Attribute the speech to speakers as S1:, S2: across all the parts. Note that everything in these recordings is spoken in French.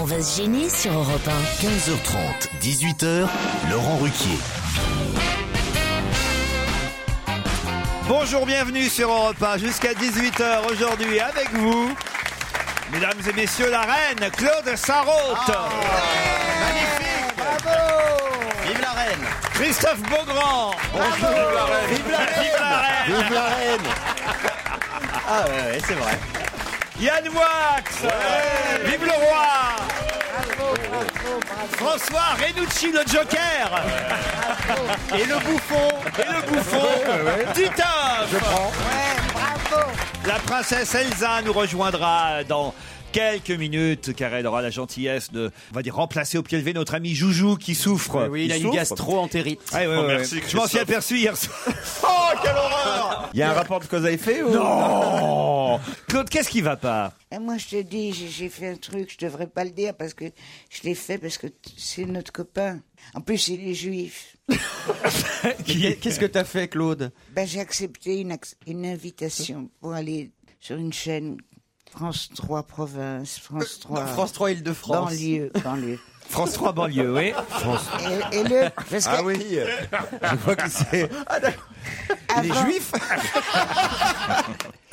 S1: On va se gêner sur Europe 1.
S2: 15h30, 18h, Laurent Ruquier.
S3: Bonjour, bienvenue sur Europe 1 jusqu'à 18h aujourd'hui avec vous. Mesdames et messieurs, la reine Claude Sarraute.
S4: Ah, Vive la reine
S3: Christophe Beaugrand.
S4: Bonjour la reine Vive la reine
S3: Vive la reine
S4: Vive la reine Ah ouais, ouais, c'est vrai.
S3: Yann Wax. Vive le roi. François Renucci, le Joker.
S4: Et le bouffon
S3: Et le bouffon. Titoff. La princesse Elsa nous rejoindra dans quelques minutes car elle aura la gentillesse de, on va dire, remplacer au pied levé notre ami Joujou qui souffre.
S4: Oui, il, a une Oh,
S3: souffre.
S4: gastro-entérite.
S3: Ah, ouais,
S5: Oh,
S3: ouais, ouais. Je m'en suis aperçu hier soir.
S5: Il y a un rapport de cause à effet ou
S3: Non Claude, qu'est-ce qui va pas
S6: Ah, moi, je te dis, j'ai- j'ai fait un truc, je devrais pas le dire parce que je l'ai fait parce que t- c'est notre copain. En plus, il est juif.
S4: Qu'est- Qu'est-ce que t'as fait, Claude
S6: Ben, j'ai accepté une, acc- une invitation pour aller sur une chaîne France 3 province, France 3
S4: Euh, France 3 Île-de-France.
S6: banlieue, banlieue.
S3: France 3 banlieue, oui.
S6: Et, et le, parce que Ah,
S5: Ah oui, je vois que c'est. Il est
S6: avant-
S5: juif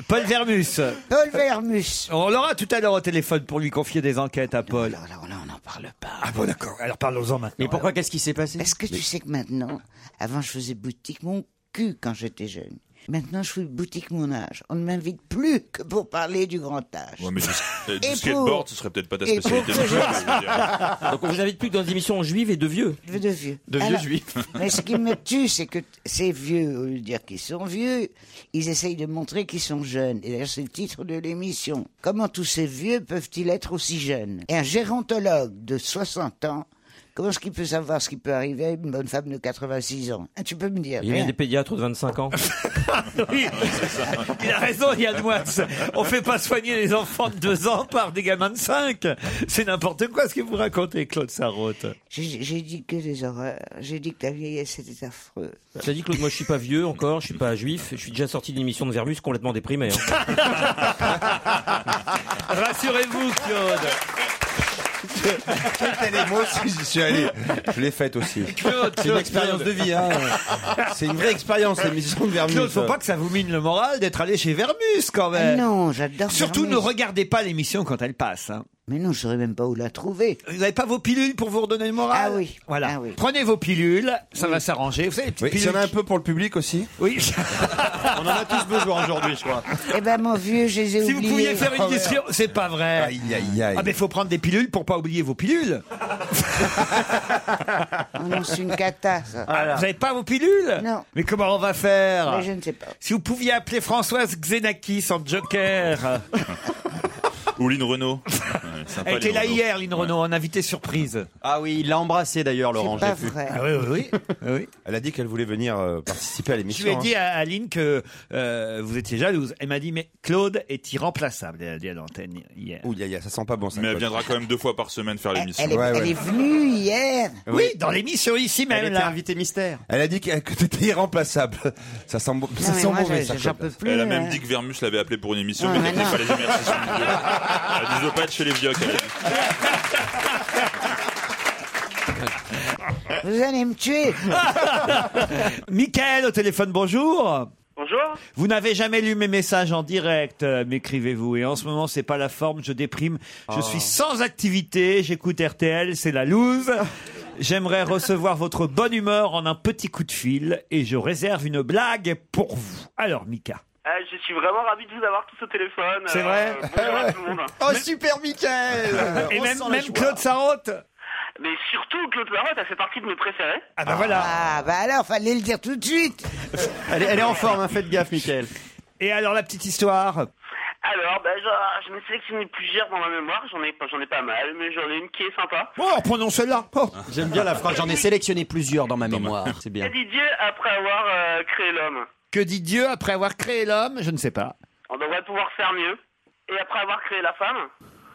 S3: Paul Vermus.
S6: Paul Vermus.
S3: On l'aura tout à l'heure au téléphone pour lui confier des enquêtes à Paul.
S6: Oh Là, là, là, on n'en parle pas.
S3: Ah bon, d'accord. Alors parlons-en maintenant.
S4: Mais pourquoi Qu'est-ce qui s'est passé
S6: Parce que tu sais que maintenant, avant je faisais boutique mon cul quand j'étais jeune. Maintenant je fais boutique mon âge. On ne m'invite plus que pour parler du grand âge.
S7: Ouais, mais du, euh, du
S6: Et
S7: skateboard,
S6: pour-
S7: ce serait peut-être pas ta
S6: et
S7: spécialité.
S6: pour-
S7: non plus, je veux dire.
S8: Donc on vous invite plus que dans des émissions juives et de vieux.
S6: Je veux De vieux.
S4: De vieux
S6: Alors,
S4: juifs.
S6: Mais ce qui me tue, c'est que t- ces vieux, au lieu de dire qu'ils sont vieux, ils essayent de montrer qu'ils sont jeunes. Et d'ailleurs, c'est le titre de l'émission. Comment tous ces vieux peuvent-ils être aussi jeunes Et un gérontologue de 60 ans, comment est-ce qu'il peut savoir ce qui peut arriver à une bonne femme de 86 ans Ah, Tu peux me dire.
S8: Il y a
S6: rien.
S8: des pédiatres de 25 ans.
S3: Oui, il a raison, Yann Wax. On fait pas soigner les enfants de 2 ans par des gamins de 5. C'est n'importe quoi ce que vous racontez, Claude Sarraute.
S6: J'ai j'ai dit que des horreurs. J'ai dit que la vieillesse était affreux.
S8: Ça dit Claude, moi je suis pas vieux encore, je suis pas juif, je suis déjà sorti d'une émission de Vermus complètement déprimé. hein.
S3: Rassurez-vous, Claude.
S5: Moi aussi, j'y suis allé. Je l'ai faite aussi.
S3: Claude,
S5: C'est une expérience de vie, hein. C'est une vraie expérience, la mission de Vermouth.
S3: Claude, faut pas que ça vous mine le moral d'être allé chez Vermus quand
S6: Ah
S3: même.
S6: non, j'adore
S3: Euh, Surtout
S6: Vermeer.
S3: ne regardez pas l'émission quand elle passe. hein.
S6: Mais non, je saurais même pas où la trouver.
S3: Vous n'avez pas vos pilules pour vous redonner le moral
S6: Ah oui.
S3: Voilà.
S6: Ah oui.
S3: Prenez vos pilules, ça va s'arranger. Vous savez, les petites
S5: Oui, il y en a un peu pour le public aussi.
S3: Oui.
S5: On en a tous besoin aujourd'hui, je crois. Ah
S6: Eh ben, mon vieux, je les ai
S3: si vous
S6: oubliés. Oh,
S3: pouviez faire une question, c'est pas vrai.
S5: Aïe, aïe, aïe.
S3: Ah mais faut prendre des pilules pour pas oublier vos pilules.
S6: Oh non, c'est une cata, ça.
S3: Ah, Vous n'avez pas vos pilules
S6: Non.
S3: Mais comment on va faire
S6: Mais je ne sais pas.
S3: Si vous pouviez appeler Françoise Xenakis en joker.
S7: Ou Lynn Renault.
S3: Elle était là hier, Lynn Renault, en invité surprise.
S4: Ah oui, il l'a embrassé d'ailleurs, Laurent.
S6: C'est pas
S4: j'ai vu.
S6: vrai.
S3: Ah oui, oui, oui.
S9: Ah
S5: Elle a dit qu'elle voulait venir euh, participer à
S3: Je
S5: l'émission.
S3: lui ai
S5: hein.
S3: dit à Aline que euh, vous étiez jalouse. Elle m'a dit, mais Claude est irremplaçable. Elle a dit à l'antenne hier.
S5: Ouh, aïe, aïe, ça sent pas bon, ça.
S7: Mais elle
S5: Claude.
S7: viendra quand même deux fois par semaine faire
S6: Elle,
S7: l'émission.
S6: elle est,
S5: Ouais, ouais.
S6: elle est venue hier.
S3: Oui, dans l'émission ici même.
S4: Elle était
S3: là.
S4: invitée mystère.
S5: Elle a dit que que t'étais irremplaçable. Ça sent, bon- ça
S6: Non, mais
S5: sent
S6: moi,
S5: mauvais,
S6: je-
S5: ça.
S6: j'en peux
S5: Claude.
S6: plus.
S7: Elle a
S9: euh,
S6: hein.
S7: même dit que Vermus l'avait appelé pour une émission,
S6: Ouais,
S7: mais qu'elle
S6: mais
S7: n'était pas les émergés sur une vidéo. Elle dit, je veux pas être chez les vieux. quand même.
S6: Vous allez me tuer.
S3: Michael au téléphone, bonjour.
S10: Bonjour.
S3: Vous n'avez jamais lu mes messages en direct, euh, m'écrivez-vous. Et en ce moment, c'est pas la forme, je déprime. Je suis sans activité, j'écoute RTL, c'est la loose. J'aimerais recevoir votre bonne humeur en un petit coup de fil et je réserve une blague pour vous. Alors, Mika.
S10: Euh, je suis vraiment ravi de vous avoir tous au téléphone.
S3: C'est
S10: Euh,
S3: vrai
S10: bonjour à tout le monde.
S4: Oh, super, Michael
S3: Euh, Et
S4: On
S3: même,
S4: sent la
S3: même
S4: joie.
S3: Claude Sarraute
S10: Mais surtout, Claude Marotte, elle fait partie de mes préférés.
S3: Ah bah voilà
S6: Ah, bah alors, fallait le dire tout de suite.
S4: Elle est, elle est en forme, hein, faites gaffe, Michael.
S3: Et alors, la petite histoire
S10: Alors, ben, je, je me sélectionné plusieurs dans ma mémoire. J'en ai, pas- j'en ai pas mal, mais j'en ai une qui est sympa.
S3: Oh, prononce-la Oh.
S4: J'aime bien la phrase. J'en ai sélectionné plusieurs dans ma mémoire. C'est bien.
S10: Qu'a dit Dieu après avoir euh, créé l'homme
S3: Que dit Dieu après avoir créé l'homme Je ne sais pas.
S10: On devrait pouvoir faire mieux. Et après avoir créé la femme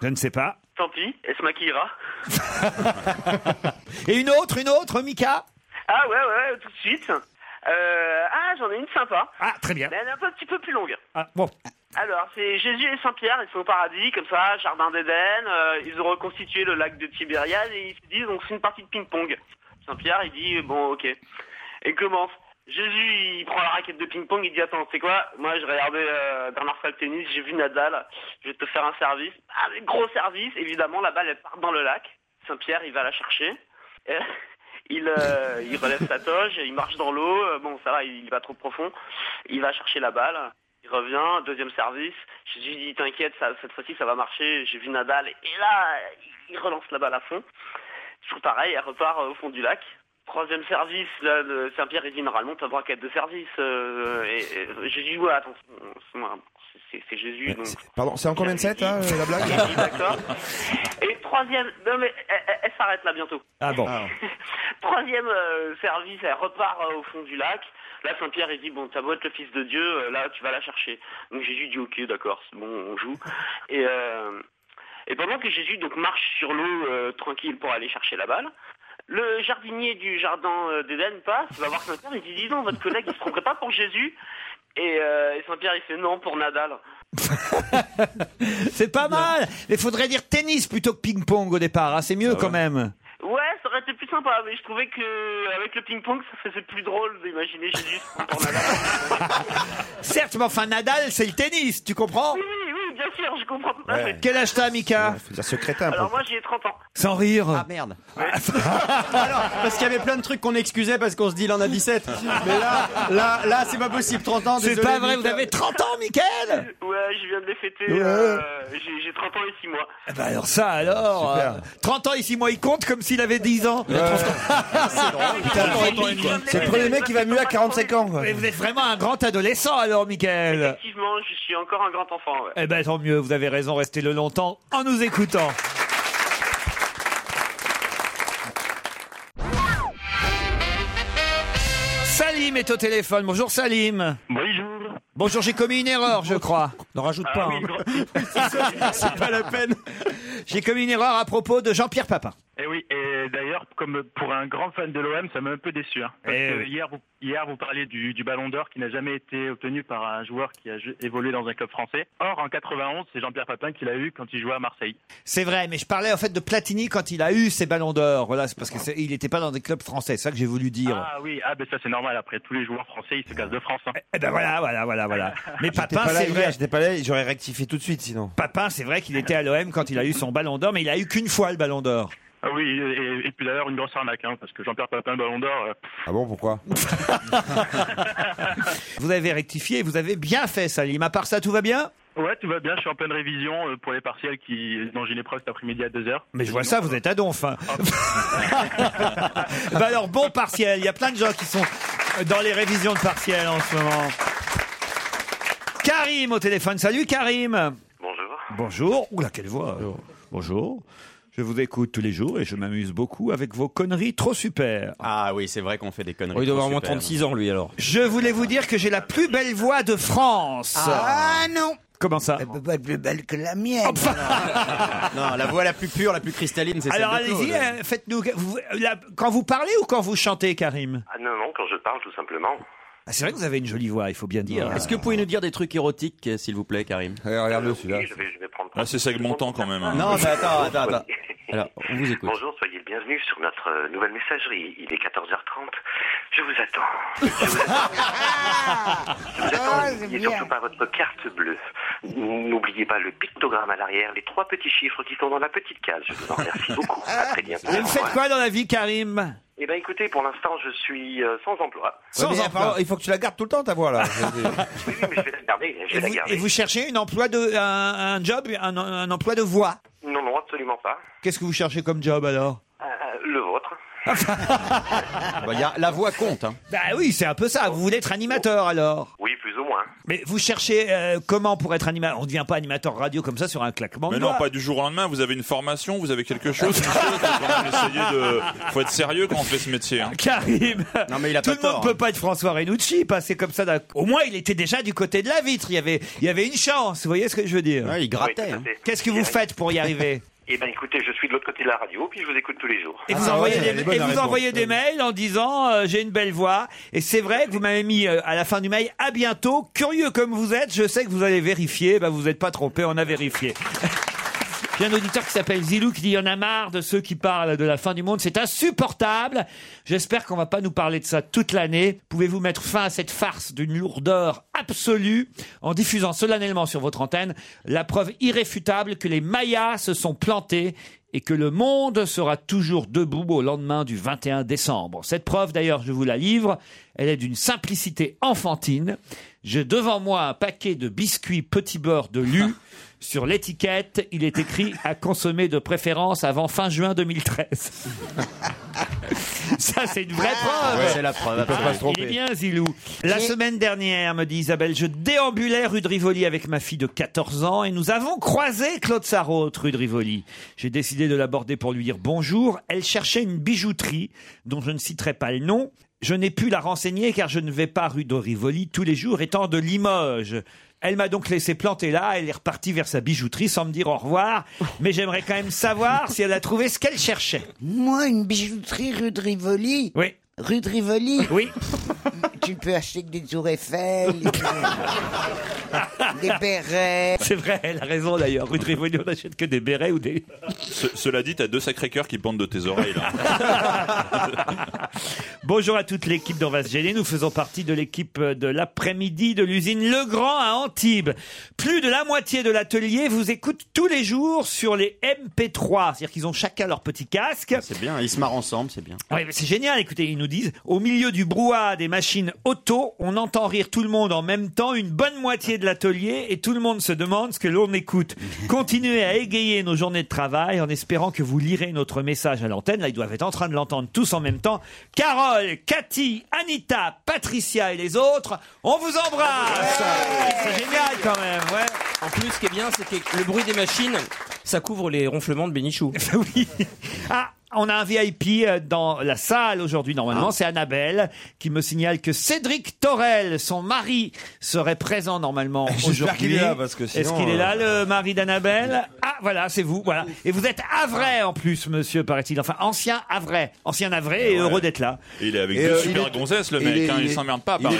S3: Je ne sais pas.
S10: Tant pis, elle se maquillera.
S3: Et une autre, une autre, Mika
S10: Ah ouais, ouais, ouais, tout de suite. Euh, ah, j'en ai une sympa.
S3: Ah, très bien.
S10: Mais elle est un peu- petit peu plus longue.
S3: Ah, bon.
S10: Alors, c'est Jésus et Saint-Pierre, ils sont au paradis, comme ça, jardin d'Éden, euh, ils ont reconstitué le lac de Tibériade et ils se disent, on se fait une partie de ping-pong. Saint-Pierre, il dit, bon, ok. Et il commence. Jésus, il prend la raquette de ping-pong, il dit, attends, c'est quoi Moi, je regardais euh, Bernard Fall Tennis, j'ai vu Nadal, je vais te faire un service. Ah, mais gros service, évidemment, la balle, elle part dans le lac. Saint-Pierre, il va la chercher. Et il, euh, il relève sa toge, il marche dans l'eau, Euh, bon, ça va, il va trop profond. Il va chercher la balle. Il revient, deuxième service. Je lui dis t'inquiète, ça, cette fois-ci ça va marcher. J'ai vu Nadal. Et là, il relance la balle à fond. Toujours pareil, elle repart euh, au fond du lac. Troisième service, là, le Saint-Pierre, il dit normalement t'as droit qu'à deux services. euh, et, et j'ai dit ouais, attends, c'est moi, c'est- c'est Jésus. Donc.
S9: Pardon, c'est en combien de 7 hein, euh, la blague
S10: Il dit, D'accord. Et troisième, non mais elle, elle- elle s'arrête là bientôt.
S3: Ah bon
S10: Troisième euh, service, elle repart euh, au fond du lac. Là, Saint-Pierre, il dit, bon, t'as beau être le fils de Dieu, euh, là, tu vas la chercher. Donc Jésus dit, ok, d'accord, c'est bon, on joue. Et, euh, et pendant que Jésus donc marche sur l'eau euh, tranquille pour aller chercher la balle, le jardinier du jardin euh, d'Éden passe, va voir Saint-Pierre, il dit, dis donc, votre collègue, il se prendrait pas pour Jésus et, euh, et Saint-Pierre, il fait, non, pour Nadal.
S3: C'est pas mal Mais faudrait dire tennis plutôt que ping-pong au départ, hein, c'est mieux quand même
S10: Ouais, ça aurait été plus sympa, mais je trouvais que avec le ping-pong, ça faisait plus drôle d'imaginer Jésus se prendre pour Nadal.
S3: Certes, mais enfin Nadal, c'est le tennis, tu comprends
S10: Oui, oui, oui, bien sûr, je comprends tout à fait.
S3: Quel âge t'as, Mika
S9: Faut dire secret un peu.
S10: Alors moi, j'ai 30 ans.
S3: Sans rire. Ah
S5: merde. parce qu'il y avait plein de trucs qu'on excusait parce qu'on se dit il en a 17. Mais là, là, là c'est pas possible, 30 ans.
S3: C'est
S5: désolé,
S3: pas vrai,
S5: Mika.
S3: vous avez 30 ans, Mickaël
S10: Ouais, je viens de les fêter.
S3: Ouais.
S10: euh, j'ai j'ai 30 ans et 6 mois.
S3: Eh ben alors ça, alors
S9: Ah,
S3: euh, 30 ans ici, moi, il compte comme s'il avait 10 ans
S9: Putain, C'est le premier mec qui va mieux à 45 ans. quoi.
S3: Mais vous êtes vraiment un grand adolescent alors, Mickaël
S10: Effectivement, je suis encore un grand enfant. Ouais.
S3: Eh ben tant mieux, vous avez raison, restez le longtemps en nous écoutant Salim est au téléphone. Bonjour Salim.
S10: Bonjour.
S3: Bonjour, j'ai commis une erreur, je crois.
S8: N'en rajoute
S10: Ah
S8: pas.
S10: oui,
S8: hein.
S10: gros-
S5: C'est pas la peine.
S3: J'ai commis une erreur à propos de Jean-Pierre Papin.
S11: Et Eh oui, et d'ailleurs, comme pour un grand fan de l'OM, ça m'a un peu déçu. hein. parce
S3: Eh
S11: que
S3: oui.
S11: hier, vous, hier, vous parliez du, du Ballon d'Or qui n'a jamais été obtenu par un joueur qui a ju- évolué dans un club français. Or, en 91, c'est Jean-Pierre Papin qui l'a eu quand il jouait à Marseille.
S3: C'est vrai, mais je parlais en fait de Platini quand il a eu ses ballons d'or. Voilà, c'est parce que c'est- il n'était pas dans des clubs français. C'est ça que j'ai voulu dire.
S11: Ah oui, ah ben ça c'est normal. Après, tous les joueurs français, ils se cassent de France. hein.
S3: Eh ben voilà, voilà, voilà, voilà. Mais
S9: J'étais
S3: Papin,
S9: pas là
S3: c'est
S9: hier,
S3: vrai.
S9: J'étais pas là, j'aurais rectifié tout de suite sinon.
S3: Papin, c'est vrai qu'il était à l'OM quand il a eu son ballon d'or, mais il a eu qu'une fois le ballon d'or.
S11: Ah oui, et, et puis d'ailleurs, une grosse arnaque, hein, parce que Jean-Pierre Papin, Ballon d'Or, euh,
S9: Ah bon, pourquoi
S3: Vous avez rectifié, vous avez bien fait, Salim. À part ça, tout va bien
S11: ouais, tout va bien. Je suis en pleine révision euh, pour les partiels qui, dont j'ai une épreuve cet après-midi à 2h.
S3: Mais je vois ça, vous êtes à donf. hein. bah alors, bon partiel. Il y a plein de gens qui sont dans les révisions de partiel en ce moment. Karim au téléphone. Salut, Karim.
S10: Bonjour.
S3: Bonjour. Oula, quelle voix. Bonjour. Je vous écoute tous les jours et je m'amuse beaucoup avec vos conneries trop super.
S5: Ah oui, c'est vrai qu'on fait des conneries.
S8: Oh, il doit
S5: trop
S8: avoir moins
S5: super.
S8: 36 ans, lui, alors.
S3: Je voulais vous dire que j'ai la plus belle voix de France.
S6: Ah non
S3: Comment ça
S6: Elle peut pas être plus belle que la mienne.
S5: Non, la voix la plus pure, la plus cristalline, c'est celle
S3: Alors
S5: de Claude.
S3: allez-y, euh, faites-nous. vous- la- quand vous parlez ou quand vous chantez, Karim
S10: Ah non, non, quand je parle, tout simplement.
S3: Ah, C'est vrai que vous avez une jolie voix, il faut bien dire.
S5: Est-ce que vous pouvez nous dire des trucs érotiques, euh, s'il vous plaît, Karim
S9: Allez, Regarde-le
S7: Oui,
S9: celui-là.
S7: je vais, je vais prendre. Eh, Ah, c'est segmentant quand même. hein.
S5: Non, mais attends, attends, attends. Alors, on vous écoute.
S10: Bonjour, soyez le bienvenu sur notre euh, nouvelle messagerie. Il est 14h30. Je vous attends. Je vous attends. Je vous attends.
S6: Ah, c'est
S10: N'oubliez
S6: bien.
S10: surtout pas votre carte bleue. N'oubliez pas le pictogramme à l'arrière, les trois petits chiffres qui sont dans la petite case. Je vous en remercie beaucoup. À très bientôt.
S3: Vous faites
S10: hein.
S3: quoi dans la vie, Karim
S10: Eh bien, écoutez, pour l'instant, je suis euh, sans emploi.
S3: Sans
S9: Ouais, mais
S3: emploi.
S9: apparemment, Il faut que tu la gardes tout le temps ta voix là.
S10: Oui, oui, mais je vais la garder. Je
S3: Et
S10: vais la
S3: vous,
S10: garder.
S3: et vous cherchez un emploi de, un, un job, un, un emploi de voix.
S10: Non, non, absolument pas.
S3: Qu'est-ce que vous cherchez comme job alors
S10: Euh, le vôtre.
S5: Bah, il y a- la voix compte. Hein.
S3: Bah oui, c'est un peu ça. Vous voulez être animateur alors
S10: Oui, plus ou moins.
S3: Mais vous cherchez euh, comment pour être animateur On ne devient pas animateur radio comme ça sur un claquement de
S7: Mais
S3: doigts.
S7: non, pas du jour au lendemain. Vous avez une formation, vous avez quelque chose. monsieur, faut quand même essayer de. Faut être sérieux quand on fait ce métier. hein.
S3: Karim
S5: Non, mais il a
S3: Tout
S5: pas
S3: le monde
S5: tort,
S3: peut
S5: hein.
S3: pas être François Renucci, passer comme ça. d'un- Au moins, il était déjà du côté de la vitre. Il hein. y avait, il y avait une chance. Vous voyez ce que je veux dire
S5: Ouais, il
S10: Oui,
S5: grattait. hein.
S10: tout à fait.
S3: Qu'est-ce que vous faites pour y arriver
S10: Eh ben écoutez, je suis de l'autre côté de la radio, puis je vous écoute tous les jours.
S3: Et vous, Ah
S5: Ah,
S3: envoyez, des, et vous envoyez des mails en disant euh, j'ai une belle voix. Et c'est vrai que vous m'avez mis euh, à la fin du mail à bientôt. Curieux comme vous êtes, je sais que vous allez vérifier. Bah, vous n'êtes pas trompé, on a vérifié. J'ai un auditeur qui s'appelle Zilou qui dit y en a marre de ceux qui parlent de la fin du monde, c'est insupportable. J'espère qu'on va pas nous parler de ça toute l'année. Pouvez-vous mettre fin à cette farce d'une lourdeur absolue en diffusant solennellement sur votre antenne la preuve irréfutable que les Mayas se sont plantés et que le monde sera toujours debout au lendemain du 21 décembre. Cette preuve, d'ailleurs, je vous la livre, elle est d'une simplicité enfantine. J'ai devant moi un paquet de biscuits petit beurre de lu. Sur l'étiquette, il est écrit à consommer de préférence avant fin juin 2013. Ça, c'est une vraie preuve.
S5: Ah, ouais, c'est la preuve,
S3: Il peut
S5: absolument.
S3: pas se tromper. Il est bien, Zilou. La semaine dernière, me dit Isabelle, je déambulais rue de Rivoli avec ma fille de 14 ans et nous avons croisé Claude Sarraute rue de Rivoli. J'ai décidé de l'aborder pour lui dire bonjour. Elle cherchait une bijouterie dont je ne citerai pas le nom. Je n'ai pu la renseigner car je ne vais pas rue de Rivoli tous les jours étant de Limoges. Elle m'a donc laissé planter là, elle est repartie vers sa bijouterie sans me dire au revoir, mais j'aimerais quand même savoir si elle a trouvé ce qu'elle cherchait.
S6: Moi, une bijouterie rue de Rivoli.
S3: Oui.
S6: Rue de Rivoli
S3: Oui.
S6: Tu peux acheter que des tours Eiffel, des, des berets.
S3: C'est vrai, elle a raison d'ailleurs. Rue de Rivoli, on n'achète que des bérets ou des...
S7: Ce- cela dit, t'as deux sacrés cœurs qui pendent de tes oreilles. Là.
S3: Bonjour à toute l'équipe d'On va se gêner. Nous faisons partie de l'équipe euh, de l'après-midi de l'usine Legrand à Antibes. Plus de la moitié de l'atelier vous écoute tous les jours sur les MP3. C'est-à-dire qu'ils ont chacun leur petit casque.
S5: Ah, C'est bien, ils se marrent ensemble, c'est bien.
S3: Ouais, mais c'est génial, écoutez, ils nous disent, au milieu du brouhaha des machines auto, on entend rire tout le monde en même temps, une bonne moitié de l'atelier, et tout le monde se demande ce que l'on écoute. Continuez à égayer nos journées de travail en espérant que vous lirez notre message à l'antenne. Là, ils doivent être en train de l'entendre tous en même temps. Carole, Cathy, Anita, Patricia et les autres, on vous embrasse C'est génial quand même, ouais.
S8: Ah, En plus, ce qui est bien, c'est que le bruit des machines, ça couvre les ronflements de Bénichou.
S3: oui. Ah, on a un VIP euh, dans la salle aujourd'hui.
S7: Ah.
S3: Normalement, c'est Annabelle qui me signale que Cédric Torel, son mari, serait présent normalement
S9: J'espère
S3: aujourd'hui.
S9: qu'il est là, parce que sinon,
S3: Est-ce qu'il est là,
S9: euh,
S3: le mari d'Annabelle Ah, voilà, c'est vous. Voilà. Et vous êtes Avray en plus, monsieur, paraît-il. Enfin, ancien Avray. Ancien Avray et
S7: Ouais.
S3: heureux d'être là.
S7: Et Il est avec
S3: Et,
S7: deux
S3: euh,
S7: super
S3: il est-
S7: gonzesses, le
S3: il
S7: mec.
S3: est-
S7: hein,
S3: il
S7: il
S3: est-
S7: s'emmerde pas, à
S3: il
S7: Paris.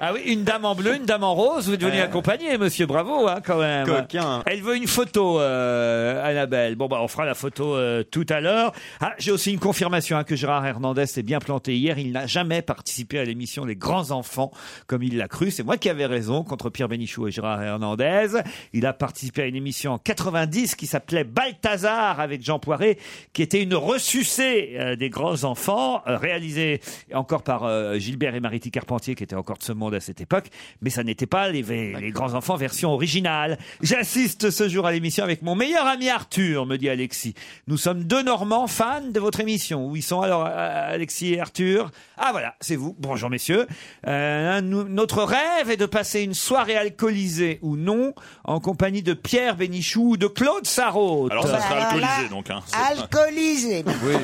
S3: Ah oui, une dame en bleu, une dame en rose. Vous êtes venu accompagner, monsieur. Bravo, hein, quand même.
S5: Coquin.
S3: Elle veut une photo, euh, Annabelle. Bon, bah, on fera la photo euh, tout à l'heure. Ah, j'ai aussi une confirmation hein, que Gérard Hernandez s'est bien planté hier. Il n'a jamais participé à l'émission Les Grands Enfants, comme il l'a cru. C'est moi qui avais raison contre Pierre Bénichou et Gérard Hernandez. Il a participé à une émission en 90 qui s'appelait Balthazar avec Jean Poiret, qui était une ressucée euh, des grands enfants, euh, réalisée encore par euh, Gilbert et Mariti Carpentier, qui étaient encore de ce monde à cette époque, mais ça n'était pas les, les grands enfants version originale. J'assiste ce jour à l'émission avec mon meilleur ami Arthur, me dit Alexis. Nous sommes deux Normands fans de votre émission. Où ils sont alors, euh, Alexis et Arthur Ah voilà, c'est vous. Bonjour messieurs. Euh, un- nous- notre rêve est de passer une soirée alcoolisée ou non en compagnie de Pierre Bénichou ou de Claude Sarraute.
S7: Alors ça sera alcoolisé, donc. Hein.
S6: Alcoolisé.
S9: Oui.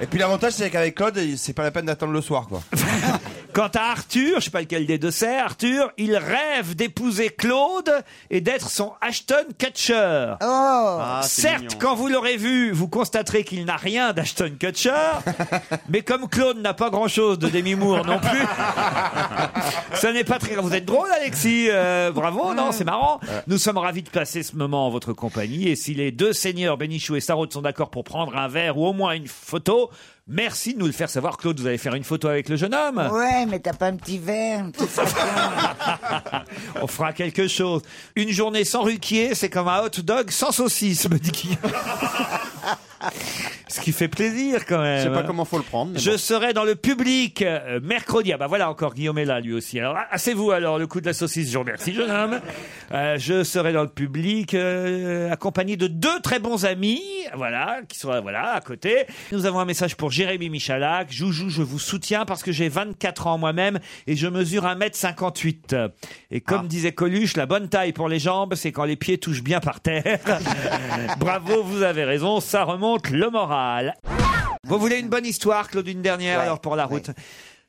S9: Et puis l'avantage, c'est qu'avec Claude, c'est pas la peine d'attendre le soir, quoi.
S3: Quant à Arthur, je sais pas lequel des deux c'est, Arthur, il rêve d'épouser Claude et d'être son Ashton Kutcher.
S6: Oh. Ah,
S3: Ah,
S6: c'est
S3: Certes,
S6: mignon.
S3: quand vous l'aurez vu, vous constaterez qu'il n'a rien d'Ashton Kutcher, mais comme Claude n'a pas grand-chose de Demi Moore non plus, ça n'est pas très grave. Vous êtes drôle, Alexis. euh, bravo, non, c'est marrant. Nous sommes ravis de passer ce moment en votre compagnie. Et si les deux seigneurs, Bénichou et Sarraute, sont d'accord pour prendre un verre ou au moins une photo, merci de nous le faire savoir. Claude, vous allez faire une photo avec le jeune homme.
S6: Ouais, mais t'as pas un petit verre un petit
S3: On fera quelque chose. Une journée sans ruquier, c'est comme un hot dog sans saucisse, me dit Guillaume. Ce qui fait plaisir quand même. hein.
S5: Je sais pas comment faut le prendre. mais
S3: Je
S5: bon.
S3: serai dans le public euh, mercredi. Ah bah voilà, encore Guillaume est là lui aussi. Alors assez-vous alors le coup de la saucisse, je vous remercie jeune homme. Euh, je serai dans le public euh, accompagné de deux très bons amis, voilà, qui sont euh, voilà à côté. Nous avons un message pour Jérémy Michalak. Joujou, je vous soutiens parce que j'ai 24 ans moi-même et je mesure 1m58. Et
S5: Ah.
S3: comme disait Coluche, la bonne taille pour les jambes, c'est quand les pieds touchent bien par terre. Bravo, vous avez raison, ça remonte le moral. Vous voulez une bonne histoire, Claude, une dernière alors pour la route.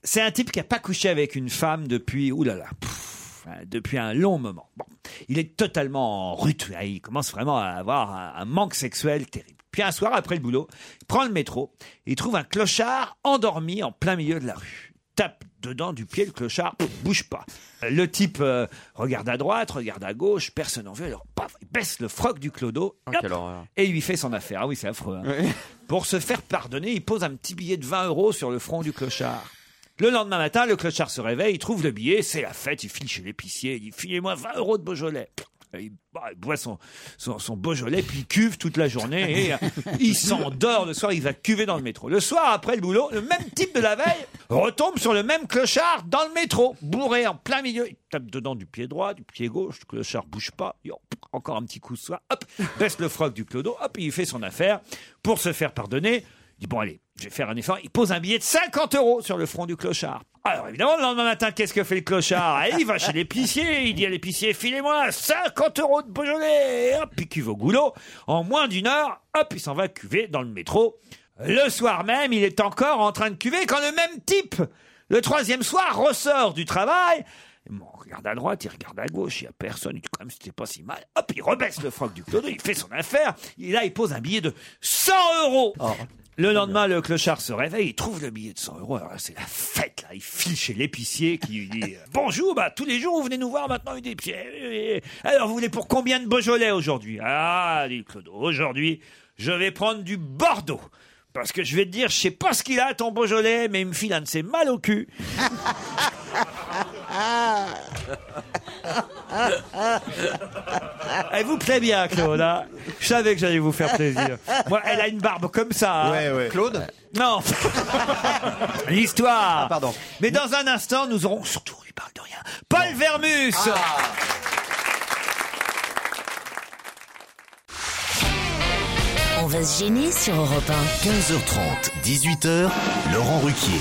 S3: C'est un type qui a pas couché avec une femme depuis oulala. pff, hein, depuis un long moment. Bon. Il est totalement en rut, hein, il commence vraiment à avoir un, un manque sexuel terrible. Puis un soir, après le boulot, il prend le métro, il trouve un clochard endormi en plein milieu de la rue tape dedans du pied, le clochard pff, bouge pas. Le type euh, regarde à droite, regarde à gauche, personne n'en veut, alors paf, il baisse le froc du clodo hop, et il lui fait son affaire. Ah oui, c'est affreux. hein. Pour se faire pardonner, il pose un petit billet de 20 euros sur le front du clochard. Le lendemain matin, le clochard se réveille, il trouve le billet, c'est la fête, il file chez l'épicier, il dit Filez-moi 20 euros de Beaujolais. Et Il, bah, il boit son, son, son Beaujolais, puis il cuve toute la journée et euh, il s'endort le soir, il va cuver dans le métro. Le soir, après le boulot, le même type de la veille retombe sur le même clochard dans le métro, bourré en plein milieu. Il tape dedans du pied droit, du pied gauche, le clochard bouge pas. Il dit, oh, encore un petit coup de soin, hop, baisse le froc du clodo, hop, il fait son affaire pour se faire pardonner. Il dit, bon, allez, je vais faire un effort. Il pose un billet de 50 euros sur le front du clochard. Alors, évidemment, le lendemain matin, qu'est-ce que fait le clochard Eh, Il va chez l'épicier. Il dit à l'épicier, filez-moi 50 euros de Beaujolais. Et hop, il cuve au goulot. En moins d'une heure, hop, il s'en va cuver dans le métro. Le soir même, il est encore en train de cuver quand le même type, le troisième soir, ressort du travail. Bon, il regarde à droite, il regarde à gauche, il n'y a personne, il dit quand même c'était pas si mal. Hop, il rebaisse le froc du clodo, il fait son affaire, et là il pose un billet de 100 euros. Le lendemain, le clochard se réveille, il trouve le billet de 100 euros. Alors là, c'est la fête, là. Il file chez l'épicier qui lui dit euh, Bonjour, bah, tous les jours, vous venez nous voir maintenant, une épicier. Alors, vous voulez pour combien de Beaujolais aujourd'hui Ah, dit Clodo, aujourd'hui, je vais prendre du Bordeaux. Parce que je vais te dire, je sais pas ce qu'il a, ton Beaujolais, mais il me file un de ses mal au cul. Elle vous plaît bien, Claude. hein je savais que j'allais vous faire plaisir. Moi, elle a une barbe comme ça. hein. Claude Non. L'histoire. pardon. Mais dans un instant, nous aurons surtout, il parle de rien. Paul Vermus.
S1: On va se gêner sur Europe 1.
S2: 15h30, 18h, Laurent Ruquier.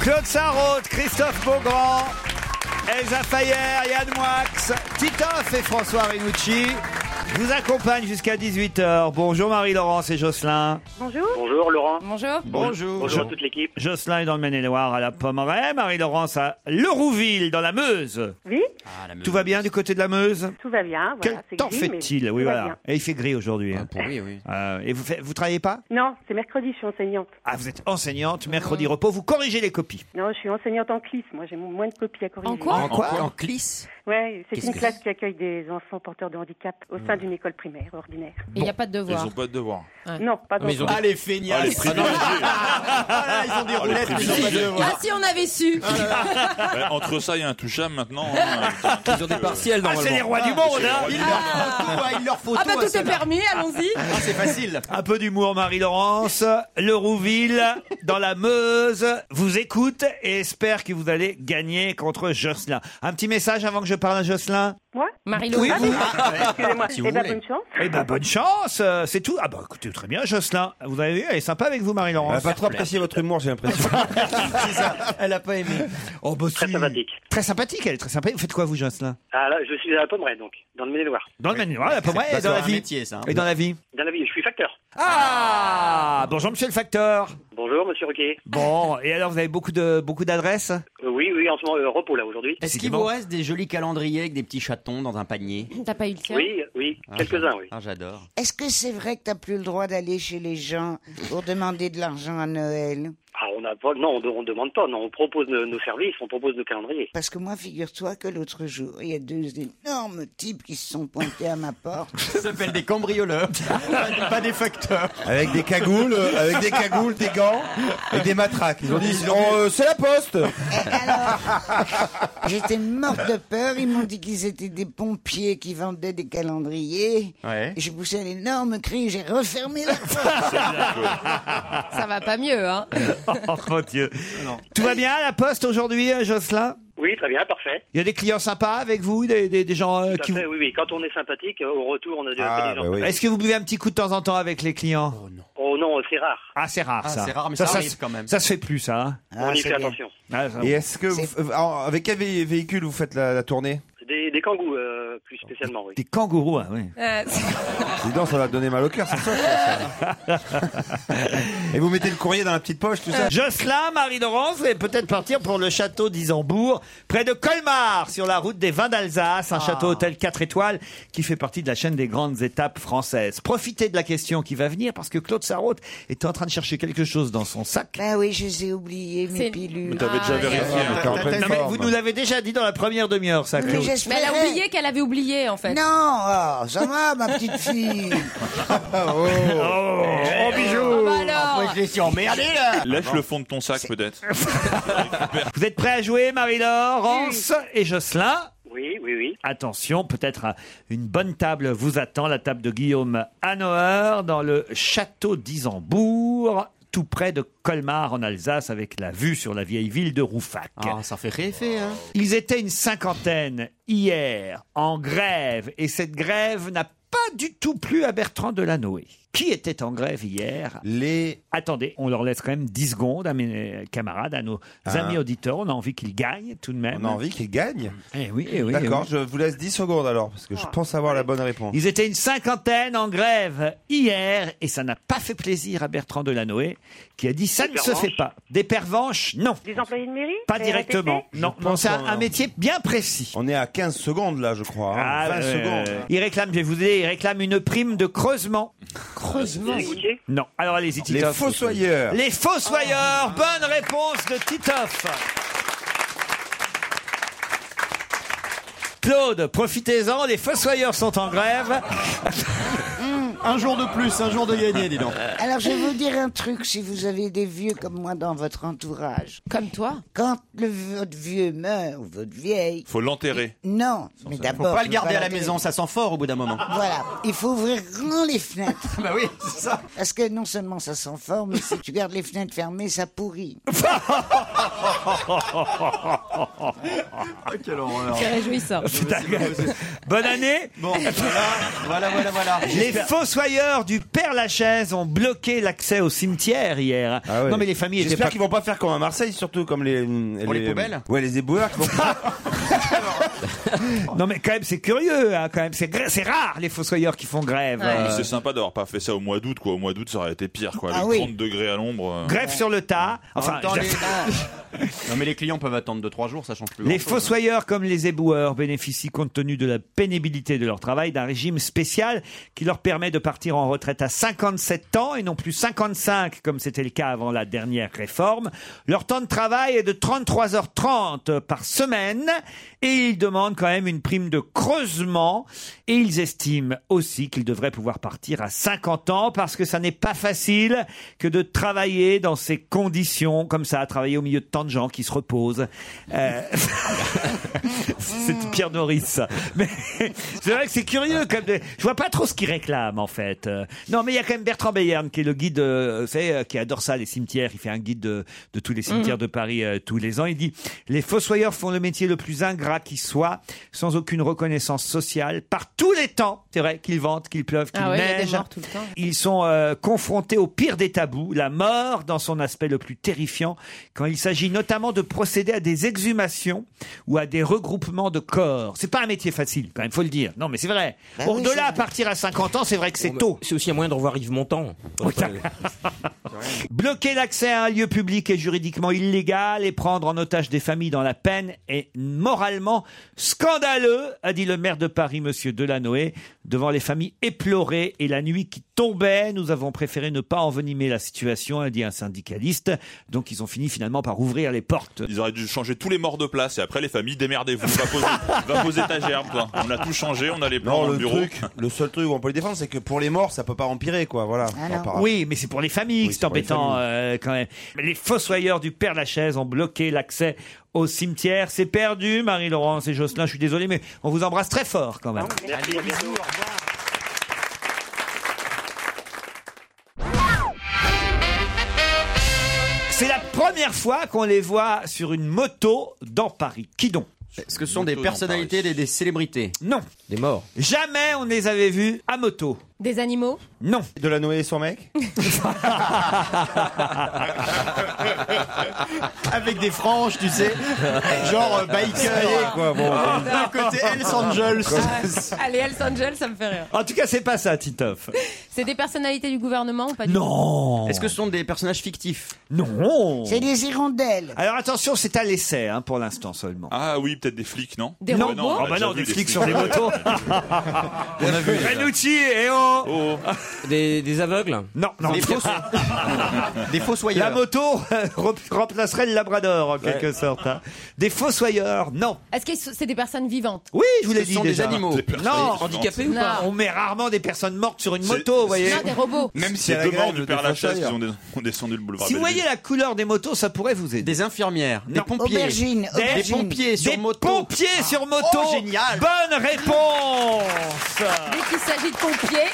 S3: Claude Sarraute, Christophe Beaugrand, Elsa Fayer, Yann Moix, Titoff et François Renucci vous accompagnent jusqu'à 18h. Bonjour Marie-Laurence et Jocelyn.
S12: Bonjour. Bonjour Laurent. Bonjour.
S3: Bonjour.
S12: Bonjour à toute l'équipe.
S3: Jocelyn est dans le Maine-et-Loire à la Pommeraye, Marie-Laurence à Lerouville dans la Meuse.
S12: Oui,
S3: Tout va bien du côté de Ah, la Meuse
S12: tout va bien. Voilà, c'est
S3: Quel temps
S12: gris, mais
S3: fait-il
S12: tout
S3: Oui,
S12: va
S3: voilà.
S12: bien.
S3: Et il fait gris aujourd'hui. hein. Euh, et vous ne vous travaillez pas
S12: Non, c'est mercredi, je suis enseignante.
S3: Ah, vous êtes enseignante,
S12: Euh.
S3: mercredi repos, vous corrigez les copies.
S12: Non, je suis enseignante en CLIS. Moi, j'ai moins de copies à corriger.
S3: En quoi En quoi En
S12: CLIS Ouais, c'est
S3: Qu'est-ce
S12: une
S3: que
S12: classe qui accueille des enfants porteurs de handicap au sein d'une école primaire ordinaire.
S7: Il n'y a pas de
S12: devoir.
S7: Ils ont pas de devoir.
S12: Non, pas de
S7: Mais ils ont des-
S12: devoir.
S7: Ah, les feignasses. Ah, les privilégiés.
S12: Ah, ils ont des roulettes, ils ont pas
S7: les
S12: de
S7: privilégiés.
S12: devoir.
S13: Ah si on avait su
S7: Ouais, entre ça et un touchable maintenant. hein. Ils ont des partiels
S3: Ah, c'est les rois du monde, hein.
S13: Ah bah tout est permis, allons-y
S3: Ah, c'est facile. Un peu d'humour, Marie-Laurence. Lerouville, dans la Meuse, vous écoute et espère que vous allez gagner contre Jocelyn. Un petit message avant que je parle à Jocelyn
S12: Moi
S3: Oui,
S12: Ah,
S3: vous.
S12: mais- Excusez-moi.
S3: Si vous
S12: eh ben,
S3: voulez.
S12: bonne chance.
S3: Eh ben, bonne chance, euh, c'est tout. Ah bah, écoutez, très bien, Jocelyn. Vous avez vu, elle est sympa avec vous, Marie-Laurence.
S9: Elle a pas trop apprécié votre humour, j'ai l'impression.
S3: Elle a pas aimé. Oh, bah, très sympathique. Très sympathique, elle est très sympathique. Vous faites quoi, vous, Jocelyn
S12: Ah, là, je suis à la Pommeraye, donc, dans le Maine-et-Loire.
S3: Dans le manuel, à peu près,
S5: Ça
S3: et dans
S5: doit
S3: la
S5: être un
S3: vie.
S5: métier, ça, hein.
S3: Et dans la vie.
S12: Dans la ville, je suis facteur.
S3: Ah Bonjour, monsieur le facteur.
S12: Bonjour, monsieur Roquet.
S3: Bon, et alors, vous avez beaucoup de beaucoup d'adresses
S12: Euh, oui, oui, en ce moment, euh, repos, là, aujourd'hui.
S5: Est-ce qu'il vous reste des jolis calendriers avec des petits chatons dans un panier
S13: T'as pas eu le tien
S12: Oui, oui,
S5: Ah,
S12: quelques-uns, oui.
S5: Ah, j'adore.
S6: Est-ce que c'est vrai que t'as plus le droit d'aller chez les gens pour demander de l'argent à Noël
S12: Ah, on a pas- non, on ne demande pas, non, on propose nos, nos services, on propose nos calendriers.
S6: Parce que moi, figure-toi que l'autre jour, il y a deux énormes types qui se sont pointés à ma porte.
S5: Ça s'appelle des cambrioleurs, pas des facteurs.
S9: Avec des cagoules, euh, avec des cagoules, des gants et des matraques. Ils ont dit, Oh, euh, c'est la poste.
S6: J'étais morte de peur. Ils m'ont dit qu'ils étaient des pompiers qui vendaient des calendriers.
S5: Ouais.
S6: Et J'ai poussé un énorme cri, j'ai refermé la
S12: Ah,
S13: Ça va pas mieux, hein
S3: Oh mon Dieu. Tout va bien à la poste aujourd'hui, euh, Jocelyn
S12: Oui, très bien, parfait.
S3: Il y a des clients sympas avec vous, des, des- des gens euh,
S12: Tout à
S3: qui vous... Ah, bah
S12: fait, oui, oui. Quand on est sympathique, euh, au retour, on a de un peu des gens.
S3: Est-ce que vous buvez un petit coup de temps en temps avec les clients
S12: Oh non, c'est rare.
S3: Ah, c'est rare
S12: Ah,
S3: ça.
S12: c'est rare, mais ça
S3: ça
S12: arrive
S3: se-
S12: quand même.
S3: Ça se fait plus, ça. hein
S9: Ah,
S12: on y fait attention.
S3: Ah, ça-
S9: Et est-ce que vous- euh, avec quel vé- véhicule vous faites la, la tournée
S12: Des, des, des kangourous, euh, plus spécialement, oui.
S3: Des kangourous, ah oui.
S13: Euh,
S9: Dis donc, ça va te donner mal au cœur, c'est sûr.
S5: Et vous mettez le courrier dans la petite poche, tout ça.
S3: Euh, Jocelyn, Marie Laurence, va peut-être partir pour le château d'Isambourg, près de Colmar, sur la route des vins d'Alsace, un château hôtel 4 étoiles qui fait partie de la chaîne des grandes étapes françaises. Profitez de la question qui va venir parce que Claude Sarraute était en train de chercher quelque chose dans son sac. Ah,
S6: Ben oui, je les ai oubliés, mes pilules.
S3: Non, mais vous nous l'avez déjà dit dans la première demi-heure, ça, Claude.
S13: Mais elle a oublié qu'elle avait oublié, en fait. Ah,
S6: Non, ah, ça va, ma petite fille.
S3: Oh,
S7: oh,
S12: Eh,
S13: bah,
S6: bijou.
S7: Après, je l'ai
S6: suis emmerdé, là.
S3: Ah,
S7: Lèche le fond de ton sac, peut-être.
S3: Vous êtes prêts à jouer, Marie-Laurence et Jocelyn
S12: Oui, oui, oui.
S3: Attention, peut-être euh, une bonne table vous attend, la table de Guillaume Hanoer dans le château d'Isambourg, tout près de Colmar en Alsace, avec la vue sur la vieille ville de Roufac.
S9: Ah,
S3: ça fait rêver, hein Ils étaient une cinquantaine hier en grève, et cette grève n'a pas du tout plu à Bertrand Delanoë. Qui était en grève hier Les... Attendez, on leur laisse quand même 10 secondes à mes camarades, à nos
S9: Ah.
S3: amis auditeurs. On a envie qu'ils gagnent tout de même.
S9: On a envie qu'ils gagnent
S3: Eh oui, eh oui. eh
S9: D'accord,
S3: oui.
S9: je vous laisse 10 secondes alors, parce que je pense avoir la bonne réponse.
S3: Ils étaient une cinquantaine en grève hier et ça n'a pas fait plaisir à Bertrand Delanoë qui a dit ça
S14: Des
S3: ne se
S14: pervenches
S3: fait pas. Des pervenches, non.
S14: Des employés de mairie
S3: Pas directement. Non, non, c'est un, un métier bien précis.
S9: On est à 15 secondes là, je crois. hein.
S3: Ah,
S9: 20
S3: ouais,
S9: secondes.
S3: ouais. Il réclame, je vais vous aider, il réclame une prime de creusement. Creusement Non, alors allez-y,
S9: Les
S3: Titoff.
S9: fossoyeurs.
S3: Les fossoyeurs, bonne réponse de Titoff. Claude, profitez-en, les fossoyeurs sont en grève.
S5: Hmm, Un jour de plus, un jour de gagné, dis donc.
S6: Ah. Alors, je vais vous dire un truc, si vous avez des vieux comme moi dans votre entourage. Comme toi Quand le, votre vieux meurt, ou votre vieille...
S7: Faut l'enterrer.
S6: Non, mais
S5: Faut
S6: d'abord...
S5: pas
S6: faut
S5: le garder à la
S6: l'enterrer.
S5: maison, ça sent fort au bout d'un moment.
S6: Voilà, il faut ouvrir grand les fenêtres. bah oui, c'est ça. Parce que non seulement ça s'en forme, mais si tu gardes les fenêtres fermées, ça pourrit.
S5: Quelle horreur.
S13: C'est réjouissant.
S3: Bonne année
S5: Bon, voilà, voilà, voilà, voilà.
S3: Les fossoyeurs du Père Lachaise ont bloqué l'accès au cimetière hier. hein. Non mais les familles étaient
S9: Ah J'espère
S3: pas...
S9: qu'ils vont pas faire comme à Marseille, surtout comme les. Pour
S3: les poubelles
S9: Ouais, les éboueurs qui vont.
S3: Non mais quand même c'est curieux, hein, quand même c'est gra- c'est rare les fossoyeurs qui font grève.
S7: Mais
S3: Euh,
S7: C'est sympa d'avoir pas fait ça au mois d'août, quoi. Au mois d'août, ça aurait été pire, quoi.
S3: Ah
S7: Avec
S3: oui.
S7: 30 degrés à l'ombre. euh.
S3: Grève sur le tas.
S5: En
S3: Enfin,
S5: même temps,
S3: je-
S5: les- non, mais les clients peuvent attendre 2-3 jours, ça change plus.
S3: Les
S5: grand-chose. hein.
S3: fossoyeurs comme les éboueurs bénéficient, compte tenu de la pénibilité de leur travail, d'un régime spécial qui leur permet de partir en retraite à 57 ans et non plus 55 comme c'était le cas avant la dernière réforme. Leur temps de travail est de 33h30 par semaine et ils demandent quand même une prime de creusement et ils estiment aussi qu'ils devraient pouvoir partir à 50 ans parce que ça n'est pas facile que de travailler dans ces conditions comme ça, à travailler au milieu de tant de gens qui se reposent. Euh, c'est Pierre Norris. ça. Mais c'est vrai que c'est curieux. Comme de... Je vois pas trop ce qu'il réclame en fait. Euh, Non, mais il y a quand même Bertrand Bayern qui est le guide, euh, vous savez, euh, qui adore ça, les cimetières. Il fait un guide de, de tous les cimetières de Paris euh, tous les ans. Il dit les fossoyeurs font le métier le plus ingrat qui soit, sans aucune reconnaissance sociale, par tous les temps. C'est vrai qu'il vente, qu'il pleuve, qu'il
S13: Ah ouais, il y a des
S3: neige.
S13: morts tout le temps.
S3: Ils sont euh, confrontés au pire des tabous, la mort dans son aspect le plus terrifiant, quand il s'agit notamment de procéder à des exhumations ou à des regroupements de corps. C'est pas un métier facile, quand même, faut le dire. Non, mais c'est vrai.
S8: Bah
S3: Au-delà, à partir à 50 ans, c'est vrai que c'est tôt.
S8: C'est aussi un moyen de revoir Yves Montand.
S3: Bloquer l'accès à un lieu public est juridiquement illégal et prendre en otage des familles dans la peine est moralement scandaleux, a dit le maire de Paris, monsieur Delanoë, devant les familles éplorées et la nuit qui tombait. Nous avons préféré ne pas envenimer la situation, a dit un syndicaliste. Donc ils ont fini finalement par ouvrir les portes.
S7: Ils auraient dû changer tous les morts de place et après les familles, démerdez-vous. Va poser, va poser ta gerbe, toi. On a tout changé, on a les plans
S9: Non,
S7: dans
S9: le
S7: le bureau.
S9: truc, le seul truc où on peut les défendre, c'est que pour les morts, ça peut pas empirer, quoi. Voilà. Enfin, par-
S3: Oui, mais c'est pour les familles, que c'est
S9: c'est pour les
S3: embêtant euh, quand même. Mais Les fossoyeurs du Père Lachaise ont bloqué l'accès au cimetière. C'est perdu, Marie-Laurence et Jocelyn. Je suis désolé, mais on vous embrasse très fort quand même.
S12: Merci, à bientôt.
S3: C'est la première fois qu'on les voit sur une moto dans Paris. Qui donc
S5: Est-ce que ce sont des personnalités, des, des célébrités
S3: Non.
S5: Des morts.
S3: Jamais on ne les avait vus à moto.
S13: Des animaux
S3: Non.
S5: De la Noé et son mec Avec des franges, tu sais. Genre euh, biker. Ah,
S9: Ça y est, quoi, bon.
S5: D'un côté Hells Angels.
S13: Allez, Hells Angels, ça me fait rire.
S3: En tout cas, c'est pas ça, Titoff.
S13: C'est des personnalités du gouvernement ou pas du
S3: Non.
S5: Est-ce que ce sont des personnages fictifs
S3: Non.
S6: C'est des hirondelles.
S3: Alors attention, c'est à l'essai hein, pour l'instant seulement.
S7: Ah oui, peut-être des flics, non
S3: Des
S7: non,
S3: robots
S5: Oh,
S7: non, on a
S3: Ah bah
S7: déjà
S3: non,
S7: vu
S3: des flics sur des motos.
S7: On a vu.
S3: Renucci et on.
S8: Oh. Des, des aveugles
S3: Non, non.
S8: Des fausses.
S7: Ah.
S5: Des
S3: La moto rep- remplacerait le Labrador en quelque sorte. hein. Des fossoyeurs, non.
S13: Est-ce que c'est des personnes vivantes
S3: Oui, je vous l'ai
S13: Ce
S3: dit
S13: sont des
S3: déjà.
S13: animaux. Des personnes
S3: Non,
S13: vivantes. Handicapés ou pas
S3: On met rarement des personnes mortes sur une moto, vous voyez.
S13: Non, des robots.
S7: Même
S3: C'est
S7: si
S3: la
S7: deux morts
S3: grève
S7: du
S3: des
S7: Père Lachaise qui
S3: fossoyeurs.
S7: ont, dé- ont descendu le boulevard.
S3: Si vous voyez la couleur des motos, ça pourrait vous aider.
S5: Des infirmières, des pompiers.
S3: Des,
S5: Aubergines, aubergines. pompiers sur
S3: Des
S5: moto.
S3: pompiers sur moto.
S5: Oh, génial.
S3: Bonne réponse.
S13: Dès qu'il s'agit de pompiers,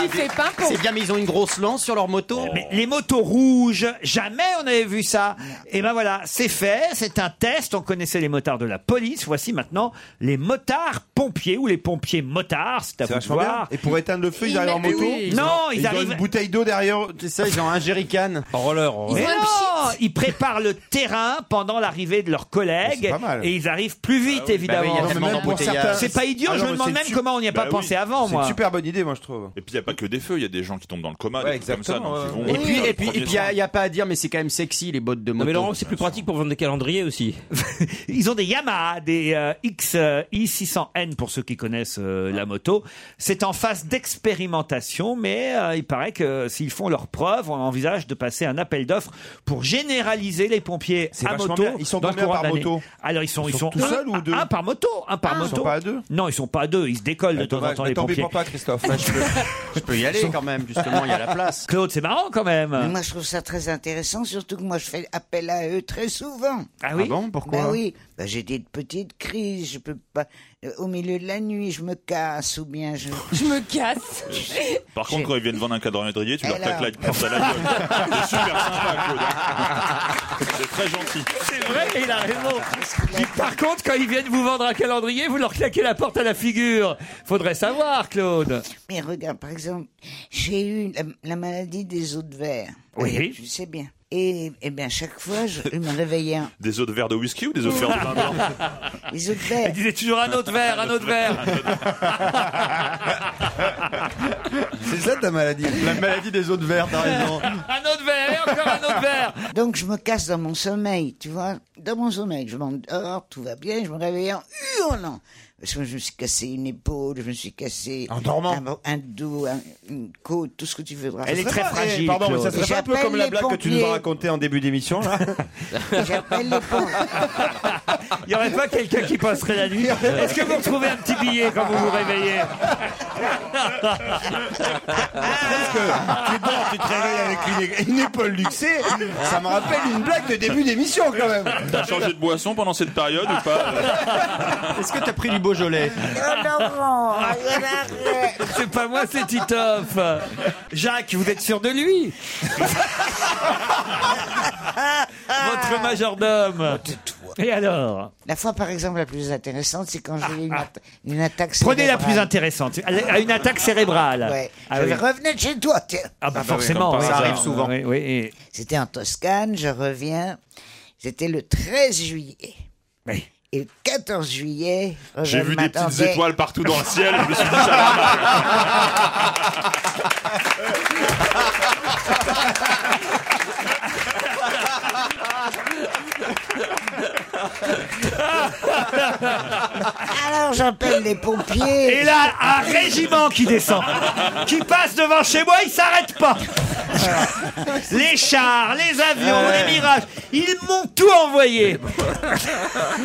S13: tu fais pas pour.
S5: Ah, C'est bien, mais ils ont une grosse lance sur leur moto.
S3: Mais les motos rouges, jamais on avait vu ça. Et ben voilà, c'est fait, c'est un test. On connaissait les motards de la police. Voici maintenant les motards pompiers ou les pompiers motards, c'est à vous de
S9: vachement bien.
S3: voir.
S9: Et pour éteindre le feu, ils Ils arrivent en mettent- moto oui, ils
S3: Non,
S9: ont-
S3: ils,
S9: ils ont
S3: arrivent.
S9: une
S3: bouteille d'eau derrière.
S5: C'est ça, ils ont un jerrycan.
S8: En
S3: Oh,
S8: roller. en
S3: Mais
S8: roller.
S3: non, Eh, oh, ils préparent le terrain pendant l'arrivée de leurs
S9: C'est
S3: collègues
S9: pas mal.
S3: et ils arrivent plus
S5: Ah
S3: vite,
S5: bah
S3: évidemment.
S9: Non, mais même pour certains-
S3: C'est pas idiot,
S9: Ah
S3: je
S9: non,
S3: me
S9: mais
S3: demande
S9: c'est
S3: même
S9: une su-
S3: comment on n'y a
S9: Bah
S3: pas
S9: oui.
S3: pensé avant,
S9: C'est
S3: moi.
S9: une super bonne idée, moi, je trouve.
S7: Et puis il n'y a pas que des feux, il y a des gens qui tombent dans le coma,
S9: Ouais,
S7: des trucs comme ça.
S9: exactement,
S7: donc ils vont-
S5: Et puis,
S7: euh,
S5: et puis,
S7: premier
S5: et puis, y a,
S7: soin.
S5: y a pas à dire, mais c'est quand même sexy les bottes de moto.
S8: mais Laurent, c'est plus pratique pour vendre des calendriers aussi.
S3: Ils ont des Yamaha, des euh, XI600N pour ceux qui connaissent euh, la moto. C'est en phase d'expérimentation, mais euh, il paraît que s'ils font leurs preuves, on envisage de passer un appel d'offres pour généraliser les pompiers
S9: C'est
S3: à
S9: vachement
S3: moto.
S9: bien. Ils sont
S3: dans le
S9: combien
S3: courant
S9: par
S3: de l'année.
S9: moto
S3: Alors ils sont,
S9: Ils sont
S3: ils sont,
S9: tout
S3: un-
S9: seuls ou deux
S3: Un par moto, un par
S9: Ah. Ils
S3: moto.
S9: sont pas à deux
S3: Non, ils sont pas à deux. Ils se décollent de temps en
S9: Dommage,
S3: temps
S9: mais
S3: les
S9: tant pis
S3: pompiers.
S9: pour toi, Christophe.
S5: Je peux y aller quand même, justement, il y a la place.
S3: Claude, c'est marrant quand
S6: Mais
S3: même.
S6: moi, je trouve ça très intéressant, surtout que moi, je fais appel à eux très souvent.
S3: Ah oui Ah
S5: bon, pourquoi
S6: Bah oui, Bah, j'ai des petites crises, je peux pas. euh, Au milieu de la nuit, je me casse ou bien je.
S13: Je me casse.
S7: Par contre, quand ils viennent vendre un quadrillé, tu leur
S6: Alors.
S7: claques la porte à la gueule. C'est super sympa, Claude. hein. C'est très gentil.
S3: C'est vrai, il a raison. Puis, par contre, quand ils viennent vous vendre un calendrier, vous leur claquez la porte à la figure. Faudrait savoir, Claude.
S6: Mais regarde, par exemple, j'ai eu la, la maladie des os de verre.
S3: Oui.
S6: Euh, Je sais bien. Et, et bien, chaque fois, je je me réveillais. un-
S7: Des eaux de verre de whisky ou des eaux de verre de vin blanc
S6: Les os de verre.
S3: Il disait toujours un autre verre, un autre verre.
S9: C'est ça ta maladie.
S5: La maladie des autres verts, t'as raison.
S3: Un autre verre et encore un autre verre.
S6: Donc je me casse dans mon sommeil, tu vois, dans mon sommeil, je m'endors, tout va bien, je me réveille en hurlant. Parce que je me suis cassé une épaule, je me suis cassé
S9: En dormant.
S6: un, un dos, un- une côte, tout ce que tu voudras.
S9: Ça serait pas- eh, Pardon, mais ça serait pas un peu
S6: J'appelle
S9: comme la
S6: les
S9: blague que tu nous as
S6: pompiers.
S9: racontée en début d'émission, là
S6: J'appelle les pompiers.
S3: Il n'y aurait pas quelqu'un qui passerait la nuit. Est-ce que vous retrouvez un petit billet quand vous vous réveillez
S9: Parce que tu dors, tu te réveilles avec une, une épaule luxée. Ça me rappelle une blague de début d'émission, quand même.
S7: T'as changé de boisson pendant cette période ou pas euh
S5: Est-ce que t'as pris du Beaujolais
S6: Oh Laurent, arrête.
S3: C'est pas moi, c'est Titoff. Jacques, vous êtes sûr de lui Votre majordome. Et alors
S6: Oh, La fois par exemple la plus intéressante, c'est quand j'ai eu une, atta- une attaque
S3: Ah. Prenez la
S6: cérébrale.
S3: plus intéressante. À une attaque cérébrale.
S6: Ouais.
S3: Ah
S6: je
S3: oui.
S6: revenais de chez toi. tiens.
S3: Ah bah forcément,
S6: Ça
S3: oui.
S6: arrive souvent.
S3: Oui, oui, et-
S6: C'était en Toscane, je reviens. C'était le 13 juillet.
S3: Oui.
S6: Et le 14 juillet,
S7: J'ai
S6: je
S7: vu des petites
S6: m'attendais-
S7: étoiles partout dans le ciel. Je me suis dit, ça va mal.
S6: Alors j'appelle les pompiers.
S3: Et là, un régiment qui descend, qui passe devant chez moi, il s'arrête pas. Les chars, les avions, les mirages, ils m'ont tout envoyé.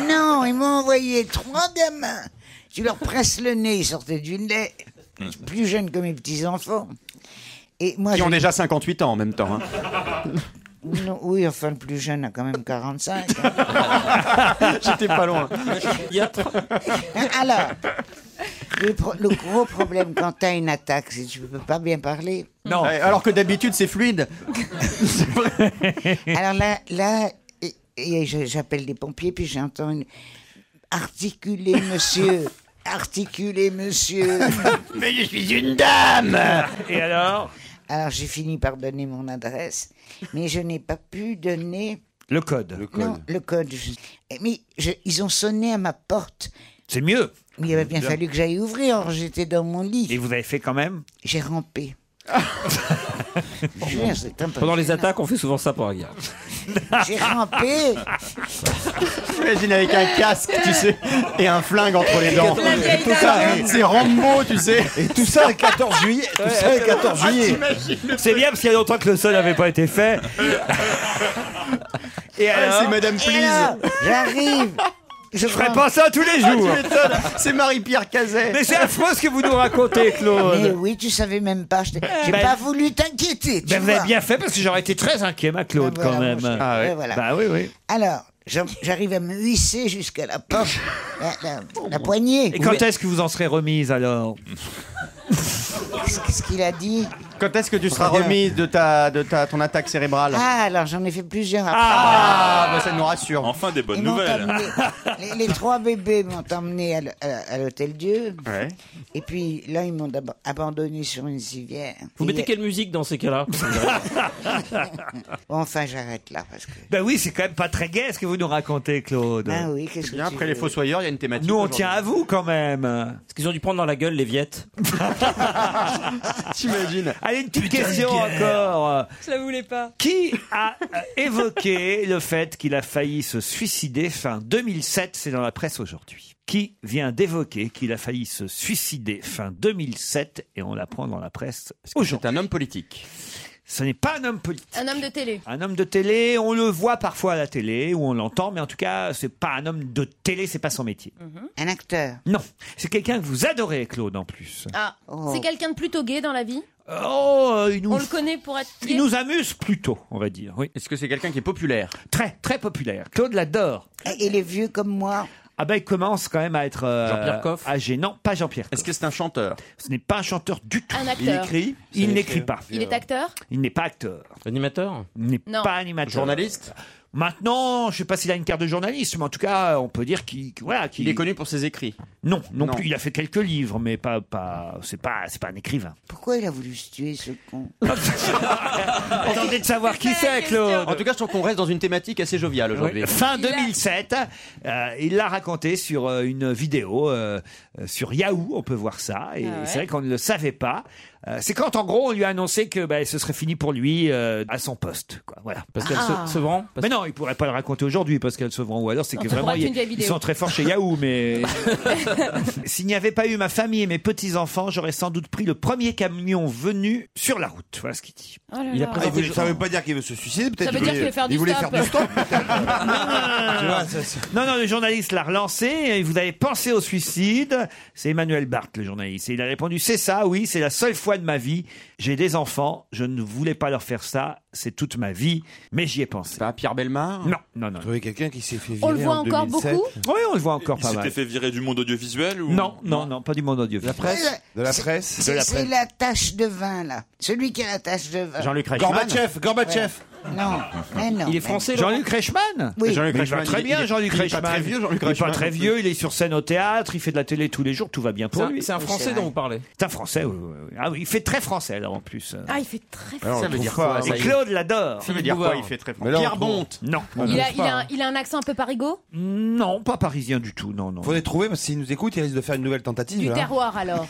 S6: Non, ils m'ont envoyé trois gamins. Tu leur presses le nez, ils sortaient du lait,
S5: Mmh.
S6: plus jeunes que mes petits-enfants. Et moi,
S5: Qui ont
S6: je-
S5: déjà 58 ans en même temps. hein.
S6: Non, oui, enfin, le plus jeune a quand même 45.
S5: J'étais pas loin.
S6: Alors, le, pro- le gros problème quand t'as une attaque, c'est que tu peux pas bien parler.
S3: Non.
S9: Eh,
S5: Ouais, Alors que d'habitude, c'est fluide.
S6: Alors là, là et- et je- j'appelle des pompiers, puis j'entends une... Articulez, monsieur Articulez, monsieur.
S9: Mais je suis une dame
S3: Et alors
S6: Alors j'ai fini par donner mon adresse, mais je n'ai pas pu donner
S3: Le code. Le
S6: non, le code. Je- Eh, Mais je- ils ont sonné à ma porte.
S3: C'est mieux.
S6: Mais il avait bien fallu que j'aille ouvrir, or j'étais dans mon lit.
S3: Et vous avez fait quand même
S6: J'ai rampé.
S8: Pendant-
S6: c'est impressionnant.
S8: Pendant les attaques, on fait souvent ça pour la guerre.
S6: J'ai rampé.
S5: J'imagine avec un casque, tu sais, et un flingue entre les dents.
S9: La vieille
S5: Tout ça,
S9: dame.
S5: c'est Rambo, tu sais. Ah,
S9: Et tout ça le 14 juillet. Tout ça le 14 juillet.
S3: C'est bien parce qu'il y a longtemps que le sol n'avait pas été fait. Et alors
S5: c'est Madame
S6: Et là,
S5: Please.
S6: J'arrive.
S3: Je ferai pas ça tous les
S5: Ah,
S3: jours. Ben,
S5: tu m'étonnes. c'est Marie-Pierre Cazet.
S3: Mais c'est affreux ce que vous nous racontez, Claude.
S6: Mais oui, tu savais même pas. Je t'ai- J'ai
S3: Ben-
S6: pas voulu t'inquiéter. tu
S3: Ben, vous
S6: vois.
S3: avez bien fait parce que j'aurais été très inquiet, ma Claude,
S6: Ben voilà,
S3: quand
S6: moi,
S3: même.
S6: je- ouais, voilà.
S3: Bah oui, oui.
S6: Alors, j'en- j'arrive à me hisser jusqu'à la porte, la, la- la poignée.
S3: Oh. Et quand est-ce que vous en serez remise alors
S6: Qu'est-ce qu'il a dit
S5: Quand est-ce que tu seras
S6: Très bien.
S5: remise de ta, de ta, ton attaque cérébrale
S6: Ah, alors j'en ai fait plusieurs. après.
S5: Ah, bah ça nous rassure. Enfin
S7: des bonnes
S6: Ils m'ont emmené- les, les trois bébés m'ont emmené à, l- à- à l'hôtel Dieu. Et puis là, ils m'ont d'abord abandonné sur une civière.
S8: Vous
S6: Et
S8: mettez
S6: il-
S8: quelle musique dans ces cas-là
S6: Bon, Enfin, j'arrête là parce que.
S3: Ben oui, c'est quand même pas très gai ce que vous nous racontez, Claude.
S6: Ah oui, qu'est-ce que tu veux
S5: fossoyeurs, il y a une thématique.
S3: Nous, on
S8: aujourd'hui.
S3: tient à vous quand même.
S8: Est-ce qu'ils ont dû prendre dans la gueule les viettes
S5: T'imagines
S3: Allez, une petite
S8: Putain de
S3: question
S8: guerre.
S3: encore.
S13: Je la voulais pas.
S3: Qui a euh, évoqué le fait qu'il a failli se suicider fin 2007 C'est dans la presse aujourd'hui. Qui vient d'évoquer qu'il a failli se suicider fin 2007 Et on l'apprend dans la presse aujourd'hui.
S5: C'est un homme politique.
S3: Ce n'est pas un homme politique.
S13: Un homme de télé.
S3: Un homme de télé, on le voit parfois à la télé ou on l'entend, mais en tout cas, c'est pas un homme de télé, c'est pas son métier.
S13: Mm-hmm.
S6: Un acteur.
S3: Non, c'est quelqu'un que vous adorez, Claude, en plus.
S13: Ah,
S6: Oh.
S13: c'est quelqu'un de plutôt gay dans la vie
S3: Oh, euh, il nous,
S13: On le connaît pour être gay
S3: il nous amuse plutôt, on va dire. Oui.
S5: Est-ce que c'est quelqu'un qui est populaire
S3: Très, très populaire. Claude l'adore.
S6: Et il est vieux comme moi.
S3: Ah ben, il commence quand même à être euh,
S5: Jean-Pierre Coff
S3: âgé. Non, pas Jean-Pierre. Est-ce
S5: que c'est un chanteur
S3: Ce n'est pas un chanteur du tout.
S13: Un acteur. Il écrit
S3: Il n'écrit pas.
S13: Il
S5: Euh,
S13: est acteur
S3: Il n'est pas acteur.
S8: Animateur
S3: Il n'est
S13: Non.
S3: pas animateur.
S5: Journaliste
S3: Maintenant, je ne sais pas s'il a une carte de journaliste, mais en tout cas, on peut dire qu'il qu'il- voilà, qu'il
S5: Il est connu pour ses écrits.
S3: Non, non,
S5: Non.
S3: plus. Il a fait quelques livres, mais pas, pas c'est pas, c'est pas un écrivain.
S6: Pourquoi il a voulu se tuer, ce con
S3: Attendez de savoir qui c'est, Claude.
S5: En tout cas, je trouve qu'on reste dans une thématique assez joviale aujourd'hui.
S3: Oui. Fin 2007, euh, il l'a raconté sur euh, une vidéo euh, euh, sur Yahoo, on peut voir ça, et
S14: Ah ouais.
S3: c'est vrai qu'on ne le savait pas. Euh, c'est quand en gros on lui a annoncé que bah, ce serait fini pour lui euh, à son poste. Quoi. Voilà.
S8: Pascal Se- Ah. Sevran
S3: Mais non, il pourrait pas le raconter aujourd'hui, Pascal Sevran, ou alors c'est
S8: Non,
S3: que
S8: ça
S3: vraiment
S8: pourrait être une
S3: ils,
S8: vieille
S3: ils
S8: vidéo.
S3: sont très forts chez Yahoo, mais s'il n'y avait pas eu ma famille et mes petits-enfants, j'aurais sans doute pris le premier camion venu sur la route. Voilà ce qu'il dit.
S13: Oh là là. Il a présenté-
S3: Ah, il veut-
S9: Ça veut pas dire qu'il veut se suicider, peut-être.
S13: Ça veut
S9: qu'il
S13: dire
S9: voulait-
S13: qu'il veut faire du
S9: Il voulait
S13: stop.
S9: faire du stop.
S3: Tu vois, ça, c'est- Non, non, le journaliste l'a relancé. et Vous avez pensé au suicide. C'est Emmanuel Barthes, le journaliste. Et il a répondu C'est ça, oui, c'est la seule fois de ma vie. J'ai des enfants. Je ne voulais pas leur faire ça. C'est toute ma vie. Mais j'y ai pensé.
S5: Pas Pierre Belmar
S3: Non, non, non.
S9: Trouver quelqu'un qui s'est fait
S13: On le virer voit en encore 2007. beaucoup
S3: Oui, on le voit encore
S7: Il
S3: pas
S7: s'était
S3: mal.
S7: fait virer du monde audiovisuel ou
S3: Non, non, non, pas du monde audiovisuel. La
S6: presse
S9: De la presse
S6: C'est c'est la tache de vin, là. Celui qui a la tache de vin.
S9: Jean-Luc Reichmann Gorbatchev, Gorbatchev.
S6: Ouais. Non, mais non.
S3: Jean-Luc Reichmann
S6: Oui.
S5: Jean-Luc
S3: Mais il va
S5: Reichmann,
S3: très
S5: il-
S3: bien,
S5: il-
S3: Jean-Luc
S5: il est pas
S3: Reichmann.
S5: très vieux, Jean-Luc
S3: Il est pas
S5: Reichmann.
S3: très vieux, il est sur scène au théâtre, il fait de la télé tous les jours, tout va bien
S8: C'est
S3: pour
S8: un-
S3: lui.
S8: c'est un Français dont vous parlez
S3: C'est un Français, oui, oui, oui. Ah oui, il fait très français, alors, en plus.
S13: Ah, il fait très
S3: Alors,
S5: Ça
S3: on
S5: veut
S3: trouve
S5: dire
S3: pas.
S5: quoi, ça
S3: Et
S5: y est
S3: Claude l'adore.
S5: Ça veut dire quoi Il fait très
S9: Mais là, on
S5: Pierre
S9: trouve-
S5: Bonte
S3: Ah, Non.
S13: il a, il, a un, il a un accent un peu parigot
S3: Non, pas parisien du tout, non, non.
S9: Faut les trouver parce que s'ils nous écoutent, ils risquent de faire une nouvelle tentative.
S3: hein.
S13: Du
S9: là.
S13: terroir alors.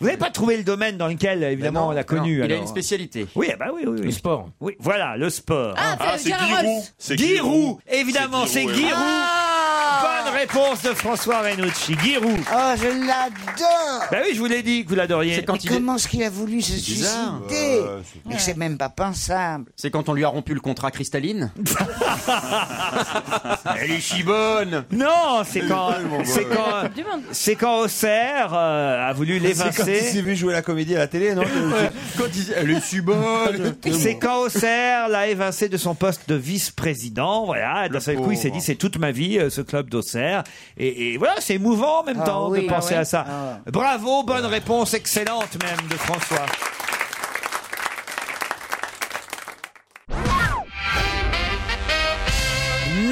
S3: Vous n'avez pas trouvé le domaine dans lequel, évidemment,
S5: non,
S3: on l'a connu.
S5: non. Il a
S3: alors.
S5: une spécialité.
S3: Oui, ah bah oui, oui, oui.
S8: Le sport.
S3: Oui, voilà, le sport.
S13: Ah,
S7: Ah, c'est Giroud. C'est
S3: Giroud, évidemment, c'est
S7: Giroud,
S3: Giroud.
S7: oui.
S3: Bonne réponse de François Renucci. Giroud.
S6: Oh, je l'adore
S3: Bah oui, je vous l'ai dit que vous l'adoriez.
S6: Mais comment est-ce qu'il a voulu se
S5: bizarre.
S6: suicider Mais c'est même pas pensable.
S5: C'est quand on lui a rompu le contrat cristalline Elle est chibonne
S3: Non, c'est quand,
S9: bon,
S3: c'est
S9: bah,
S3: quand,
S13: Du monde.
S3: c'est quand Auxerre euh, a voulu
S9: C'est quand il s'est
S3: l'évincer.
S9: vu jouer à la comédie à la télé, non
S5: Quand il dit, Elle est chibonne
S3: C'est quand Auxerre l'a évincé de son poste de vice-président. Voilà, d'un seul coup, il s'est
S9: pauvre.
S3: dit c'est toute ma vie euh, ce club d'Auxerre. Et, et voilà, c'est émouvant en même
S6: Ah
S3: temps
S6: oui,
S3: de
S6: ah
S3: penser
S6: ouais.
S3: à ça.
S6: Ah
S3: Bravo, bonne réponse, excellente même de François.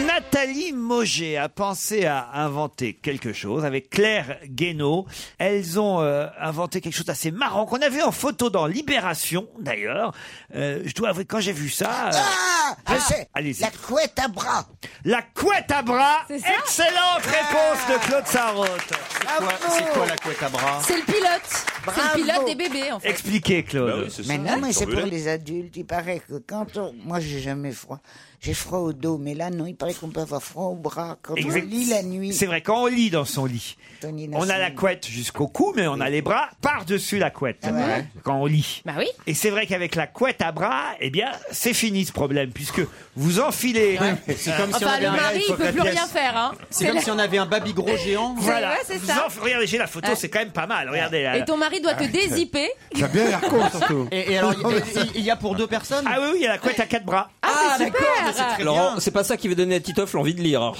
S3: Nathalie Nathalie Moget a pensé à inventer quelque chose avec Claire Guénaud. Elles ont euh, inventé quelque chose d'assez marrant qu'on avait en photo dans Libération, d'ailleurs. Euh, je dois avouer, quand j'ai vu ça... euh,
S6: Ah, je sais.
S3: Allez-y.
S6: La couette à bras. Ah.
S3: La couette à bras. Excellente réponse de Claude Sarraute.
S5: C'est quoi la couette à bras
S3: Bah.
S13: C'est le pilote. C'est le
S6: Bravo.
S13: pilote des bébés, en fait.
S3: Expliquez,
S5: Bah
S3: Claude.
S6: mais non, mais c'est pour les adultes. Il paraît que quand on. Moi, j'ai jamais froid. J'ai froid au dos, mais là, non, il paraît qu'on peut avoir froid au bras quand
S3: Exact.
S6: on lit la nuit.
S3: C'est vrai, quand on lit dans son lit,
S6: Tony
S3: on a
S6: Nassim. Ah
S3: la couette jusqu'au cou, mais on a les bras par-dessus la couette
S6: ouais.
S3: quand on lit.
S13: Bah oui.
S3: Et c'est vrai qu'avec la couette à bras, eh bien, c'est fini ce problème, puisque vous enfilez.
S5: C'est comme si on
S13: Enfin,
S5: avait
S13: le
S5: un
S13: mari,
S5: live,
S13: il peut
S5: la
S13: plus
S5: pièce.
S13: rien faire. Hein.
S5: C'est comme
S13: le-
S5: si on avait un baby gros géant.
S3: Voilà.
S13: Ouais, c'est
S3: Vous
S13: ça.
S3: enf- Regardez, j'ai la photo,
S13: Ouais.
S3: c'est quand même pas mal. Regardez là.
S13: Et ton mari
S3: Ah,
S13: doit te dézipper.
S3: T'as bien l'air con, surtout.
S5: Et, et alors, il- il y a pour deux personnes
S3: Ah oui, oui, il y a la couette à quatre bras.
S13: Ah, c'est
S5: d'accord, mais c'est très
S8: Laurent, c'est pas ça qui va donner à Titoff l'envie de lire. hein.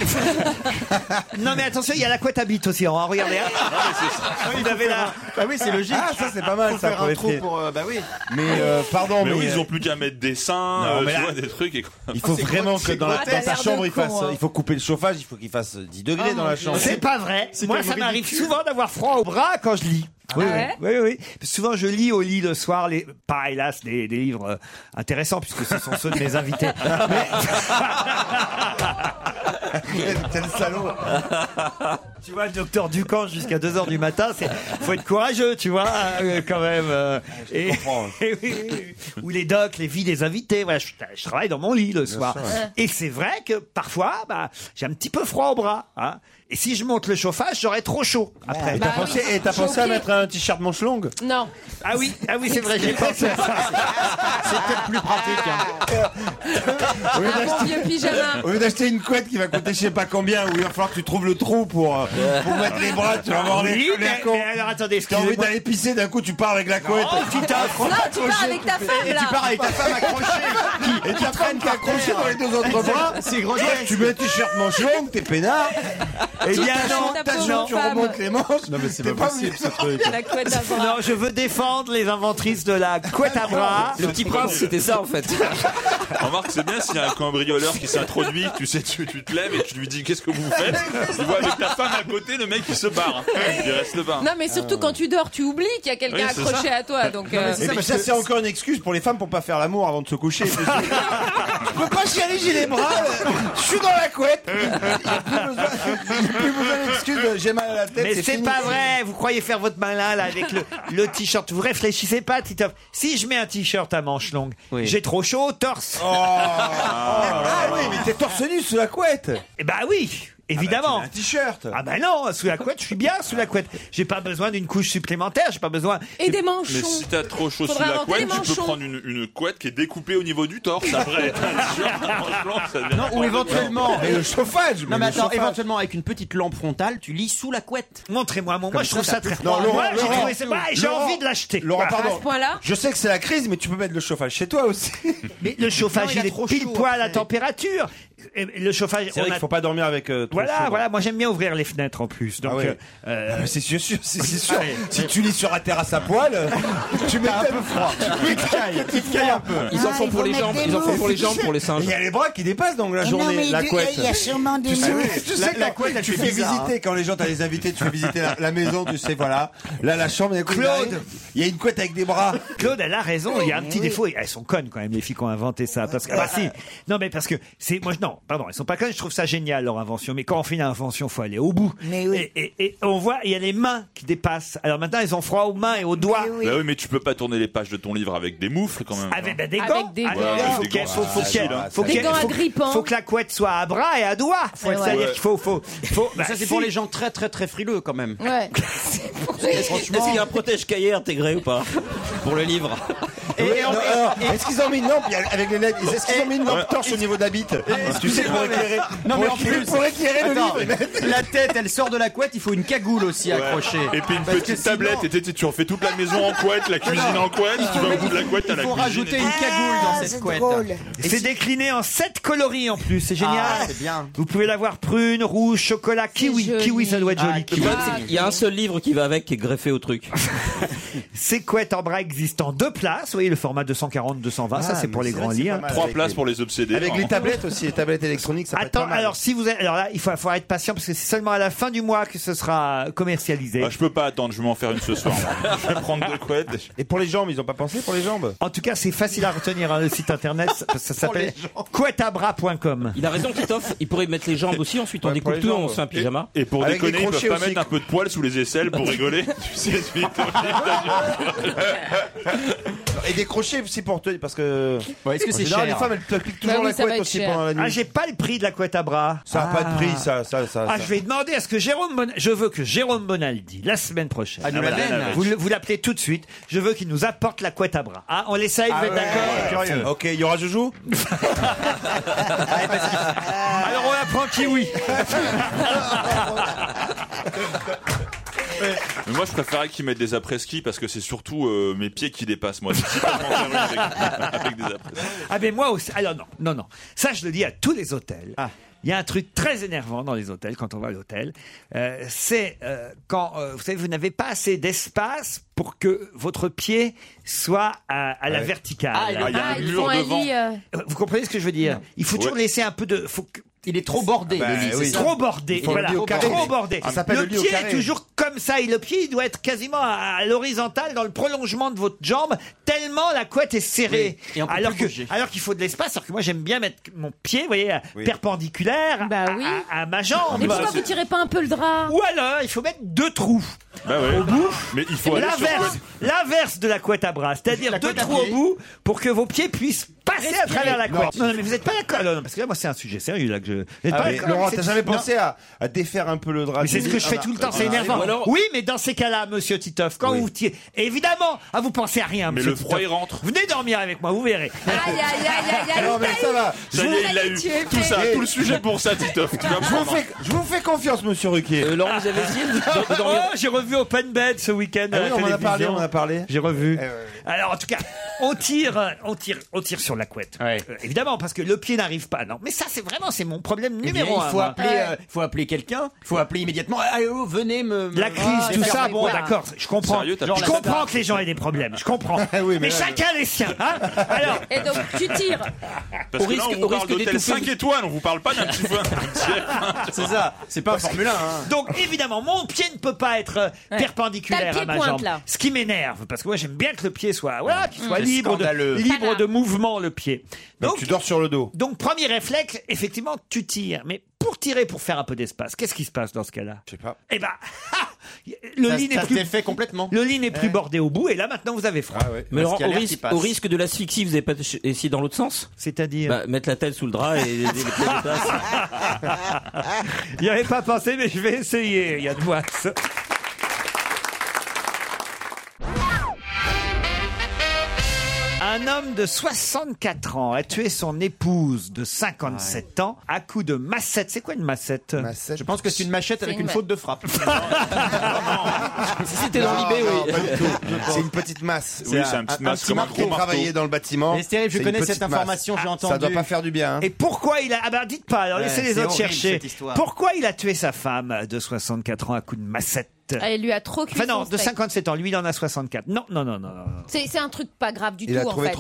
S3: Non, mais attention, il y a la couette à bite aussi. hein, Regardez.
S5: Ah,
S3: Vous avez là.
S5: Bah oui, c'est logique.
S9: Ah, ça, c'est pas mal,
S5: Faut
S9: ça,
S5: faire
S9: pour
S5: un
S9: les
S5: trou
S9: filles.
S5: pour. euh, bah oui.
S9: Mais euh, pardon, mais,
S7: mais oui,
S9: euh,
S7: ils ont plus qu'à mettre des seins,
S9: Non,
S7: euh,
S9: mais
S7: tu
S9: là,
S7: vois, des trucs. Et...
S9: il faut vraiment que dans, la,
S5: gros,
S9: dans
S5: t'as
S9: sa
S5: l'air de
S9: chambre, il
S5: con,
S9: fasse,
S5: hein. Oh
S9: il faut couper le chauffage, il faut qu'il fasse 10 degrés
S3: Ah,
S9: dans la chambre.
S3: C'est pas vrai.
S9: C'est
S3: Moi,
S9: comme
S3: ça m'arrive
S9: ridicule.
S3: souvent d'avoir froid au bras quand je lis. Oui,
S9: Ah ouais
S3: oui, oui, oui. Souvent, je lis au lit le soir, les, pas hélas, des, des livres euh, intéressants, puisque ce sont ceux de mes invités. Mais- tu vois, le docteur Ducamp jusqu'à 2h du matin, c'est faut être courageux, tu vois, euh, quand même. euh,
S9: Ah,
S3: et, et oui, oui, oui. Ou les docs, les vies des invités. Voilà, je, je travaille dans mon lit le soir.
S9: sûr, ouais.
S3: Et c'est vrai que parfois, bah, j'ai un petit peu froid au bras. hein. Et si je monte le chauffage, j'aurais trop chaud après.
S9: Et t'as
S13: Bah
S9: pensé, et t'as
S5: Bah
S9: pensé à mettre un t-shirt manche longue
S13: Non.
S3: Ah oui, ah oui, c'est vrai, j'ai pensé à ça.
S9: C'est peut-être plus pratique.
S3: hein.
S9: Au lieu
S13: Un bon
S9: d'acheter-
S13: vieux pyjama.
S9: Au lieu d'acheter une couette qui va coûter je sais pas combien, où il va falloir que tu trouves le trou pour, euh, pour mettre les bras, tu vas avoir
S3: Oui,
S9: les, les
S3: mais-
S9: cons.
S3: mais alors, attendez,
S9: T'as envie
S3: excusez-moi.
S9: d'aller pisser, d'un coup tu pars avec la couette.
S3: tu t'as-
S13: Non, tu pars avec ta femme,
S5: Et
S13: là.
S5: tu pars avec ta femme accrochée.
S9: Et tu traînes qu'à accrocher dans les deux autres
S5: Exact.
S9: bras.
S5: C'est grotesque.
S9: Toi, Tu mets un t-shirt manche longue, t'es peinard.
S3: Eh bien,
S9: T'as
S3: non,
S9: chaud,
S13: ta
S9: t'as
S13: pauvre
S9: chaud, tu
S13: femme.
S9: remontes les manches. Non, mais c'est pas possible ce truc.
S13: La couette à bras.
S3: Non, je veux défendre les inventrices de la couette à bras.
S8: Ah. Le petit prince, c'était ça en fait.
S7: Ah. Remarque, c'est bien s'il y a un cambrioleur qui s'introduit, tu sais, tu, tu te lèves et tu lui dis qu'est-ce que vous faites. Tu vois, avec ta femme à côté, le mec il se barre. Il reste le barre.
S13: Non, mais surtout quand tu dors, tu oublies qu'il y a quelqu'un
S7: Oui, c'est
S13: accroché
S7: ça.
S13: à toi. Donc, euh,
S9: Et puis ça, Bah, c'est encore une excuse pour les femmes pour pas faire l'amour avant de se coucher. Je peux pas chialer, j'ai les bras, euh, je suis dans la couette. Il y a plus besoin- il y a plus besoin d'excuses, de j'ai mal à la tête.
S3: Mais
S9: Ah,
S3: c'est
S9: fini.
S3: pas vrai, vous croyez faire votre malin là avec le, le t-shirt. Vous réfléchissez pas, Titoff. Si je mets un t-shirt à manches longues, j'ai trop chaud au torse.
S9: Oh. Ah oui, mais t'es torse nu sous la couette.
S3: Eh bah oui, évidemment.
S9: Un t-shirt.
S3: Ah bah non, sous la couette, je suis bien sous la couette. J'ai pas besoin d'une couche supplémentaire, j'ai pas besoin.
S13: Et des
S7: Mais
S13: manchons.
S7: si t'as trop chaud sous
S13: Faudrait
S7: la
S13: inventer
S7: couette,
S13: les
S7: tu peux
S13: manchons.
S7: prendre une, une couette qui est découpée au niveau du torse. Après, Franchement, ça devient
S5: Non, ou éventuellement. euh,
S9: Mais le chauffage.
S5: Non, mais
S9: le
S5: attends,
S9: chauffage.
S5: éventuellement, avec une petite lampe frontale, tu lis sous la couette.
S3: Montrez-moi, mon- moi
S5: Comme
S3: je trouve
S5: ça,
S3: ça
S5: t'as
S3: très
S5: plus
S9: Non,
S3: Moi,
S5: froid.
S9: Laurent,
S3: j'ai
S9: Laurent,
S3: trouvé ça- Ah, j'ai
S9: Laurent,
S3: envie de l'acheter.
S9: Laurent,
S3: Voilà.
S9: pardon.
S13: point-là
S9: Je sais que c'est la crise, mais tu peux mettre le chauffage chez toi aussi.
S3: Mais le chauffage,
S5: Non, il a
S3: il,
S5: trop
S3: est pile
S5: chaud,
S9: hein.
S3: poil à la
S5: après.
S3: température.
S9: Eh,
S3: Et Le chauffage,
S9: C'est
S3: on
S9: vrai
S3: a-
S9: qu'il faut pas dormir avec. euh, trop
S3: Voilà,
S9: chaud.
S3: voilà. Moi, j'aime bien ouvrir les fenêtres en plus. Donc,
S9: Ah ouais.
S3: euh,
S9: Ah, mais C'est sûr, sûr, c'est c'est sûr. Si tu lis sur la terrasse à poil, euh, tu mets Ah un peu froid. Tu te cailles, tu te cailles un peu.
S8: Ils en
S6: Ah,
S8: font
S6: il
S8: pour
S6: faut
S8: les
S6: mettre
S8: jambes,
S6: des
S8: ils en font
S6: mots.
S8: pour les jambes, pour les
S9: Et
S8: singes. Eh
S9: Il y a les bras qui dépassent donc
S6: Et
S9: la
S6: Eh non,
S9: journée,
S6: mais
S9: la
S6: il-
S9: couette.
S6: il y a sûrement des
S9: Ah oui,
S6: mots.
S9: tu
S5: La-
S9: sais que
S5: la couette, elle
S9: tu
S5: fait
S9: fais
S5: bizarre,
S9: visiter quand les gens t'as les invités, tu fais visiter la, la maison, tu sais voilà. Là la chambre, il y a
S3: Claude.
S9: il y a une couette avec des bras.
S3: Claude, elle a raison. Il y a un petit
S6: Oui.
S3: défaut. Elles sont connes quand même les filles qui ont inventé ça. Parce que ah, bah, si. Non, mais parce que c'est moi. je- Non, pardon. Elles sont pas connes. Je trouve ça génial leur invention. Mais quand on fait une invention, faut aller au bout.
S6: Mais oui.
S3: Et, et- et on voit, il y a les mains qui dépassent. Alors maintenant, elles ont froid aux mains et aux doigts.
S6: Mais oui.
S7: Bah oui, mais tu peux pas tourner les pages de ton livre avec des moufles quand même.
S3: Avec bah, des gants.
S13: Avec des
S3: Ah,
S13: gants.
S7: Ouais,
S3: il faut
S7: des
S3: qu'elle-
S7: gants,
S3: faut- faut
S7: c'est
S3: qu'elle-
S9: facile.
S3: faut
S13: Des
S3: qu'elle-
S13: gants hein.
S3: faut-
S13: agrippants.
S3: Faut que la couette soit à bras et à doigts. Faut-
S13: Ouais,
S3: C'est-à-dire
S7: ouais.
S3: qu'il faut, faut, faut- bah,
S5: Ça, c'est
S3: si.
S5: pour les gens très, très, très frileux, quand même.
S13: Ouais.
S8: Est-ce qu'il y a un protège cahier intégré ou pas Pour le livre.
S3: Ah,
S5: Et-
S9: Oui,
S5: et en-
S9: non, alors, Est-ce qu'ils ont mis une lampe il y a- avec les LED Est-ce qu'ils ont mis une lampe torche au niveau de la bite
S5: Ah,
S9: Tu sais pour éclairer.
S5: Non, mais
S9: pour
S5: en
S9: éclairer-
S5: plus.
S9: pour éclairer le
S5: Attends,
S9: livre.
S5: la tête, elle sort de la couette, il faut une cagoule aussi
S7: Ouais.
S5: accrochée.
S7: Et puis une
S5: Parce que
S7: petite
S5: sinon,
S7: tablette, et t'es- t'es- tu refais toute la maison en couette, la cuisine en couette, tu vas au bout de la couette, t'as
S5: Il
S7: la
S5: faut
S7: cuisine.
S5: rajouter
S7: et-
S5: une cagoule dans
S6: Ah,
S5: cette
S6: c'est
S5: couette.
S6: drôle.
S3: C'est décliné en sept coloris en plus, c'est génial.
S5: Ah, c'est bien.
S3: Vous pouvez l'avoir prune, rouge, chocolat, kiwi.
S13: joli.
S9: Ah,
S3: Kiwi, ça doit être joli.
S8: Le
S3: kiwi.
S8: problème, c'est qu'il y a un seul livre qui va avec qui est greffé au truc.
S3: Sécouette en bras existe en deux places. Vous voyez, le format 240-220, bah, ça
S9: Ah,
S3: c'est pour
S9: mais
S3: les
S9: c'est
S3: grands
S9: vrai que c'est
S3: lits.
S9: pas
S3: hein.
S9: mal
S7: Trois places pour les obsédés. Oh.
S9: Avec les tablettes aussi, les tablettes électroniques, ça peut
S3: Attends,
S9: être pas mal.
S3: alors si vous êtes, alors là, il faut, faut être patient parce que c'est seulement à la fin du mois que ce sera commercialisé.
S7: Je peux pas attendre, je vais m'en faire une ce soir. moi. je vais prendre deux couettes.
S3: Ah. Et pour les jambes, ils n'ont pas pensé pour les jambes En tout cas, c'est facile à retenir hein, le site internet. parce que ça
S8: Pour
S3: s'appelle couettabras.com.
S8: Il a raison, Titoff. Il pourrait mettre les jambes aussi. Ensuite, on découpe tout, on se fait un pyjama.
S7: Et pour déconner, ils peuvent pas mettre un peu de poil sous les aisselles pour rigoler. tu sais, suite au gîte,
S9: Et des crochets aussi pour te. Parce que.
S5: est-ce que
S9: En
S5: c'est
S9: général,
S5: cher
S9: Oh, Les femmes, elles te piquent toujours la couette aussi pendant la nuit.
S3: Ah, j'ai pas le prix de la couette à bras.
S9: Ça n'a
S3: Ah.
S9: pas de prix, ça. ça, ça
S3: Ah,
S9: ça.
S3: je vais demander à ce que Jérôme Bonaldi, je veux que Jérôme Bonaldi, la semaine prochaine,
S9: Ah, nous l'amène.
S3: vous, le- vous l'appelez tout de suite, je veux qu'il nous apporte la couette à bras. Ah, on l'essaye, vous êtes d'accord
S9: Ok, il y aura Joujou
S8: Ah,
S3: Alors on apprend qui oui.
S7: Mais moi, je préférais qu'ils mettent des après-ski parce que c'est surtout euh, mes pieds qui dépassent, moi. C'est totalement perdu avec, avec des après-ski.
S3: Ah, mais moi aussi. Alors, non, non, non. Ça, je le dis à tous les hôtels.
S5: Ah.
S3: Il y a un truc très énervant dans les hôtels, quand on va à l'hôtel. Euh, c'est euh, quand, euh, vous savez, vous n'avez pas assez d'espace pour que votre pied soit à, à la
S7: Ouais.
S3: verticale.
S7: Ah, il- Ah, il y a ah, un ils mur font un devant. lit, euh.
S3: Euh, Vous comprenez ce que je veux dire Il faut toujours laisser un peu de... faut que-
S5: Il est trop bordé,
S3: Ah,
S5: le lit, c'est ça
S3: Trop bordé.
S5: Il faut le
S3: voilà,
S5: lit au carré. Ah,
S3: Trop bordé.
S5: Ça s'appelle
S3: le
S5: le lit au
S3: pied est
S5: carré.
S3: toujours comme ça et le pied il doit être quasiment à, à l'horizontale dans le prolongement de votre jambe tellement la couette est serrée.
S5: Et on peut
S3: alors
S5: plus
S3: que
S5: bouger.
S3: alors qu'il faut de l'espace. Alors que moi j'aime bien mettre mon pied, vous voyez, à-
S5: Oui.
S3: perpendiculaire à- à, à ma jambe.
S13: Bah Et pourquoi vous tirez pas un peu le drap
S3: Ou alors il faut mettre deux trous. Au bout.
S7: Bah Mais il faut aller sur
S3: L'inverse, l'inverse de la couette à bras, c'est-à-dire deux trous au bout pour que vos pieds puissent passer à travers la couette. Non, non, mais vous n'êtes pas d'accord. Non, non, parce que là, moi, c'est un sujet sérieux là que je. vous êtes
S9: Ah,
S3: pas
S9: mais
S3: d'accord.
S9: Laurent,
S3: C'est-
S9: t'as jamais
S3: Non.
S9: pensé à, à défaire un peu le drap
S3: Ah, Mais c'est
S9: du
S3: ce
S9: lit
S3: que je fais
S9: bah,
S3: tout le
S9: ah,
S3: temps, c'est énervant. Oui, mais dans ces cas-là, monsieur Titoff, quand vous tirez, évidemment, ah, vous pensez à rien.
S7: Mais
S3: monsieur
S7: le froid,
S3: Titoff.
S7: il rentre.
S3: Venez dormir avec moi, vous verrez.
S13: Aïe, aïe, aïe, aïe, aïe.
S9: Non, mais ça va.
S7: Ça y est, il l'a eu. Tout ça, tout le sujet pour ça, Titoff. Tu vas
S9: Je vous
S7: prendre. hein.
S9: fais, je vous fais confiance, monsieur Ruquier.
S5: Euh,
S8: Laurent, vous avez essayé de- de dormir-
S3: Oh, j'ai revu Open Bed ce week-end
S9: Ah
S3: à
S9: oui,
S3: la
S9: on en a
S3: télévision.
S9: parlé, on en a parlé.
S3: J'ai revu.
S7: Eh
S3: Alors, en tout cas, on tire, euh, on tire, on tire sur la couette. Euh, évidemment, parce que le pied n'arrive pas. Non, mais ça, c'est vraiment, c'est mon problème
S5: Eh bien,
S3: numéro un.
S5: il faut
S3: moi.
S5: appeler, euh, faut appeler quelqu'un, il faut appeler immédiatement. Allez, oh, venez me. me-
S3: La crise,
S5: Ah,
S3: tout
S5: faire
S3: ça,
S5: mes
S3: bon,
S5: coins.
S3: d'accord, je comprends.
S5: Sérieux, t'as
S3: je
S5: plus-
S3: comprends que les gens aient des problèmes, je comprends. mais
S5: là,
S3: chacun les siens. hein Alors,
S13: Et donc, tu tires.
S7: Parce
S3: Au
S7: que là,
S3: risque-
S7: on vous
S3: au
S7: parle
S3: risque
S7: d'hôtel
S3: d'étouffer
S7: 5
S3: vite.
S7: étoiles, on vous parle pas d'un petit peu.
S5: C'est ça, c'est pas
S3: Parce que-
S5: Formule 1. hein.
S3: Donc évidemment, mon pied ne peut pas être euh, perpendiculaire
S5: T'as le pied
S3: à ma
S5: pointe,
S3: jambe.
S5: là.
S3: Ce qui m'énerve, parce que moi j'aime bien que le pied soit, voilà, qu'il
S5: Mm.
S3: soit
S5: C'est
S3: libre, de,
S5: scandaleux.
S3: libre de mouvement le pied. Donc, tu dors sur le dos. Donc premier réflexe, effectivement, tu tires. Mais pour tirer, pour faire un peu d'espace, qu'est-ce qui se passe dans ce cas-là Je sais pas. Eh ben, le
S5: Ça-
S3: lit n'est
S5: ça se
S3: plus
S5: défait complètement.
S3: Le lit n'est plus bordé au bout, et là maintenant vous avez froid.
S8: Mais Laurent, au, risque, au risque de l'asphyxie, vous n'avez pas t- essayé dans l'autre sens
S3: C'est-à-dire
S8: bah, Mettre la tête sous le drap et les- les pieds dépassent.
S3: Il n'y avait pas pensé, mais je vais essayer. Il y a de moi. Un homme de 64 ans a tué son épouse de 57 ans à coups de massette. C'est quoi une massette Je pense que c'est une machette
S5: avec une faute de frappe.
S8: Si
S5: c'était dans
S9: Non,
S5: l'IB,
S9: non,
S5: oui.
S9: pas du tout. C'est une petite masse.
S5: Oui, c'est un petit masque comme un
S9: marqué
S5: gros marteau.
S9: travaillé dans le bâtiment.
S5: Mais c'est terrible, je
S9: une
S5: connais
S9: petite
S5: cette information,
S9: masse.
S5: j'ai
S9: Ah, Ça
S5: entendu.
S9: doit pas faire du bien. hein.
S3: Et pourquoi il a... Ah bah dites pas, alors
S9: Ouais,
S3: laissez les
S9: c'est
S3: autres
S9: horrible,
S3: chercher.
S9: cette histoire.
S3: Pourquoi il a tué sa femme de 64 ans à coups de massette
S13: Ah, il lui a trop cuit
S3: Enfin non,
S13: son
S3: de
S13: steak.
S3: 57 ans, lui il en a 64. Non, non, non, non. non. non.
S13: C'est c'est un truc pas grave du tout, en fait.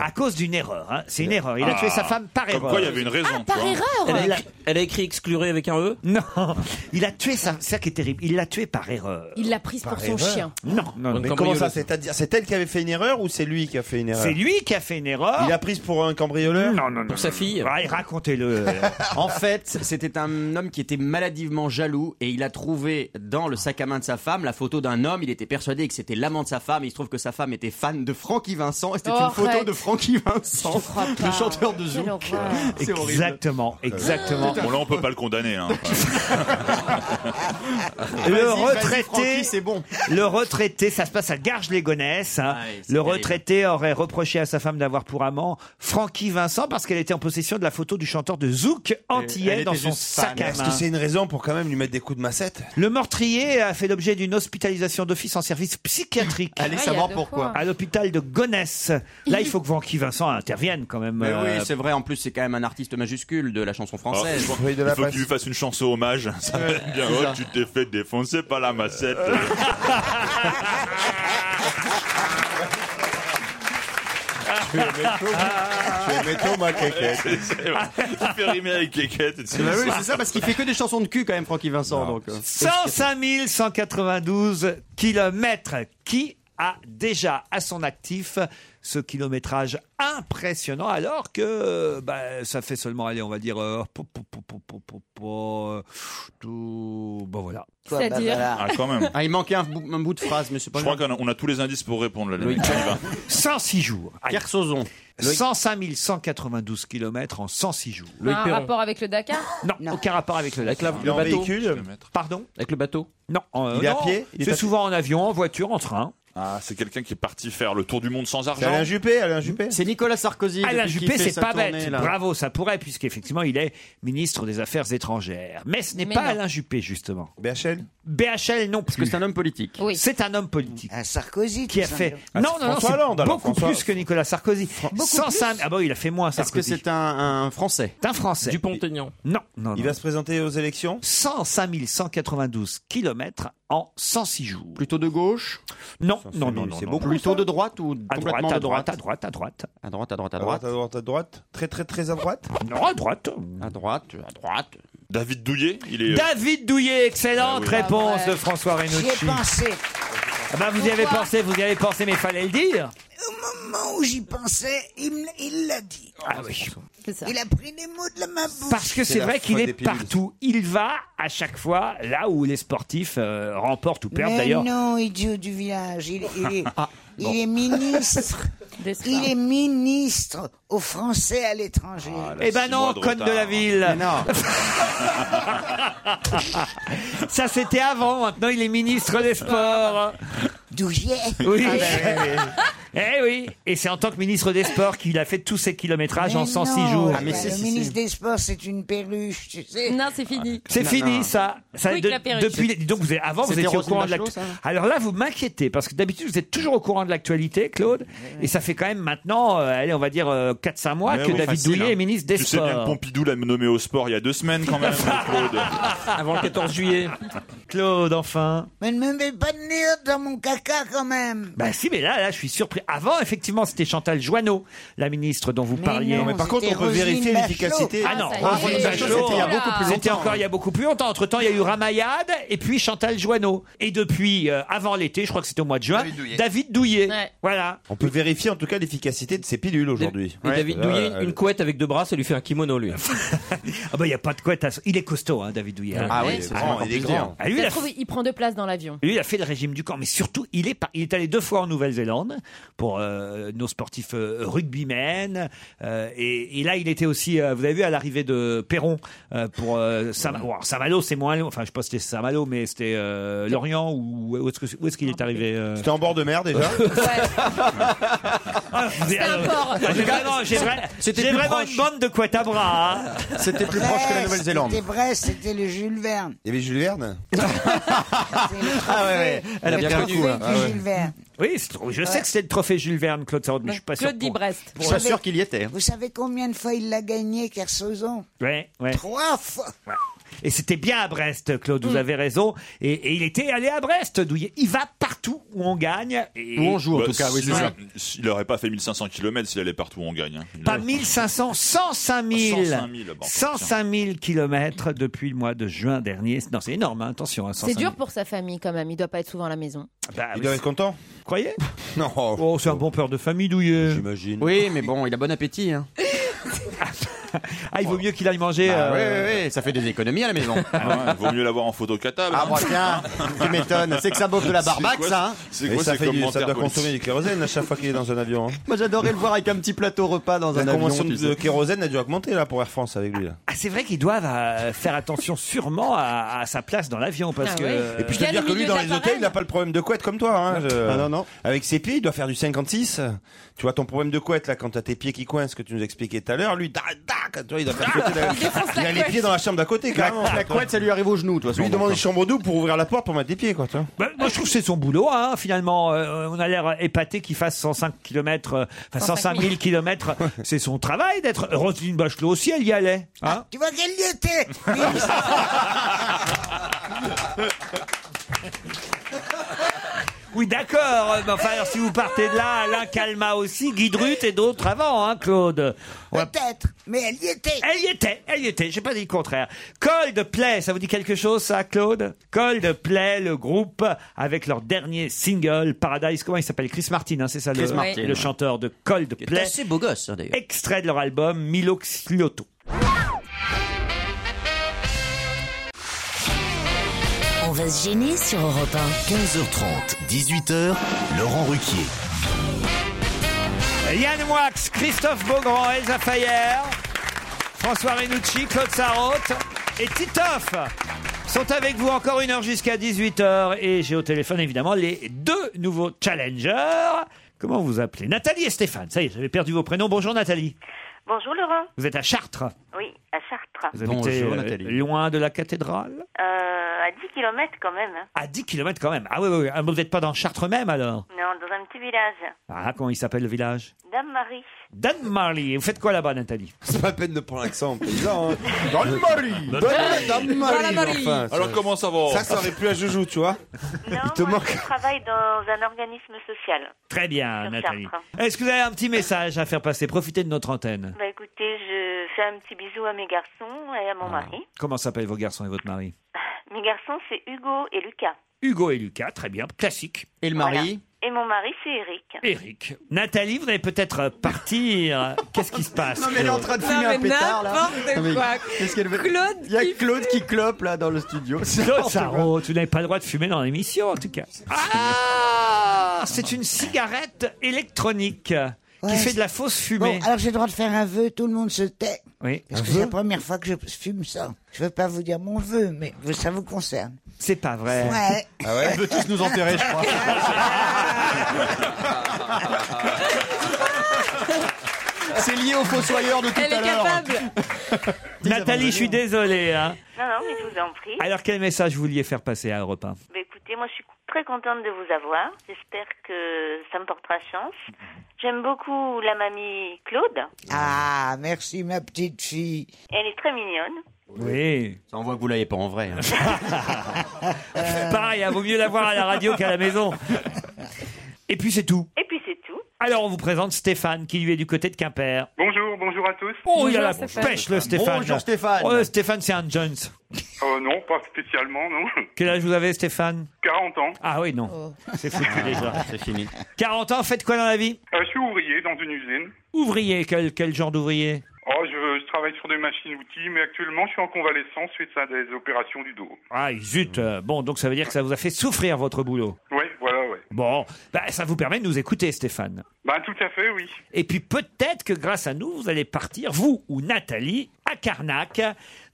S3: À cause d'une erreur. hein. C'est une erreur. Il a
S8: Ah.
S3: tué sa femme par
S8: Comme
S3: erreur.
S8: quoi, il y avait une raison, Ah, par quoi. erreur.
S13: hein.
S3: Elle a,
S8: elle a écrit excluré avec un E
S3: Non. Il a tué sa. C'est ça qui est terrible. Il l'a tué par erreur.
S13: Il l'a prise pour
S3: Par
S13: son
S3: erreur.
S13: chien.
S3: Non, non, non.
S9: Mais comment ça C'est-à-dire, c'est elle qui avait fait une erreur ou c'est lui qui a fait une erreur
S3: C'est lui qui a fait une erreur.
S9: Il a prise pour un cambrioleur
S3: Non, non, non.
S9: Pour sa
S8: fille
S3: Racontez-le.
S5: en fait, c'était un homme qui était maladivement jaloux et il a trouvé dans le sac à main de sa femme la photo d'un homme. Il était persuadé que c'était l'amant de sa femme. Et il se trouve que sa femme était fan de Francky Vincent. Et c'était
S13: Oh,
S5: une photo
S13: arrête.
S5: de Francky Vincent, le chanteur de Zouk. C'est horrible. Euh,
S3: Exactement, exactement.
S7: Bon, là, on peut pas le condamner. hein.
S3: Le
S5: Ah, Vas-y, vas-y,
S3: retraité,
S5: Francky, c'est bon. Ah,
S3: le retraité, ça se passe à Garges-les-Gonesses. hein. le retraité aurait reproché à sa femme d'avoir pour amant Francky Vincent parce qu'elle était en possession de la photo du chanteur de
S5: Euh,
S3: Zouk antillais dans son sac à
S9: Est-ce que
S3: main.
S9: c'est une raison pour quand même lui mettre des coups de massette
S3: Le meurtrier a fait fait l'objet d'une hospitalisation d'office en service psychiatrique.
S5: Allez Ah, savoir il y a de pourquoi. quoi.
S3: À l'hôpital de Gonesse. Là, il faut que Vanqui Vincent intervienne quand même.
S5: Mais
S3: euh, Oh,
S5: oui, c'est vrai, en plus, c'est quand même un artiste majuscule de la chanson française.
S7: Alors, Oh, il faut que tu lui fasses une chanson hommage. Ça va être bien.
S5: c'est
S7: Oh,
S5: ça.
S7: tu t'es fait défoncer par la massette.
S9: Tu es métaux, tu es métaux, moi, Kékette.
S7: C'est- c'est vrai. Tu fais rimer avec Kékette.
S5: Bah oui, c'est ça, parce qu'il fait que des chansons de cul quand même, Francky Vincent. Donc, euh.
S3: 105 192 kilomètres. Qui a déjà à son actif ce kilométrage impressionnant alors que euh, bah, ça fait seulement, allez, on va dire, euh, pou, pou, pou, pou, pou, pou, pou, euh, tout, bon voilà.
S7: Ah, quand même.
S5: Ah, il manquait un, bou- un bout de phrase, mais c'est pas
S7: Je crois qu'on a, on a tous les indices pour répondre là. les
S5: Loïc.
S7: mecs. On y va.
S3: 106 jours. Kersozon. 105 192 kilomètres en 106 jours.
S14: Ah,
S13: Un rapport avec le Dakar
S3: Non, aucun rapport avec le Avec
S9: le En bateau véhicule
S3: Pardon
S8: Avec le bateau
S3: Non.
S5: euh,
S7: Il est à pied Il est
S3: C'est
S7: à pied
S3: souvent en avion, en voiture, en train.
S7: Ah, c'est quelqu'un qui est parti faire le tour du monde sans argent.
S9: Juppé, Alain Juppé.
S5: C'est Nicolas Sarkozy.
S3: Alain
S5: depuis qu'il
S3: Juppé,
S5: fait
S3: c'est
S5: sa
S3: pas
S5: tournée,
S3: bête.
S5: là.
S3: Bravo, ça pourrait, puisqu'effectivement, il est ministre des Affaires étrangères. Mais ce n'est
S5: Mais
S3: pas
S5: non.
S3: Alain Juppé, justement.
S9: BHL
S3: BHL non plus.
S5: que c'est un homme politique Ah,
S3: C'est un homme politique.
S6: Un Sarkozy
S3: qui a
S6: tout
S3: fait.
S6: simplement.
S3: Non, non, non,
S5: François
S3: c'est
S5: Hollande, alors,
S3: beaucoup
S5: François-
S3: plus que Nicolas Sarkozy.
S5: Beaucoup
S3: 105
S5: plus
S3: Ah bah oui, il a fait moins
S5: Est-ce
S3: Sarkozy.
S5: que c'est un, un Français
S3: C'est un Français.
S8: Dupont-Aignan.
S3: Non, non,
S9: Il va se présenter aux élections
S3: 105 192 kilomètres en 106 jours.
S5: Plutôt de gauche
S3: Non, non, non, non.
S9: c'est
S3: non,
S9: beaucoup,
S3: non.
S5: Plutôt de droite ou
S3: À droite,
S5: complètement
S3: à
S5: de droite
S3: droite, à droite, à droite.
S5: À droite, à droite, à
S9: À droite, à
S5: droite.
S9: droite, à droite. Très, très, très à droite.
S3: Non, à droite.
S5: À droite, à droite.
S7: David Douillet, il est.
S3: David Douillet, excellente
S7: Ah oui.
S3: réponse
S7: Ah ouais.
S3: de François Renucci.
S6: J'y ai pensé.
S3: Ah bah, vous y avez
S6: Pourquoi
S3: pensé, vous y avez pensé, mais fallait le dire.
S6: Au moment où j'y pensais, il me- il l'a dit.
S3: Ah oui.
S6: Il a pris les mots de la ma bouche.
S3: Parce que c'est vrai qu'il est partout. Il va à chaque fois là où les sportifs euh, remportent ou perdent
S6: Mais
S3: d'ailleurs.
S6: non, idiot du village, il, il est,
S3: Ah, bon.
S6: il est ministre. il est ministre aux Français à l'étranger.
S9: Ah,
S3: Eh ben non, conne de la ville. Ça c'était avant. Maintenant, il est ministre des Sports.
S6: Douillet.
S3: Oui.
S6: Ah ben oui,
S3: Eh oui. Et c'est en tant que ministre des Sports qu'il a fait tous ses kilométrages
S6: Mais
S3: en 106
S6: non,
S3: jours. Ah,
S6: bah, le ministre des Sports, c'est une perruche, tu sais.
S13: Non, c'est fini.
S3: Ah, C'est fini ça. ça
S13: Quick,
S3: de-
S13: la perruque.
S3: depuis dis donc vous êtes- avant vous
S5: C'était
S3: étiez au
S5: Roselyne
S3: courant de
S5: Bachelot,
S3: l'actu-
S5: ça
S3: Alors là vous m'inquiétez parce que d'habitude vous êtes toujours au courant de l'actualité Claude et ça fait quand même maintenant euh, allez on va dire euh, 4-5 mois
S7: Mais
S3: que
S7: oui,
S3: David
S7: facile,
S3: Douillet
S7: hein.
S3: est ministre des
S7: Tu sais
S3: sports.
S7: bien que Pompidou l'a nommé au sport il y a deux semaines quand même, Claude.
S3: Ah,
S8: Avant le 14 juillet.
S3: Claude enfin.
S6: Mais ne me mets pas de nez dans mon caca quand même.
S3: Bah si mais là là je suis surpris. Avant effectivement c'était Chantal Joanneau la ministre dont vous parliez.
S6: non, Mais par contre, on c'était peut Roselyne vérifier Bachelot. l'efficacité.
S3: Ah non,
S6: Ah, ça y est.
S3: Roselyne
S6: C'était
S3: Bachelot,
S6: il y a beaucoup plus
S3: C'était
S6: longtemps.
S3: encore il y a beaucoup plus longtemps. Entre temps il y a eu Ramayade et puis Chantal Joanneau et depuis euh, avant l'été je crois que c'était au mois de juin
S9: David Douillet.
S3: David Douillet. Voilà.
S9: On peut vérifier en tout cas l'efficacité de ses pilules aujourd'hui.
S8: Et David Douillet, une couette avec deux bras, ça lui fait un kimono, lui.
S3: Ah bah il y a pas de quoi. t'as- Il est costaud, hein, David Douillet.
S8: Ah ouais, c'est
S9: grand, il est grand.
S3: Ah, lui, il
S13: Ça
S3: a
S13: se trouve, il prend de place dans l'avion.
S3: Lui, il a fait le régime du camp, mais surtout, il est, par- il est allé deux fois en Nouvelle-Zélande pour euh, nos sportifs euh, rugbymen. euh, et, et là, il était aussi, euh, vous avez vu, à l'arrivée de Perron euh, pour euh, Sam- bon, alors, Saint-Malo, c'est moins loin. Enfin, je sais pas si c'était Saint-Malo, mais c'était euh, Lorient ou où est-ce que- où est-ce qu'il est, arrivé euh
S9: C'était en bord de mer déjà.
S3: Ah, vous- alors,
S13: port.
S3: j'ai vraiment, j'ai vrai-
S9: C'était
S3: j'ai
S9: plus
S3: vraiment une bande de hein. Quatabra.
S9: C'était plus proche que la Nouvelle-Zélande.
S6: C'était Brest, c'était le Jules Verne.
S9: Il y avait Jules Verne
S6: Ah
S9: ouais, ouais. Elle a
S6: le
S9: bien
S6: trophée
S9: connu, hein.
S6: du
S9: Ah ouais.
S6: Jules Verne.
S3: Oui, c'est trop- je sais que c'était le trophée Jules Verne, Claude Sarraute, mais je suis pas sûr.
S13: Claude dit
S3: pour-
S13: Brest.
S6: Vous savez-
S5: qu'il y
S3: hein.
S5: était.
S6: Vous savez combien de fois il l'a gagné, Kersozon
S3: Ouais, ouais.
S6: Trois fois.
S3: Et c'était bien à Brest, Claude,
S13: Hmm.
S3: vous avez raison. Et, et il était allé à Brest, Douillet. Il va partout où on gagne. Et...
S5: Où on
S9: Bah,
S5: joue, en tout cas, oui,
S7: s'il-
S5: c'est ça.
S7: S'il Bah, n'aurait pas fait 1500 km s'il allait partout où on gagne. hein. Il
S5: Ah
S3: Pas
S7: aurait-
S3: 1500, 105 000.
S7: 105 000, bon,
S3: 105 000 kilomètres depuis le mois de juin dernier. Non, c'est énorme, hein, attention. hein, 105
S13: C'est
S3: 000.
S13: dur pour sa famille quand même, il doit pas être souvent à la maison.
S3: Bah,
S9: Il
S3: oui,
S9: doit être content
S3: vous croyez
S9: Non.
S3: Oh, c'est un bon père de famille, Douillet.
S9: J'imagine.
S5: Oui, mais bon, il a bon appétit. Hein.
S3: Ah, il vaut mieux qu'il aille manger.
S5: Ah,
S3: euh,
S5: ouais, ouais, ouais, ça fait des économies à la maison.
S7: Ah ouais, vaut mieux l'avoir en photo hein. catable.
S5: Ah, moi, tiens, tu m'étonnes. C'est que ça bouffe de la barbac, ça. hein.
S7: C'est
S9: Et
S7: quoi
S9: ça,
S7: ces
S9: fait du- ça
S7: commentaires
S9: doit consommer
S7: politiques
S9: du kérosène à chaque fois qu'il est dans un avion. hein.
S5: Moi, j'adorais le voir avec un petit plateau repas dans
S9: La
S5: un avion.
S9: convention
S5: tu
S9: de
S5: sais.
S9: kérosène a dû augmenter là pour Air France avec lui. là.
S3: Ah, c'est vrai qu'ils doivent euh, faire attention sûrement à, à sa place dans l'avion parce
S13: Ah
S3: que.
S13: oui.
S3: euh,
S9: Et puis je dois
S13: Bien
S9: dire
S13: au
S9: que lui
S13: milieu
S9: dans
S13: de
S9: les
S13: l'appareil.
S9: hôtels, il n'a pas le problème de couette comme toi. hein, je-
S5: Ah, non, non.
S9: Avec ses pieds, il doit faire du 56. Tu vois ton problème de couette là quand t'as tes pieds qui coincent, ce que tu nous expliquais tout à l'heure, lui, da, da, tac, tu vois, il doit faire sauter la-
S14: Il défonce la
S9: Il a les
S14: couette.
S9: pieds dans la chambre d'à côté,
S14: La-
S9: carrément.
S14: la couette, ça lui
S9: arrive aux genoux, toi. Lui, il demande une
S14: donc.
S9: chambre double pour ouvrir la porte pour mettre des pieds, quoi, tu vois.
S3: Bah, moi, je trouve que c'est son boulot, hein, finalement. Euh, on a l'air épaté qu'il fasse 105 km, euh, enfin 105 000 km. C'est son travail d'être. Roselyne Bachelot aussi, elle y allait. Hein
S6: Tu vois qu'elle y était
S3: oui, d'accord. euh, Mais enfin, alors, si vous partez de là, Alain Calma aussi, Guy Drut et d'autres avant, hein, Claude.
S6: Peut-être, mais elle y était.
S3: Elle y était, elle y était. J'ai pas dit le contraire. Cold Play, ça vous dit quelque chose, ça, Claude Cold Play, le groupe avec leur dernier single, Paradise. Comment il s'appelle Chris Martin, hein, c'est ça
S5: Chris
S3: le,
S5: Martin,
S3: le
S5: ouais.
S3: chanteur de Cold
S5: est
S3: Play.
S5: assez beau gosse, hein, d'ailleurs.
S3: Extrait de leur album Milo Xyloto.
S1: On va se gêner sur Europe
S2: 15h30, 18h, Laurent Ruquier.
S3: Yann Moix, Christophe Beaugrand, Elsa Fayer, François Renucci, Claude Sarraute et Titoff sont avec vous encore une heure jusqu'à 18h. Et j'ai au téléphone évidemment les deux nouveaux challengers. Comment vous appelez Nathalie et Stéphane. Ça y est, j'avais perdu vos prénoms. Bonjour Nathalie.
S15: Bonjour Laurent.
S3: Vous êtes à Chartres.
S15: Oui, à Chartres.
S3: Vous habitez euh, loin de la cathédrale.
S15: Euh, à 10 km quand même. hein.
S3: À 10 km quand même. Ah oui, oui, oui. Ah, Vous n'êtes pas dans Chartres même alors
S15: Non, dans un petit village.
S3: Ah, comment il s'appelle le village
S15: Dame Marie.
S3: Dan Marley. Et Vous faites quoi là-bas, Nathalie C'est pas la peine de prendre l'accent
S9: paysan, hein. Dans le mari Dans le- dans le mari, enfin,
S7: Alors
S9: c'est-
S7: comment ça va
S9: Ça, ça aurait plus à joujou, tu vois.
S15: Non,
S9: Il te
S15: moi,
S9: manque.
S15: je travaille dans un organisme social.
S3: Très bien,
S15: Sur
S3: Nathalie.
S15: Chartres.
S3: Est-ce que vous avez un petit message à faire passer Profitez de notre antenne.
S15: Bah écoutez, je fais un petit bisou à mes garçons et à mon
S3: Ah.
S15: mari.
S3: Comment s'appellent vos garçons et votre mari
S15: Mes garçons, c'est Hugo et Lucas.
S3: Hugo et Lucas, très bien, classique.
S5: Et le
S15: Et mon mari, c'est Eric.
S3: Eric. Nathalie, vous allez peut-être euh, partir. Qu'est-ce qui se passe
S9: Non, mais elle est en train de
S14: Non, fumer un mais pétard, là. n'importe Non, mais quoi. qu'est-ce qu'elle veut- Claude
S9: Il y a Claude qui clope là dans le studio.
S3: Claude Sarraud, tu n'avez pas le droit de fumer dans l'émission en tout cas. Ah C'est une cigarette électronique qui
S6: Ouais, Oh,
S3: fait de la
S6: c'est-
S3: fausse fumée.
S6: Bon, alors j'ai le droit de faire un vœu, tout le monde se tait.
S3: Oui.
S6: Parce que c'est la première fois que je fume ça. Je veux pas vous dire mon vœu, mais ça vous concerne.
S3: C'est pas vrai.
S6: Ouais.
S9: Ah ouais Elle veut tous nous enterrer, je crois.
S5: C'est lié au fossoyeur de tout
S15: Elle
S5: à
S15: est
S5: l'heure.
S15: capable.
S3: Nathalie, je suis désolé. hein.
S15: Non, non, mais je vous en prie.
S3: Alors quel message vous vouliez faire passer à Europe 1
S15: Bah, écoutez, moi je suis très contente de vous avoir. J'espère que ça me portera chance.
S3: Mhm.
S15: J'aime beaucoup la mamie Claude.
S6: Ah, merci ma petite fille.
S15: Elle est très mignonne.
S3: Oui.
S5: Ça envoie que vous l'avez pas en vrai. hein.
S3: Pareil, hein, vaut mieux l'avoir à la radio qu'à la maison. Et puis c'est tout.
S15: Et puis c'est tout.
S3: Alors on vous présente Stéphane qui lui est du côté de Quimper.
S16: Bonjour, bonjour à tous.
S3: Oh, il a la pêche le Stéphane. Oh, Stéphane, c'est un Jones.
S16: Euh, non, pas spécialement, non.
S3: Quel âge vous avez, Stéphane
S16: 40 ans.
S3: Ah oui, non.
S13: Oh.
S3: C'est foutu
S16: Ah,
S3: déjà.
S16: c'est
S3: fini. 40 ans, faites quoi dans la vie
S16: Euh, je suis ouvrier dans une usine.
S3: Ouvrier, quel, quel genre d'ouvrier
S16: Oh, je, je travaille sur des machines-outils, mais actuellement, je suis en convalescence suite à des opérations du dos.
S3: Ah, zut. euh, bon, donc ça veut dire que ça vous a fait souffrir votre boulot.
S16: Oui, voilà, oui.
S3: Bon, bah, ça vous permet de nous écouter, Stéphane.
S16: Ben, tout à fait, oui.
S3: Et puis peut-être que grâce à nous, vous allez partir, vous ou Nathalie, à Carnac,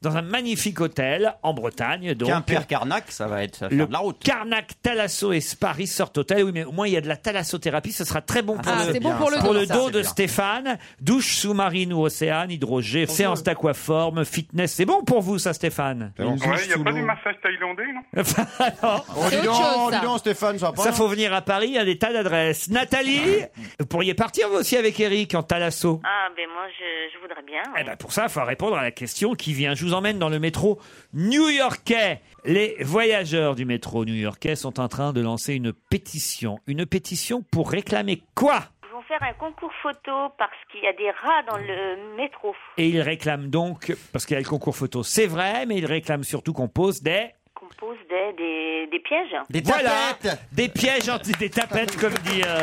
S3: dans un magnifique hôtel en Bretagne. Donc,
S5: Quimper Carnac, ça va être ça va faire
S3: le
S5: de la route.
S3: Carnac Thalasso et Paris sortent hôtel. Oui, mais au moins il y a de la thalassothérapie. Ce sera très bon pour
S5: Ah,
S3: le,
S5: c'est bon pour le dos, ça,
S3: dos
S5: c'est
S3: de
S5: bien.
S3: Stéphane. Douche sous-marine ou océane, hydrogé, séance d'aquaforme, fitness. C'est bon pour vous, ça, Stéphane
S16: Ouais, il
S3: Ah,
S16: n'y a pas du massage thaïlandais, non
S9: Oh, dis donc, dis donc, Stéphane, ça va pas. hein.
S3: Ça
S9: non
S3: faut venir à Paris, il y a des tas d'adresses. Nathalie, vous pourriez partir vous aussi avec Eric en Thalasso
S15: Ah, ben moi je, je voudrais bien.
S3: Eh ben, pour ça, il faut répondre à la question qui vient. Je vous emmène dans le métro new-yorkais. Les voyageurs du métro new-yorkais sont en train de lancer une pétition. Une pétition pour réclamer quoi
S15: Ils vont faire un concours photo parce qu'il y a des rats dans le métro.
S3: Et ils réclament donc, parce qu'il y a le concours photo, c'est vrai, mais ils réclament surtout qu'on pose des...
S15: On pose des, des, des pièges.
S3: voilà, Des pièges, anti- des tapettes, comme dit... euh,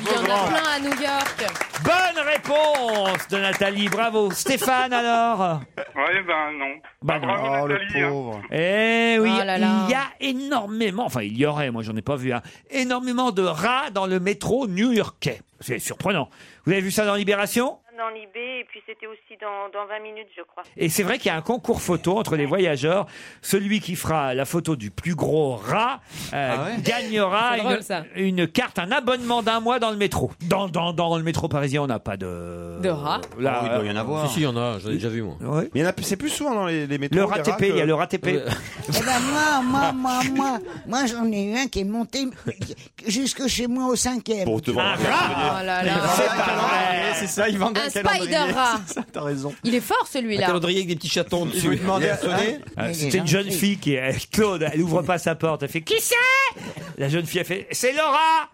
S13: Il y en a plein à New York.
S3: Bonne réponse de Nathalie, bravo. Stéphane alors
S16: Ouais, ben non.
S3: Bah non.
S16: Bravo, Nathalie. hein.
S3: Eh oui,
S16: Oh là là.
S3: il y a énormément, enfin il y aurait, moi j'en ai pas vu, hein, énormément de rats dans le métro new-yorkais. C'est surprenant. Vous avez vu ça dans Libération
S15: dans l'IB et puis c'était aussi dans, dans 20 minutes, je crois.
S3: Et c'est vrai qu'il y a un concours photo entre les voyageurs. Celui qui fera la photo du plus gros rat euh,
S17: Ah ouais
S3: gagnera
S17: C'est drôle,
S3: une-
S17: ça.
S3: une, carte, un abonnement d'un mois dans le métro. Dans, dans, dans le métro parisien, on n'a pas
S13: Euh,
S3: de...
S17: De rats
S3: Là,
S8: Oh, il doit y en avoir. Si, si, il y en a, j'en ai déjà vu, moi.
S3: Mais c'est plus souvent dans les, métros. Le RATP, il y a le RATP.
S9: Euh.
S6: Eh ben moi, moi, moi, moi, moi j'en ai eu un qui est monté jusque chez moi au cinquième.
S7: Pour te
S6: voir.
S13: Ah,
S14: Oh là là.
S9: C'est ça, ils vendent
S14: Un
S9: calendrier.
S14: spider rat.
S9: C'est ça, T'as raison.
S14: Il est fort celui-là.
S3: avec des petits chatons
S9: dessus. lui demandez à sonner.
S3: Ah,
S9: Il est
S3: C'était une jeune
S9: gentil.
S3: fille qui est Claude, elle ouvre pas sa porte, elle fait qui c'est La jeune fille a fait c'est Laura.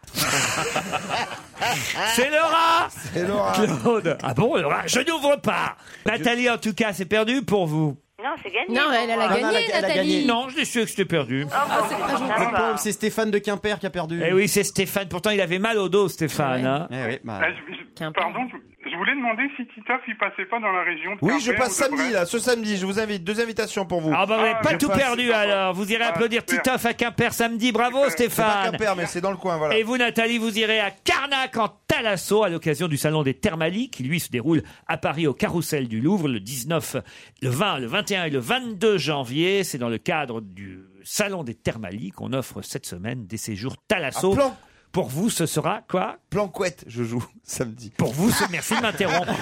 S3: c'est Laura.
S9: C'est Laura.
S3: Claude. Ah bon Laura, je n'ouvre pas. Nathalie en tout cas, c'est perdu pour vous.
S15: Non, c'est gagné.
S14: Non, elle, elle a
S15: Non, non,
S14: gagné,
S15: elle a- elle a
S14: Nathalie.
S15: gagné.
S3: Non, je l'ai su que c'était perdu.
S15: Ah, c'est pas gentil.
S9: Le pauvre, C'est Stéphane de Quimper qui a perdu.
S3: Eh oui, c'est Stéphane. Pourtant, il avait mal au dos, Stéphane. hein.
S9: Eh bah.
S16: Ah, je- je- pardon, je, je voulais demander si Titoff il passait pas dans la région. de
S9: Oui, je
S16: Quimper
S9: passe
S16: ou de Brest.
S9: samedi, là, ce samedi. Je vous invite, deux invitations pour vous.
S3: Ah bah vous n'avez pas
S9: Je
S3: tout
S9: passe-
S3: perdu alors. Vous irez
S9: Ah,
S3: applaudir
S9: super.
S3: Titoff à Quimper samedi. Bravo
S9: C'est pas
S3: Stéphane.
S9: Quimper, mais c'est dans le coin, voilà.
S3: Et vous, Nathalie, vous irez à Carnac en Talasso à l'occasion du Salon des Thermalies qui, lui, se déroule à Paris au Carrousel du Louvre le 19, le 20, le 21 et le 22 janvier. C'est dans le cadre du Salon des Thermalies qu'on offre cette semaine des séjours Talasso.
S9: À Ah, Plan-
S3: Pour vous, ce sera quoi
S9: Planquette, je joue samedi. Ah,
S3: Pour vous, c'est- merci de m'interrompre.
S7: Le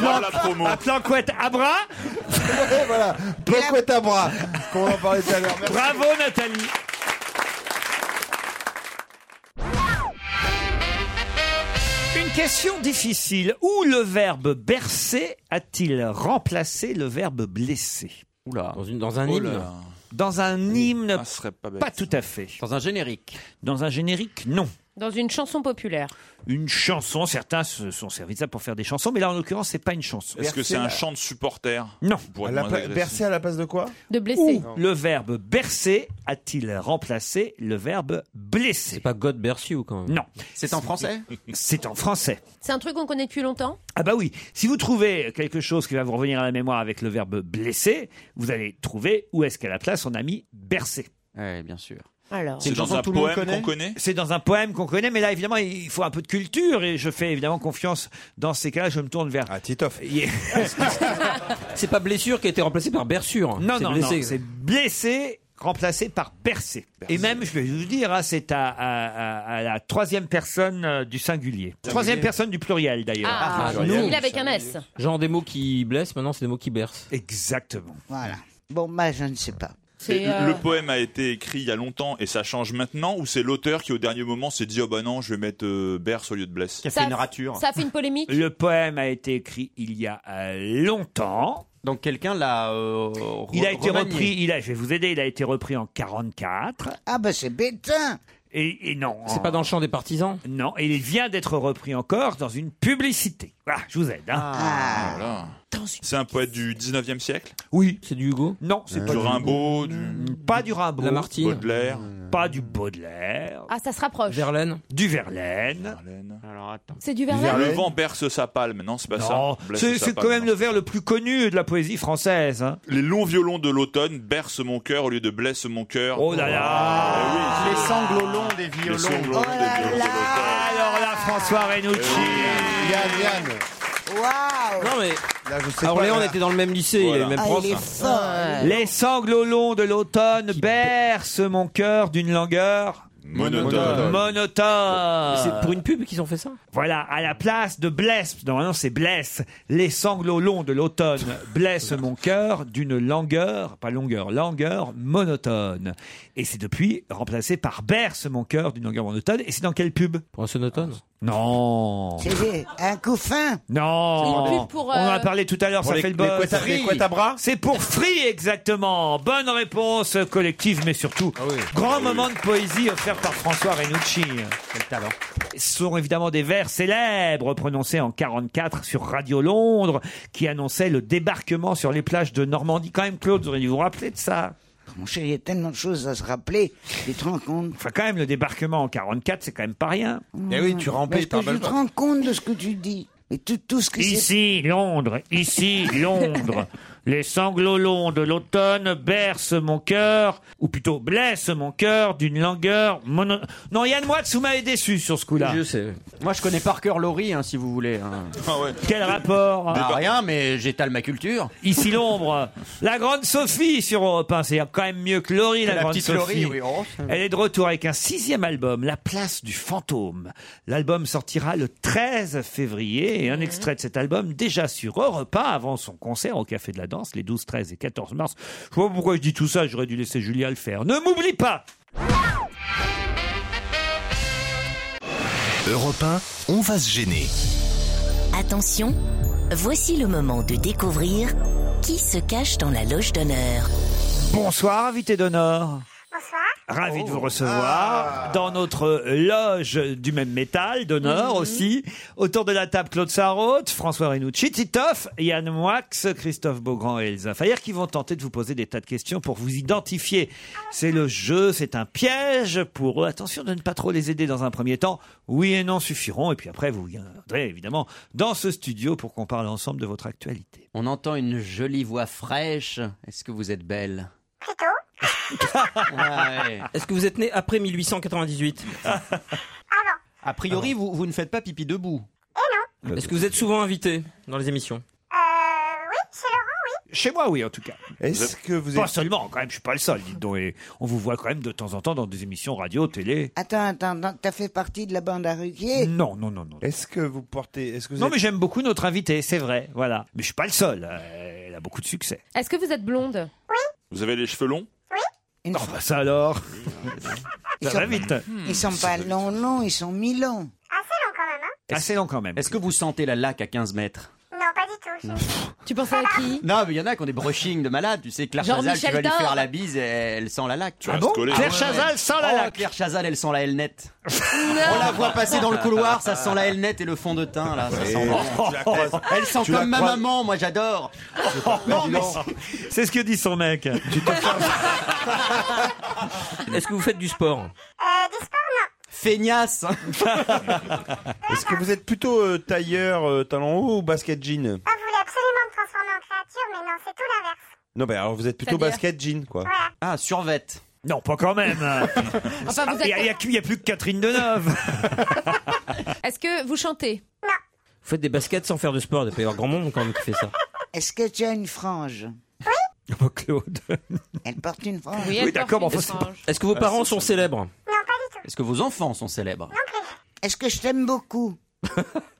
S7: roi de la promo.
S3: À Planquette à bras
S9: Ouais, voilà, Planquette à bras, qu'on en parlait tout à l'heure. Merci.
S3: Bravo Nathalie Une question difficile. Où le verbe bercer a-t-il remplacé le verbe blesser
S8: Dans, une- dans un
S3: Oh là
S8: hymne
S3: là. Dans
S7: Ah
S3: un hymne,
S7: pas,
S8: bête.
S3: tout à fait.
S8: Dans un générique.
S3: Dans un générique, non.
S14: Dans une chanson populaire.
S3: Une chanson, certains se sont servis de ça pour faire des chansons, mais là en l'occurrence, c'est pas une chanson.
S7: Est-ce que c'est un chant de supporter
S3: Non.
S7: Pour être
S9: La
S7: moins
S9: pla-
S7: agressif.
S9: Bercé à la place de quoi
S14: De blesser.
S3: Où le verbe bercer a-t-il remplacé le verbe blesser C'est
S8: pas God bless you quand même.
S3: Non.
S8: C'est en français
S3: C'est en français.
S14: C'est un truc qu'on connaît depuis longtemps
S3: Ah bah oui, si vous trouvez quelque chose qui va vous revenir à la mémoire avec le verbe blesser, vous allez trouver où est-ce qu'à la place on a mis bercer.
S5: Ah Oui, bien sûr.
S14: Alors.
S7: C'est dans un poème qu'on connaît
S3: C'est dans un poème qu'on connaît, mais là évidemment il faut un peu de culture et je fais évidemment confiance dans ces cas-là, je me tourne vers... Ah Titoff
S8: C'est pas blessure qui a été remplacée par berçure.
S3: Non,
S8: C'est
S3: non,
S8: blessé.
S3: non, c'est blessé remplacé par bercé. Et même, je vais vous dire, hein, c'est à, à- à- à la troisième personne euh, du singulier. Troisième personne du pluriel d'ailleurs.
S14: Ah,
S8: nous.
S14: il avec un S.
S8: Genre des mots qui blessent, maintenant c'est des mots qui bercent.
S3: Exactement.
S6: Voilà. Bon, bah, je ne sais pas.
S7: Et
S5: euh,
S7: Le poème a été écrit il y a longtemps et ça change maintenant ou c'est l'auteur qui au dernier moment s'est dit oh bah non je vais mettre euh, berce au lieu de blesse
S14: Ça a- Ça a fait une polémique
S3: Le poème a été écrit il y a euh, longtemps.
S5: Donc quelqu'un l'a. euh, re-
S3: Il a été
S5: remanié.
S3: repris, il a, je vais vous aider, il a été repris en 44.
S6: Ah bah c'est bétain
S3: Et, et non.
S8: C'est pas dans le champ des partisans
S3: Non, et il vient d'être repris encore dans une publicité. Voilà, je vous aide. hein.
S8: Ah.
S7: Voilà. C'est un poète du 19e siècle
S3: Oui.
S8: C'est du Hugo
S3: Non, c'est
S7: Euh, Du
S3: pas du Mm,
S7: Rimbaud, du
S3: Pas du Rimbaud. Mm.
S8: Lamartine
S7: Baudelaire
S3: Pas du Baudelaire.
S14: Ah, ça se rapproche.
S8: Verlaine
S3: Du Verlaine.
S7: Alors attends.
S14: C'est du Verlaine
S7: Le vent berce sa palme, non c'est pas
S3: Non,
S7: ça. Blesse
S3: c'est
S7: sa
S3: c'est quand
S7: palme,
S3: même
S7: non.
S3: le vers le plus connu de la poésie française. hein.
S7: Les longs violons de l'automne bercent mon cœur au lieu de blesse mon cœur.
S3: Oh là là
S7: Eh oui.
S9: Les sanglots longs des
S7: Les
S9: violons.
S7: sanglots des violons de l'automne.
S3: Alors là, François Renucci.
S9: Yann, Yann. Ah,
S6: Waouh
S8: Non, mais
S9: Là,
S3: Ah,
S9: je sais
S8: à Orléans,
S9: pas,
S8: on
S9: là.
S8: était dans le même lycée, il y avait le même
S6: Ah,
S8: prof.
S6: il est fort
S3: Les sanglots longs de l'automne bercent mon cœur d'une langueur
S7: Monotone.
S5: Ah.
S3: monotone.
S8: C'est pour une pub qu'ils ont fait ça
S3: Voilà, à la place de blesse, normalement c'est blesse, les sanglots longs de l'automne blessent mon cœur d'une langueur, pas longueur, langueur monotone. Et c'est depuis remplacé par berce mon cœur d'une langueur monotone. Et c'est dans quelle pub
S8: Pour un sonotone
S3: Non
S6: C'est un coup fin
S3: Non
S14: Une pub pour, euh,
S3: On en a parlé tout à l'heure,
S9: Pour
S3: ça
S9: les-
S3: fait le
S9: les
S3: buzz.
S9: couettes à- les
S3: Free.
S9: couettes à bras
S3: C'est pour Free, exactement Bonne réponse collective, mais surtout,
S9: Ah
S3: grand moment de poésie offert par François Renucci.
S5: Quel talent.
S3: Ce sont évidemment des vers célèbres prononcés en 44 sur Radio Londres qui annonçaient le débarquement sur les plages de Normandie. Quand même, Claude, vous auriez dû vous rappeler de ça.
S6: Mon chéri, il y a tellement de choses à se rappeler, tu te rends compte
S3: Enfin, quand même, le débarquement en 44, c'est quand même pas rien.
S9: Eh oui, tu rampais,
S6: Est-ce
S9: t'as
S6: Bah, que
S9: un
S6: tu
S9: bel
S6: te rends compte de ce que tu dis Mais tout, tout ce que c'est...
S3: Ici, Londres, ici, Londres. Les sanglots longs de l'automne bercent mon cœur, ou plutôt blessent mon cœur d'une langueur mono... Non, Yann Moix, vous m'avez déçu sur ce coup-là.
S5: Je sais. Moi, je connais par cœur Laurie, hein, si vous voulez. hein.
S3: Quel rapport
S5: Ah, Rien, mais j'étale ma culture.
S3: Ici l'ombre. La grande Sophie sur Europe 1, c'est quand même mieux que Laurie, la,
S5: La
S3: grande
S5: petite
S3: Sophie.
S5: Laurie, oui, oh.
S3: Elle est de retour avec un sixième album, La place du fantôme. L'album sortira le 13 février et un extrait de cet album déjà sur Europe 1 avant son concert au Café de la Danse les 12, 13 et 14 mars. Je vois pas pourquoi je dis tout ça, j'aurais dû laisser Julia le faire. Ne m'oublie pas
S2: Europe 1, on va se gêner.
S1: Attention, voici le moment de découvrir qui se cache dans la loge d'honneur.
S3: Bonsoir, invité d'honneur. Ravi de vous recevoir dans notre loge du même métal, d'honneur aussi. Autour de la table, Claude Sarraute, François Renucci, Titoff, Yann Moix, Christophe Beaugrand et Elsa Fayer qui vont tenter de vous poser des tas de questions pour vous identifier. C'est le jeu, c'est un piège pour eux. Attention de ne pas trop les aider dans un premier temps. Oui et non suffiront. Et puis après, vous viendrez évidemment dans ce studio pour qu'on parle ensemble de votre actualité.
S5: On entend une jolie voix fraîche. Est-ce que vous êtes belle
S8: Est-ce que vous êtes né après 1898
S3: Ah,
S5: A priori, vous, vous ne faites pas pipi debout.
S8: Ah
S3: Eh
S8: Est-ce que vous êtes souvent invité dans les émissions
S3: Euh, Chez moi, oui, en tout cas.
S9: Est-ce que vous
S3: Pas
S9: êtes-
S3: seulement, quand même, je suis pas le seul, dites donc. Et on vous voit quand même de temps en temps dans des émissions radio, télé.
S6: Attends, attends, donc t'as fait partie de la bande à Ruquier
S3: Non, non, non, non.
S9: Est-ce que vous portez. Est-ce que vous
S3: non,
S9: êtes-
S3: mais j'aime beaucoup notre invitée, c'est vrai, voilà. Mais je suis pas le seul, euh, elle a beaucoup de succès.
S14: Est-ce que vous êtes blonde
S7: Vous avez les cheveux longs
S3: Non, bah ça alors Ça va vite
S6: Ils sont pas longs, longs, ils sont mi-longs.
S3: Assez long quand même.
S5: Est-ce que vous sentez la laque à 15 mètres
S17: Non, pas du tout.
S14: Tu penses à qui
S5: Non, mais il y en a qui ont des brushings de malade. Tu sais, Claire
S14: Genre
S5: Chazal, tu
S14: Michel
S5: vas lui
S14: Thor.
S5: faire la bise, elle sent la laque.
S3: restes Ah bon collé. Claire Chazal sent la
S5: Oh,
S3: laque.
S5: Claire Chazal, elle sent la aile nette. On la voit passer dans le couloir, ça sent la aile nette et le fond de teint, là. Ça
S9: Et
S5: sent bon.
S9: tu la croises.
S5: Elle sent
S9: Tu la
S5: comme ma
S9: croises.
S5: maman, moi j'adore.
S3: Non, mais C'est ce que dit son mec.
S8: Est-ce que vous faites du sport
S5: Feignasse
S9: hein. Est-ce que vous êtes plutôt euh, tailleur, euh, talon haut ou basket jean
S17: Ah, vous voulez absolument me transformer en créature, mais non, c'est tout l'inverse.
S9: Non, mais alors vous êtes plutôt
S17: C'est-à-dire
S9: basket jean, quoi.
S5: Ah, survête.
S3: Non, pas quand même Ah,
S14: Enfin, vous
S3: Il n'y a,
S14: êtes-
S3: il y a- il y a plus que Catherine Deneuve
S14: Est-ce que vous chantez
S8: Vous faites des baskets sans faire de sport, il doit pas y avoir grand monde quand même qui fait ça.
S6: Est-ce que tu as une frange
S3: Claude.
S6: Elle porte une frange.
S8: Oui, elle Oui, porte d'accord, une mais enfin, c'est pas- frange. Est-ce que vos parents sont célèbres
S5: Est-ce que vos enfants sont célèbres
S6: Est-ce que je t'aime beaucoup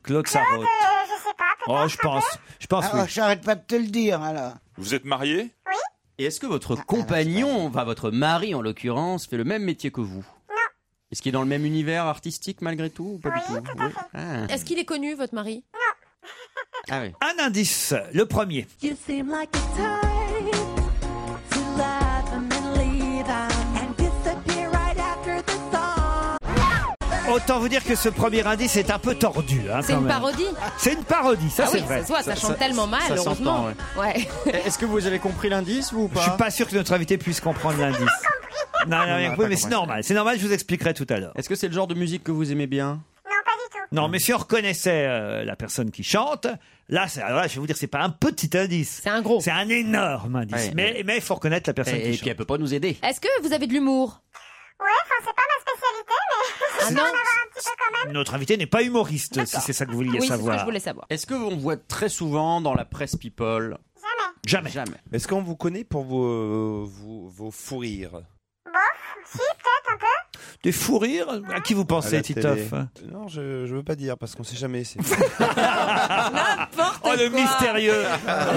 S3: Claude Sarraute.
S17: Je sais pas.
S3: Oh, je pense. Je
S4: Ah,
S3: pense,
S6: Alors, Ah, j'arrête pas de te le dire, alors.
S7: Vous êtes marié
S5: Et est-ce que votre compagnon, enfin votre mari en l'occurrence, fait le même métier que vous Non. Est-ce qu'il est dans le même univers artistique malgré tout ou pas du tout, Oui. Ah.
S14: Est-ce qu'il est connu, votre mari
S5: Ah oui.
S3: Un indice, le premier.
S17: You seem like a type to love them and leave them and disappear right after the song.
S3: Autant vous dire que ce premier indice est un peu tordu. hein,
S14: C'est
S3: quand
S14: une
S3: même.
S14: parodie
S3: C'est une parodie, ça
S14: Ah
S3: c'est
S14: oui,
S3: vrai.
S14: Ça, se voit, ça
S5: Ça-
S14: chante
S5: ça-
S14: tellement mal,
S5: ça
S14: heureusement.
S5: s'entend,
S14: Ouais.
S5: Est-ce que vous avez compris l'indice vous ou
S3: Je suis pas sûr que notre invité puisse comprendre l'indice. Non, non,
S5: Non,
S3: mais-
S5: on a
S3: oui,
S5: pas
S3: mais c'est
S5: compris.
S3: normal. C'est normal, je vous expliquerai tout à l'heure.
S5: Est-ce que c'est le genre de musique que vous aimez bien
S3: Non, mais si on reconnaissait euh, la personne qui chante, là, c'est- alors là, je vais vous dire, c'est pas un petit indice. C'est
S14: un gros.
S3: C'est un énorme indice.
S5: Ouais.
S3: mais mais il faut reconnaître la personne
S5: Et-
S3: qui
S5: et
S3: chante.
S5: puis elle peut pas nous aider.
S14: Est-ce que vous avez de l'humour Ouais, enfin, c'est pas ma spécialité, mais. Ah non
S3: Notre invité n'est pas humoriste, si c'est ça que vous vouliez
S14: Oui, c'est ce
S3: savoir.
S14: que je voulais savoir.
S5: Est-ce que on voit très souvent dans la presse people
S3: Jamais.
S5: Jamais.
S9: Est-ce qu'on vous connaît pour vos, vos, vos fous rires
S3: Des fous rires À qui vous
S9: À
S3: pensez,
S9: la
S3: Titoff
S9: télé. Non, je, je veux pas dire parce qu'on sait jamais. c'est-
S3: Oh, le mystérieux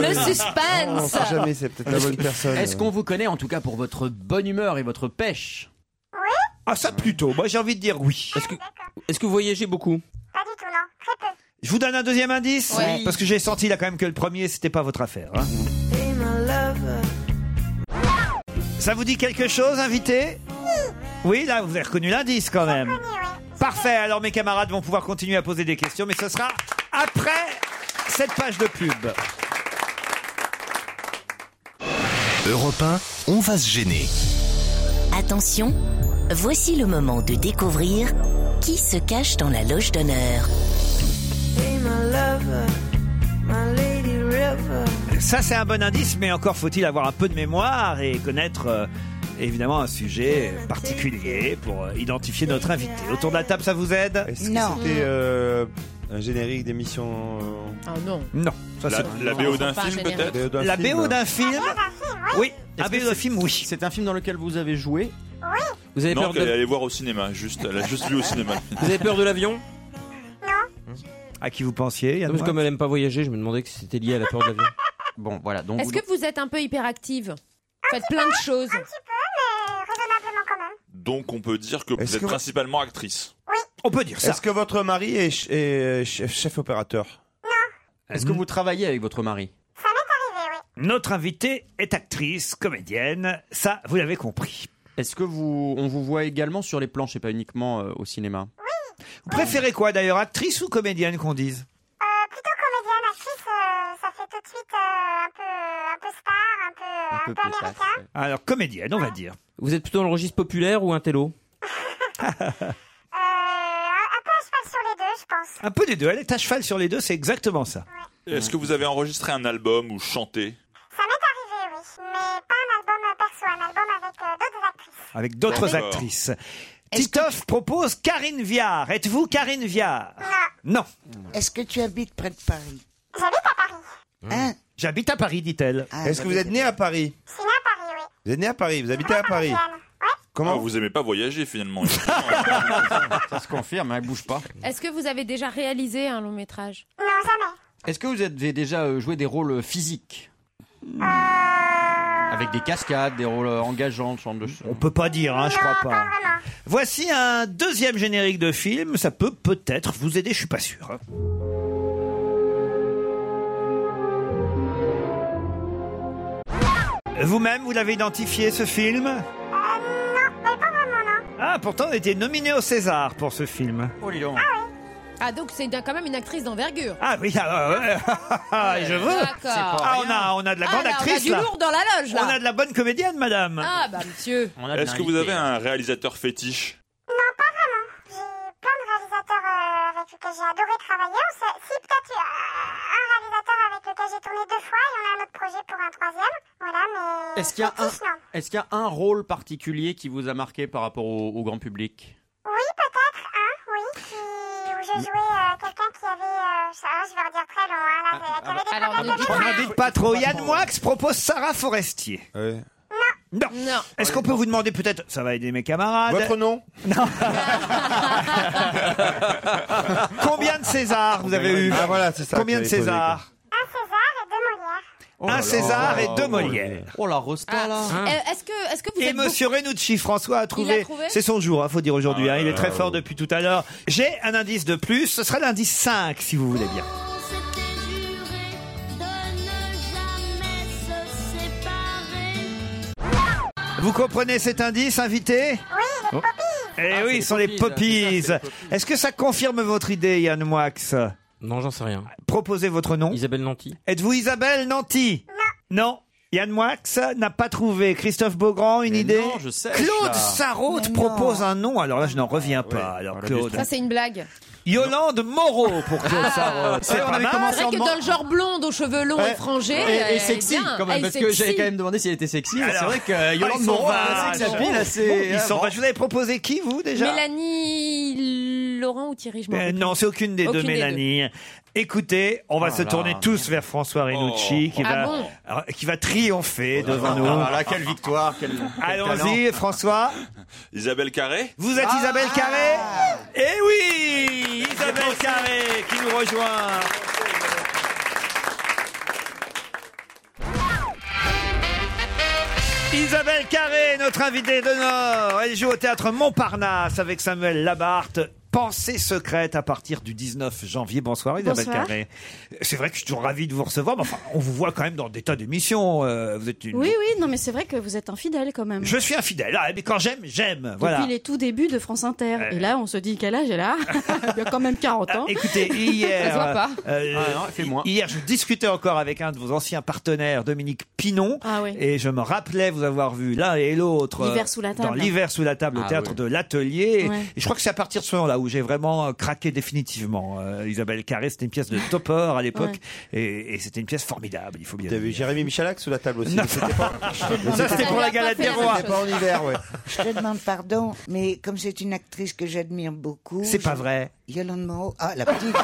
S14: Le suspense
S9: On sait jamais, c'est peut-être la bonne personne.
S5: Est-ce qu'on vous connaît en tout cas pour votre bonne humeur et votre pêche
S3: Ah, ça plutôt. Moi, j'ai envie de dire oui.
S8: Est-ce que,
S14: Ah,
S8: est-ce que vous voyagez beaucoup
S3: Je vous donne un deuxième indice
S17: Oui.
S3: Parce que j'ai senti là quand même que le premier, c'était pas votre affaire. hein.
S17: Be my lover.
S3: Ça vous dit quelque chose, invité Oui, là, vous avez reconnu l'indice quand même. Parfait, alors mes camarades vont pouvoir continuer à poser des questions, mais ce sera après cette page de pub.
S2: Europe 1, on va se gêner.
S1: Attention, voici le moment de découvrir qui se cache dans la loge d'honneur.
S17: Be my lover, my lady river.
S3: Ça, c'est un bon indice, mais encore faut-il avoir un peu de mémoire et connaître euh, évidemment un sujet euh, particulier pour euh, identifier notre invité. Autour de la table, ça vous aide
S9: Est-ce que Non. c'était, euh, Un générique d'émission.
S3: Ah non. Non. Ça,
S9: La-
S3: c'est-
S9: la BO d'un Enfin, film, générique. peut-être
S3: La BO d'un film Oui,
S5: un
S3: BO d'un Ah, film, oui.
S5: C'est un film dans lequel vous avez joué Vous avez
S7: non,
S5: peur de-
S7: qu'elle est allée voir au cinéma. Juste, elle a juste vu au cinéma.
S8: Vous avez peur de l'avion
S3: À qui vous pensiez
S8: Parce que comme elle aime pas voyager, je me demandais que c'était lié à la peur de l'avion.
S5: Bon, voilà. Donc
S14: Est-ce que vous êtes un peu hyperactive Vous Faites plein de choses.
S7: Donc, on peut dire que vous êtes
S9: que-
S7: principalement actrice.
S3: On peut dire
S7: ça.
S9: Est-ce que votre mari est, ch- est chef, chef opérateur
S5: Est-ce que vous travaillez avec votre mari
S3: Notre invitée est actrice, comédienne, ça vous l'avez compris.
S5: Est-ce que vous, on vous voit également sur les planches et pas uniquement euh, au cinéma
S3: Vous préférez quoi d'ailleurs, actrice ou comédienne qu'on dise
S18: euh,
S8: Un peu pétasse.
S5: euh,
S3: Alors, comédienne, on va dire.
S8: Vous êtes plutôt dans le registre populaire ou un télo
S18: Euh,
S3: Un peu des deux, elle est à cheval sur les deux, c'est exactement ça.
S7: Est-ce que vous avez enregistré un album ou chanté
S3: Avec d'autres
S7: D'accord.
S3: actrices. Titoff propose Karine Viard. Êtes-vous Karine Viard Non.
S6: Est-ce que tu habites près de Paris
S3: Hein J'habite à Paris, dit-elle.
S6: Ah,
S9: Est-ce que vous êtes né à Paris Vous êtes né à Paris, vous habitez à Paris.
S7: Comment Vous aimez pas voyager finalement.
S5: Ça se confirme, hein, elle bouge pas.
S14: Est-ce que vous avez déjà réalisé un long métrage
S5: Est-ce que vous avez déjà euh, joué des rôles physiques Avec des cascades, des rôles euh, engageants, ce genre de choses.
S3: On peut pas dire, hein, je crois pas. Voici un deuxième générique de film. Ça peut peut-être vous aider, je suis pas sûr. hein. Vous-même, vous l'avez identifié ce film Non, Ah, pourtant, on était nominé au César pour ce film.
S5: Oh, dis donc.
S14: Ah, donc c'est d'un- quand même une actrice d'envergure.
S3: Ah oui, ah, ouais, ouais. Ah, je veux.
S14: D'accord. C'est pas
S3: Ah, on
S14: rien.
S3: a, on a de la
S14: Ah,
S3: grande
S14: là, on a
S3: actrice.
S14: du
S3: là.
S14: lourd dans la loge, là.
S3: On a de la bonne comédienne, madame.
S14: Ah, bah, monsieur.
S7: Est-ce que vous avez
S3: hein.
S7: un réalisateur fétiche
S18: que euh, j'ai adoré travailler. On sait- si peut-être euh, un réalisateur avec lequel j'ai tourné deux fois, il y en a un autre projet pour un troisième. Voilà, mais
S5: Est-ce qu'il y a un,
S18: fétiche, non.
S5: est-ce qu'il y a un rôle particulier qui vous a marqué par rapport au, au grand public
S18: Oui, peut-être un, oui, qui, où j'ai joué euh, quelqu'un qui avait, euh, ça, je vais redire très long, hein, là,
S3: Ah,
S18: qui avait des problèmes de
S3: On
S18: mémoire.
S3: n'invite pas trop. Yann Moix propose Sarah Forestier. Non. Est-ce qu'on peut vous demander peut-être, ça va aider mes camarades.
S9: Votre nom
S3: Combien de César vous avez eu
S9: Ah, voilà, c'est ça
S3: Combien
S9: que
S3: de
S9: j'avais
S3: César
S9: Oh
S5: là
S3: Un
S5: là.
S3: César et deux Molières.
S5: Oh la resta là
S14: Euh, Est-ce que, est-ce que vous
S3: Et
S14: êtes
S3: Monsieur Renucci, François a trouvé.
S14: a trouvé
S3: C'est son jour, il faut dire aujourd'hui. hein, il est très fort depuis tout à l'heure. J'ai un indice de plus. Ce sera l'indice 5, si vous voulez bien. Vous comprenez cet indice, invité Oui,
S18: les
S3: poppies Eh oui, ce sont les poppies. Est-ce que ça confirme votre idée, Yann Moix Non, j'en sais rien. Proposez votre nom. Isabelle Nanty. Êtes-vous Isabelle Nanty Non. Yann Moix n'a pas trouvé. Christophe Beaugrand, une idée
S5: non, je sais,
S3: Claude
S5: là.
S3: Sarraute
S14: Mais non.
S3: propose un nom. Alors là, je n'en reviens
S5: Ah
S3: pas. Alors, Claude.
S14: Ça, c'est une blague.
S3: Ah, Yolande Moreau pour Claude Sarraute. C'est
S5: Ouais, on
S3: pas
S5: avait
S3: mal.
S5: commencé
S14: C'est vrai que dans le genre blonde, aux cheveux longs
S5: Ouais.
S14: et frangés.
S5: Et-
S14: euh,
S5: et, sexy
S14: bien.
S5: quand
S14: Ah,
S5: même,
S14: et
S5: parce que j'avais
S14: sexy.
S5: quand même demandé si elle était sexy.
S3: Alors-
S5: C'est vrai
S3: Ah,
S5: que euh,
S3: ils
S5: Yolande
S3: sont
S5: Moreau,
S3: vaches.
S5: elle sait que sa pile, elle sait-
S3: Bon, ils
S5: hein,
S3: sont
S5: bon.
S3: vaches. Vous avez proposé qui, vous, déjà
S14: Mélanie Laurent ou Thierry, je m'en
S3: Euh,
S14: rappelle
S3: non,
S14: plus.
S3: c'est aucune des deux,
S14: Aucune
S3: Mélanie. Écoutez, on va
S5: Oh
S3: se
S5: là
S3: tourner
S5: là.
S3: tous vers François Renucci qui,
S5: Ah
S3: va,
S5: bon
S3: alors, qui va triompher devant nous.
S5: Ah là, quelle victoire, quel- quel
S3: Allons-y, François.
S7: Isabelle Carré
S3: Vous êtes Isabelle Carré Eh oui Isabelle Carré qui nous rejoint. Isabelle Carré, notre invitée d'honneur. Elle joue au théâtre Montparnasse avec Samuel Labarthe. Pensée secrète à partir du 19 janvier. Bonsoir Isabelle
S19: Bonsoir.
S3: Carré. C'est vrai que je suis toujours ravi de vous recevoir, mais enfin, on vous voit quand même dans des tas d'émissions. Euh, vous êtes une...
S19: Oui, oui, non, mais c'est vrai que vous êtes infidèle quand même.
S3: Je suis infidèle, ah, mais quand j'aime, j'aime.
S19: Depuis
S3: Voilà. Euh.
S19: les tout débuts de France Inter. Et là, on se dit quel âge elle a Il y a quand même 40 ans.
S3: Ah, Écoutez,
S19: Ça se voit
S3: hier,
S19: pas.
S3: euh,
S19: Ah
S3: hier, je discutais encore avec un de vos anciens partenaires, Dominique Pinon,
S19: Ah oui.
S3: et je me rappelais vous avoir vu l'un et l'autre euh,
S19: L'hiver sous la
S3: dans
S19: table.
S3: l'hiver sous la table au
S19: Ah
S3: théâtre
S19: oui.
S3: de l'Atelier.
S19: Ouais.
S3: Et je crois que c'est à partir de ce moment-là où où j'ai vraiment euh, craqué définitivement. Euh, Isabelle Carré, c'était une pièce de Topper à l'époque, et, et c'était une pièce formidable, il faut bien
S9: T'as vu Jérémy Michalak sous la table aussi. mais c'était pas-
S3: Ça, c'était pour la galette des rois.
S9: C'était pas en hiver, ouais.
S6: Je te demande pardon, mais comme c'est une actrice que j'admire beaucoup.
S3: C'est pas
S6: je-
S3: vrai.
S6: Yolande Moreau. Ah, la petite.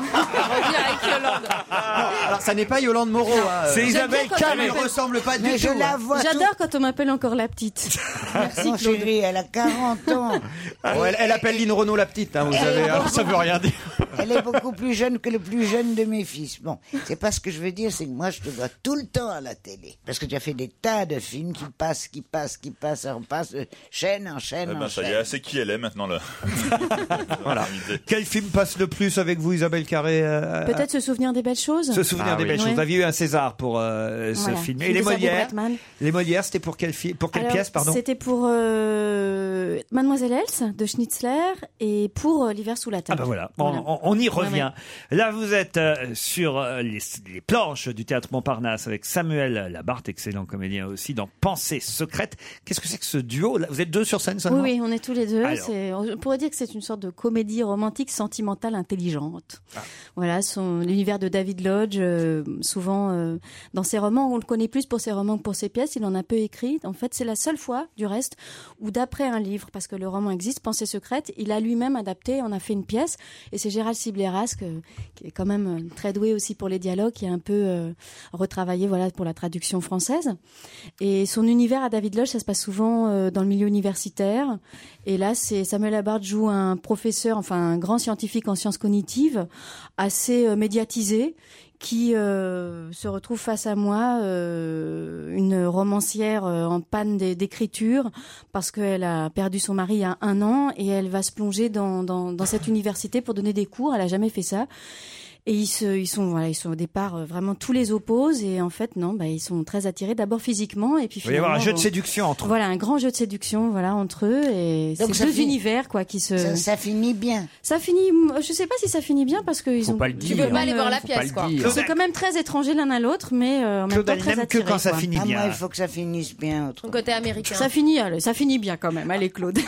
S4: Alors, ça n'est pas Yolande
S3: oh,
S4: Moreau. hein.
S6: C'est
S4: Euh,
S6: Isabelle
S4: Elle
S6: Carré.
S4: ne ressemble pas du
S6: Mais
S4: tout.
S6: je
S5: hein.
S6: la vois tout-
S19: J'adore quand on m'appelle encore la petite. Merci
S6: Mon
S19: Claude.
S6: chéri, elle a 40 ans.
S5: Ah,
S3: Ah
S4: Oh, elle, elle appelle Lynn Renault la petite, hein, vous
S6: Elle
S4: savez,
S6: est
S4: alors ça
S6: beaucoup-
S4: veut rien dire.
S6: Elle est beaucoup plus jeune que le plus jeune de mes fils. Bon, c'est pas ce que je veux dire, c'est que moi je te vois tout le temps à la télé. Parce que tu as fait des tas de films qui passent, qui passent, qui passent, on passe, euh, chaîne en
S7: Eh
S6: chaîne en
S7: ben, ça y
S6: chaîne.
S7: est, c'est qui elle est maintenant là
S3: Voilà. Quel film passe le plus avec vous, Isabelle Carré euh,
S19: Peut-être se souvenir des belles choses.
S3: Se souvenir des belles choses. Vous
S19: Ouais.
S3: aviez eu un César pour euh, ce
S19: Voilà.
S3: film.
S19: Film
S3: Et les
S19: de Sabine
S3: Molières
S19: Bretman.
S3: Les Molières, c'était pour quelle, fi- pour quelle
S19: Alors,
S3: pièce, pardon
S19: C'était pour euh, Mademoiselle Else de Schnitzler et pour euh, L'hiver sous la
S3: Ah
S19: table.
S3: bah voilà, on, on- on y revient. Là, vous êtes euh, sur euh, les, les planches du théâtre Montparnasse avec Samuel Labarthe, excellent comédien aussi, dans Pensée secrète. Qu'est-ce que c'est que ce duo là Vous êtes deux sur scène
S19: Oui,
S3: seulement
S19: oui, on est tous les deux.
S3: Alors.
S19: C'est- on pourrait dire que c'est une sorte de comédie romantique sentimentale intelligente.
S3: Ah.
S19: Voilà, son, l'univers de David Lodge, euh, souvent euh, dans ses romans, on le connaît plus pour ses romans que pour ses pièces, il en a peu écrit. En fait, c'est la seule fois, du reste, où d'après un livre, parce que le roman existe, Pensée secrète, il a lui-même adapté, en a fait une pièce, et c'est Gérald Sibleras, que- qui est quand même euh, très doué aussi pour les dialogues, qui a un peu euh, retravaillé voilà, pour la traduction française. Et son univers à David Lodge, ça se passe souvent euh, dans le milieu universitaire. Et là, c'est Samuel Abarth joue un professeur, enfin un grand scientifique en sciences cognitives, assez euh, médiatisé, qui euh, se retrouve face à moi, euh, une romancière euh, en panne d'é- d'écriture, parce qu'elle a perdu son mari il y a un an, et elle va se plonger dans, dans, dans cette université pour donner des cours, elle a jamais fait ça. Et ils, se, ils sont, voilà, ils sont au départ euh, vraiment tous les opposent et en fait non, bah, ils sont très attirés d'abord physiquement et puis
S3: Il va y avoir un
S19: finalement,
S3: jeu de
S19: bon.
S3: séduction entre eux.
S19: Voilà, un grand jeu de séduction, voilà, entre eux et
S6: Donc
S19: c'est
S6: ça
S19: deux
S6: finit-
S19: univers quoi qui se.
S6: Ça, ça finit bien.
S19: Ça finit, je sais pas si ça finit bien parce que ils
S8: Faut
S19: ont.
S8: pas le dire. Tu peux pas aller voir la Faut pièce, pas le quoi. dire.
S19: C'est quand même très étranger l'un à l'autre, mais euh, en même
S8: Claude,
S19: temps
S8: elle
S19: très
S8: n'aime que
S19: attiré.
S8: quand ça
S19: quoi.
S8: finit
S6: Ah, moi, il faut que ça finisse bien. autrement.
S14: Côté américain.
S19: Ça finit, allez, ça finit bien quand même. Allez Claude.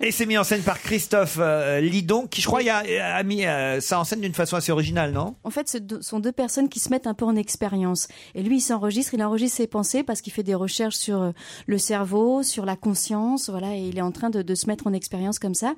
S3: Et c'est mis en scène par Christophe euh, Lidon, qui je crois y a, a mis euh, ça en scène d'une façon assez originale, non
S19: En fait, ce do- sont deux personnes qui se mettent un peu en expérience. Et lui, il s'enregistre, il enregistre ses pensées parce qu'il fait des recherches sur euh, le cerveau, sur la conscience, voilà, et il est en train de, de se mettre en expérience comme ça.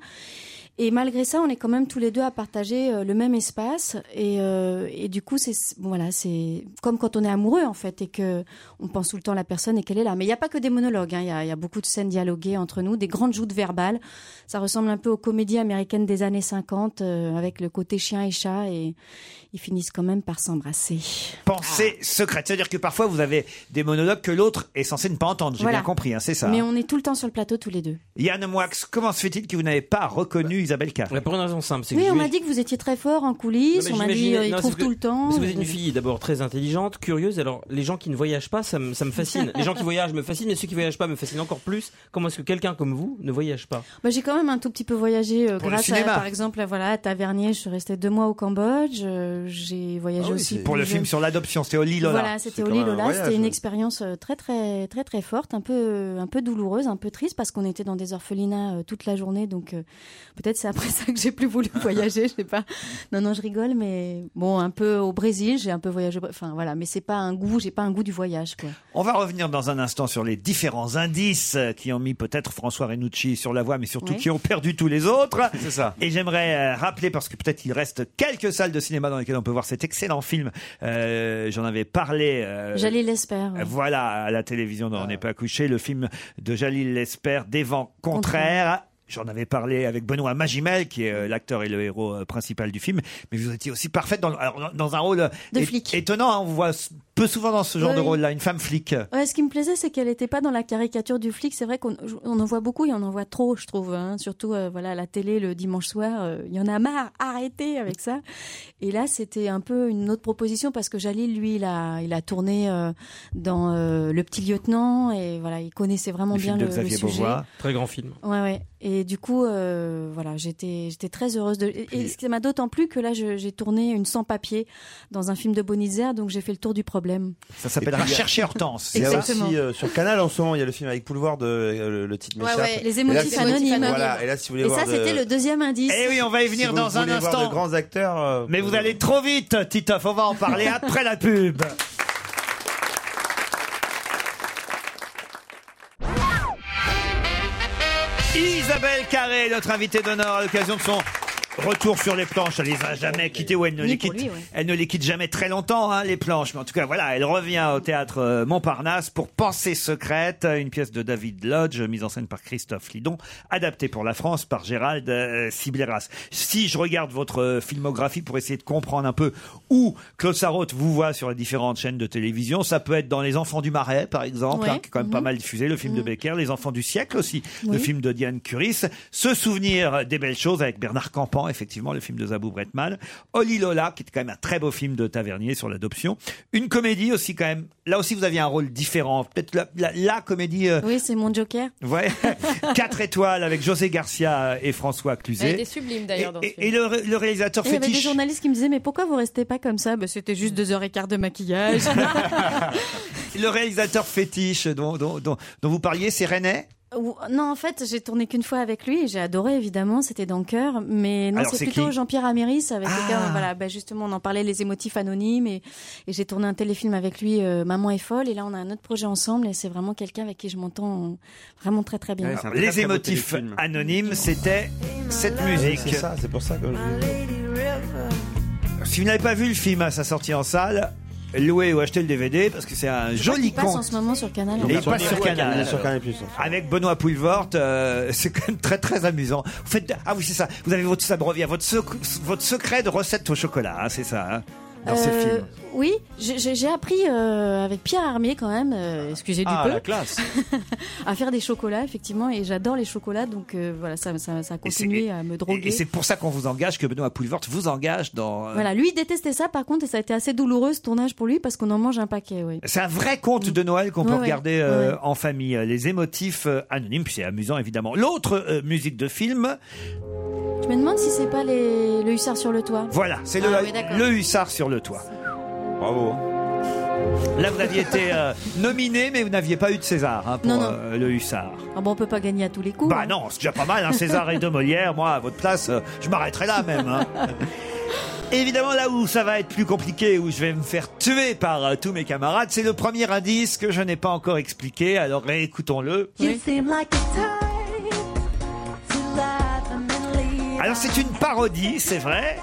S19: Et malgré ça, on est quand même tous les deux à partager euh, le même espace. Et, euh, et du coup, c'est bon, voilà, c'est comme quand on est amoureux en fait, et que on pense tout le temps à la personne et qu'elle est là. Mais il n'y a pas que des monologues. hein. Il y a- il y, a beaucoup de scènes dialoguées entre nous, des grandes joutes verbales. Ça ressemble un peu aux comédies américaines des années 50 euh, avec le côté chien et chat. Et ils finissent quand même par s'embrasser. Ah.
S3: Pensée secrète. C'est-à-dire que parfois vous avez des monologues que l'autre est censé ne pas entendre. J'ai
S19: Voilà.
S3: bien compris, hein, c'est ça.
S19: Mais on est tout le temps sur le plateau tous les deux.
S3: Yann Moix, comment se fait-il que vous n'avez pas reconnu Isabelle Carré
S8: Bah, Pour une raison simple, c'est que
S19: Oui,
S8: je
S19: on
S8: vais-
S19: m'a dit que vous étiez très fort en
S8: Non,
S19: coulisses.
S8: mais
S19: on m'a
S8: j'imagine-
S19: dit euh, ils
S8: non, c'est
S19: trouvent
S8: parce que-
S19: tout le temps.
S8: parce que vous êtes une fille d'abord très intelligente, curieuse. Alors, les gens qui ne voyagent pas, ça me, ça me fascine. les gens qui voyagent me fascinent, mais ceux qui voyagent pas me fascinent encore plus. Comment est-ce que quelqu'un comme vous ne voyage pas
S19: Bah, j'ai quand même un tout petit peu voyagé euh,
S8: Pour le
S19: grâce à,
S8: cinéma.
S19: par exemple, à, voilà, à Tavernier. Je suis restée deux mois au Cambodge. euh, j'ai
S8: Ah
S19: voyagé aussi.
S3: Pour le
S19: plus
S3: film
S19: jeune.
S3: sur l'adoption, c'était Oli Lola.
S19: Voilà, c'était au Lille, Lola. C'était
S3: hein.
S19: une expérience euh, très, très, très, très forte, un peu, un peu douloureuse, un peu triste, parce qu'on était dans des orphelinats euh, toute la journée. Donc, euh, peut-être c'est après ça que j'ai plus voulu voyager, je sais pas. Non, non, je rigole, mais bon, un peu au Brésil, j'ai un peu voyagé. Enfin, voilà, mais c'est pas un goût, j'ai pas un goût du voyage, quoi.
S3: On va revenir dans un instant sur les différents indices euh, qui ont mis peut-être François Renucci sur la voie, mais surtout
S19: Oui.
S3: qui ont perdu tous les autres. C'est ça. Et j'aimerais euh, rappeler, parce que peut-être il reste quelques salles de cinéma dans lesquelles on peut voir cet excellent film. Euh, J'en avais parlé. euh,
S19: J'allais l'espère. ouais.
S3: Voilà, à la télévision, non, on
S20: Ah.
S3: n'est pas couché, le film de Jalil Lesper, Des vents contraires. J'en avais parlé avec Benoît Magimel, qui est euh, l'acteur et le héros euh, principal du film. Mais vous étiez aussi parfaite dans, alors, dans- dans un rôle é- étonnant. hein. on vous voit s- peu souvent dans ce genre
S19: Oui,
S3: de
S19: oui.
S3: rôle-là, une femme flic.
S19: Ouais, ce qui me plaisait, c'est qu'elle n'était pas dans la caricature du flic. C'est vrai qu'on on en voit beaucoup et on en voit trop, je trouve. hein. Surtout euh, voilà, à la télé le dimanche soir, euh, il y en a marre, arrêtez avec ça. Et là, c'était un peu une autre proposition parce que Jalil, lui, il a, il a tourné euh, dans euh, Le Petit Lieutenant et voilà, il connaissait vraiment bien
S8: film
S19: le, le sujet.
S8: Très grand film.
S19: Ouais, ouais. Et Et du coup, euh, voilà, j'étais j'étais très heureuse. De... Et, et ça m'a d'autant plus que là, je- j'ai tourné une sans-papier dans un film de Bonizère, donc j'ai fait le tour du problème.
S9: Ça
S3: s'appellera Chercher Hortense.
S9: Il y a
S19: Exactement.
S9: aussi euh, sur Canal en ce moment, il y a le film avec Poulevard de euh, le, le titre
S19: Ouais,
S9: m'échappe.
S19: ouais, Les
S9: Et là,
S19: émotifs
S9: si-
S19: anonymes.
S9: Voilà, et là si vous voulez
S19: Et
S9: voir
S19: ça,
S9: de-
S19: c'était le deuxième indice.
S3: Eh oui, on va y venir
S9: vous
S3: dans un
S9: voulez voir
S3: instant.
S9: de grands acteurs. euh,
S3: Mais vous allez trop vite, Titoff. On va en parler après la pub. Isabelle Carré, notre invitée d'honneur à l'occasion de son retour sur les planches. Elle les a jamais quittées ou elle ne
S20: Ni
S3: les
S20: pour
S3: quitte.
S20: lui, ouais.
S3: Elle ne les quitte jamais très longtemps, hein, les planches. Mais en tout cas, voilà, elle revient au théâtre euh, Montparnasse pour Pensée secrète, une pièce de David Lodge, mise en scène par Christophe Lidon, adaptée pour la France par Gérald euh, Sibleras. Si je regarde votre euh, filmographie pour essayer de comprendre un peu où Claude Sarraute vous voit sur les différentes chaînes de télévision, ça peut être dans Les Enfants du Marais, par exemple,
S20: Ouais.
S3: hein, qui est quand même pas mal diffusé, le film de Becker, Les Enfants du siècle aussi, le
S20: Oui.
S3: film de Diane Curis, Se souvenir des belles choses avec Bernard Campan, effectivement, le film de Zabou Bretman, Oli Lola, qui est quand même un très beau film de Tavernier sur l'adoption, une comédie aussi quand même, là aussi vous aviez un rôle différent, peut-être la, la- la comédie... euh,
S19: Oui, c'est mon joker.
S3: Ouais, 4 étoiles avec José Garcia et François
S19: Elle
S3: Cluzet.
S19: était sublime, d'ailleurs, dans ce
S3: Et, et le, ré- le réalisateur
S19: Et Il y avait des
S3: fétiche.
S19: journalistes qui me disaient mais pourquoi vous restez pas comme ça Bah, C'était juste deux heures et quart de maquillage.
S3: Le réalisateur fétiche dont, dont, dont- dont vous parliez, c'est René
S19: Ou- Non, en fait, j'ai tourné qu'une fois avec lui. et J'ai adoré, évidemment. C'était dans Cœur. Mais non,
S3: Alors,
S19: c'est
S3: c'est
S19: plutôt
S3: qui Ah.
S19: Jean-Pierre Améris avec lequel, voilà, bah, justement, on en parlait, les émotifs anonymes. Et, et j'ai tourné un téléfilm avec lui, euh, Maman est folle. Et là, on a un autre projet ensemble. Et c'est vraiment quelqu'un avec qui je m'entends euh, vraiment très, très
S9: Ah,
S19: bien.
S3: Alors, Les émotifs anonymes, c'était cette musique.
S9: c'est ça, c'est pour ça que
S3: Si vous n'avez pas vu le film à sa sortie en salle, louez ou achetez le DVD parce que c'est un joli
S19: Il passe en
S3: conte.
S19: ce moment sur Canal.
S3: Et il passe sur Canal.
S9: Sur Canal+.
S3: Avec Benoît Poulvort, euh, c'est quand même très très amusant. Vous faites, ah oui, c'est ça. Vous avez votre, ça me revient, votre, sec- votre secret de recette au chocolat, hein, c'est ça, hein, dans ces
S19: Euh,
S3: films.
S19: Oui, j'ai- j'ai j'ai appris euh, avec Pierre Armé quand même, euh, excusez
S3: Ah,
S9: Ah,
S19: du peu,
S3: classe.
S19: à faire des chocolats effectivement, et j'adore les chocolats, donc euh, voilà, ça, ça, ça a continué à me droguer.
S3: Et, et c'est pour ça qu'on vous engage, que Benoît Poulvort vous engage dans. euh,
S19: Voilà, lui il détestait ça par contre, et ça a été assez douloureux ce tournage pour lui parce qu'on en mange un paquet, oui.
S3: C'est un vrai conte de Noël qu'on peut
S19: Ouais, ouais.
S3: regarder euh, en famille. Les émotifs euh, anonymes, puis c'est amusant évidemment. L'autre euh, musique de film,
S19: Je me demande si c'est pas les... le hussard sur le toit.
S3: voilà, c'est le,
S19: Ah oui, d'accord.
S3: le hussard sur le toit. Bravo. Là, vous aviez été euh, nominé, mais vous n'aviez pas eu de César hein, pour
S19: Non, non.
S3: euh, le hussard.
S19: Ah bon, on peut pas gagner à tous les coups.
S3: Bah non, c'est déjà pas mal, hein, César et de Molière. Moi, à votre place, euh, je m'arrêterai là même. hein. Évidemment, là où ça va être plus compliqué, où je vais me faire tuer par euh, tous mes camarades, c'est le premier indice que je n'ai pas encore expliqué. Alors réécoutons-le.
S17: You seem like a type to laugh and then leave.
S3: Alors c'est une parodie, c'est vrai.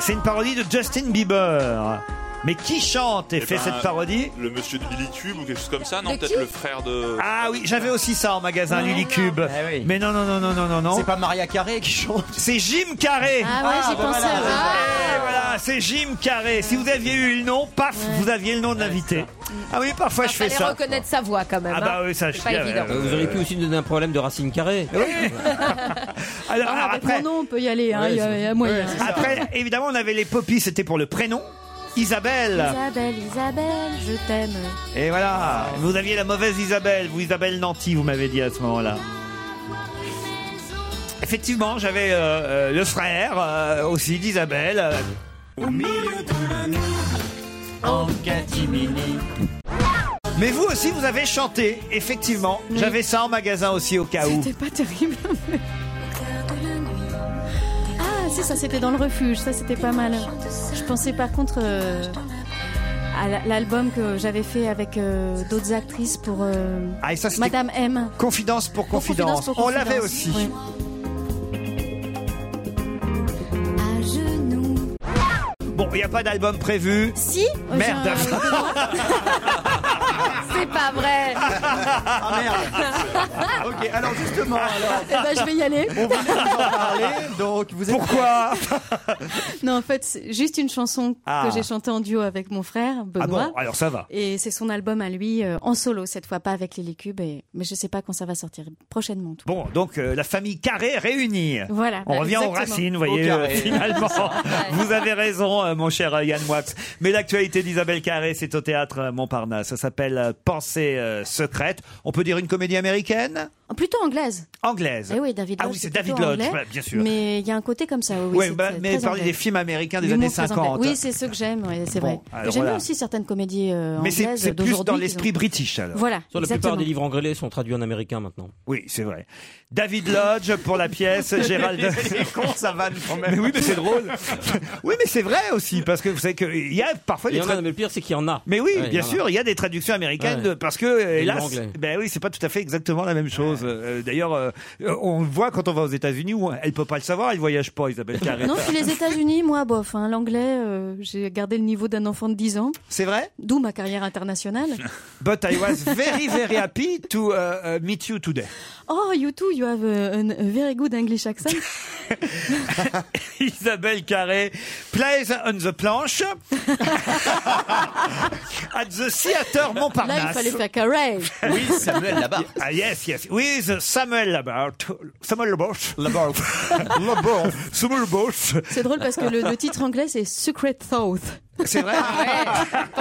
S3: C'est une parodie de Justin Bieber. Mais qui chante et,
S7: Eh
S3: fait
S7: ben,
S3: cette parodie
S7: Le monsieur de Billy Tube ou quelque chose comme ça,
S3: De
S7: non
S3: qui
S7: Peut-être le frère de.
S3: Ah oui, j'avais aussi ça en magasin, Lily Cube. Mais non, non, non, non, non, non, non. C'est pas Maria Carré qui chante. C'est Jim Carré.
S17: Ah ouais, Ah, j'y bah pensais. voilà,
S3: Et Eh, voilà, c'est Jim Carré. Si vous aviez eu le nom, paf, vous aviez le nom de l'invité. Ah oui, parfois je fais
S14: Fallait
S3: ça.
S14: reconnaître sa voix quand même.
S3: Ah bah
S14: hein.
S3: oui, ça,
S14: C'est
S3: je
S14: pas
S3: dirais,
S14: évident.
S3: euh,
S8: Vous auriez pu aussi nous donner un problème de racine carrée.
S3: Alors,
S19: Ah,
S3: alors
S19: avec
S3: après,
S19: mon nom, on peut y aller, hein, il y a- il y a moyen.
S3: après, évidemment, on avait les poppies, c'était pour le prénom. Isabelle.
S19: Isabelle, Isabelle, je t'aime.
S3: Et voilà, vous aviez la mauvaise Isabelle, vous Isabelle Nanty, vous m'avez dit à ce moment-là. Effectivement, j'avais euh, euh, le frère euh, aussi d'Isabelle. euh. Mais vous aussi, vous avez chanté, effectivement. J'avais ça en magasin aussi au cas où.
S19: C'était pas terrible. ah, si, ça c'était dans le refuge, ça c'était pas mal. Je pensais par contre euh, à la- l'album que j'avais fait avec euh, d'autres actrices pour euh,
S3: Ah, et ça, c'était
S19: Madame M.
S3: Confidence pour
S19: Pour
S3: confidence.
S19: pour
S3: On l'avait aussi.
S19: Oui.
S3: Bon, il n'y a pas d'album prévu.
S19: Si
S3: Merde.
S14: j'ai C'est pas vrai.
S5: Ah,
S9: Ok, alors justement, alors.
S19: Eh ben, je vais y aller.
S9: On va vous en parler, donc vous êtes. Pourquoi
S19: Non, en fait, c'est juste une chanson
S3: Ah.
S19: que j'ai chantée en duo avec mon frère,
S3: Ah
S19: Benoît.
S3: bon, alors ça va.
S19: Et c'est son album à lui, euh, en solo, cette fois pas avec les Cubes, et... mais je sais pas quand ça va sortir, prochainement. en tout
S3: Bon, donc euh, la famille carrée réunie.
S19: Voilà,
S3: On revient aux
S19: exactement.
S3: racines, vous
S19: Au
S3: voyez,
S19: carré.
S3: euh, finalement. vous avez raison, euh, mon cher euh, Yann Moix. Mais l'actualité d'Isabelle Carré, c'est au théâtre euh, Montparnasse. Ça s'appelle euh, Pensée euh, secrète. On peut dire une comédie américaine
S19: Plutôt anglaise.
S3: Anglaise.
S19: Eh oui, David
S3: Ah
S19: Lodge,
S3: oui, c'est
S19: plutôt
S3: David Lodge,
S19: anglais.
S3: bah, bien sûr.
S19: Mais il y a un côté comme ça. Oui, oui,
S3: Ouais,
S19: c'est-
S3: bah,
S19: c'est
S3: mais
S19: très
S3: parler
S19: anglais.
S3: des films américains des
S19: L'humour
S3: années
S19: très
S3: 50.
S19: anglais. Oui, c'est ceux que j'aime, oui, c'est vrai.
S3: alors
S19: J'aime bien
S3: voilà.
S19: aussi certaines comédies euh,
S3: Mais c'est-
S19: anglaises.
S3: c'est plus
S19: d'aujourd'hui
S3: dans
S19: qui
S3: l'esprit
S19: ont-
S3: british, alors.
S19: Voilà.
S8: Sur la plupart des
S19: exactement.
S8: livres anglais sont traduits en américain maintenant.
S3: Oui, c'est vrai. David Lodge pour la pièce, Gérald.
S9: C'est con, ça vanne
S8: Oh,
S9: quand même.
S3: Mais oui, mais c'est drôle. oui, mais c'est vrai aussi, parce que vous savez qu'il y a parfois
S8: Il y en a,
S3: tra-
S8: mais le pire, c'est qu'il y en a.
S3: Mais oui,
S8: Ouais, il y
S3: bien
S8: en a.
S3: sûr, il y a des traductions américaines
S8: Ouais.
S3: de- parce que,
S8: Des livres
S3: hélas,
S8: anglais.
S3: ben oui, c'est pas tout à fait exactement la même chose. Euh, D'ailleurs, euh, on le voit quand on va aux États-Unis où elle peut pas le savoir, elle voyage pas, Isabelle Carré.
S19: Non, puis les États-Unis, moi, bof. hein, L'anglais, euh, j'ai gardé le niveau d'un enfant de 10 ans.
S3: C'est vrai
S19: D'où ma carrière internationale.
S3: But I was very, very happy to uh, uh, meet you today.
S19: Oh, you too, you have a, an- a very good English accent.
S3: Isabelle Carré plays on the planche at the theater Montparnasse.
S19: Là, il fallait faire carré.
S3: Ah, yes, yes. With Samuel Labart. Samuel Labart. Labart. Samuel Labart.
S19: C'est drôle parce que le, le titre anglais, c'est Secret Thought. Ah
S3: C'est vrai Ah
S19: on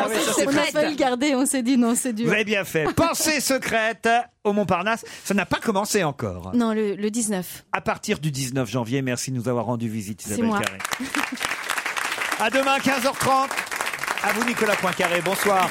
S19: a failli le garder, on s'est dit non, c'est dur.
S3: Vous avez bien fait. Pensée secrète au Montparnasse. Ça n'a pas commencé encore.
S19: Non, le, le 19.
S3: À partir du 19 janvier, merci de nous avoir rendu visite,
S19: C'est
S3: Isabelle
S19: moi.
S3: Carré. À demain, 15h30. À vous, Nicolas Poincaré. Bonsoir.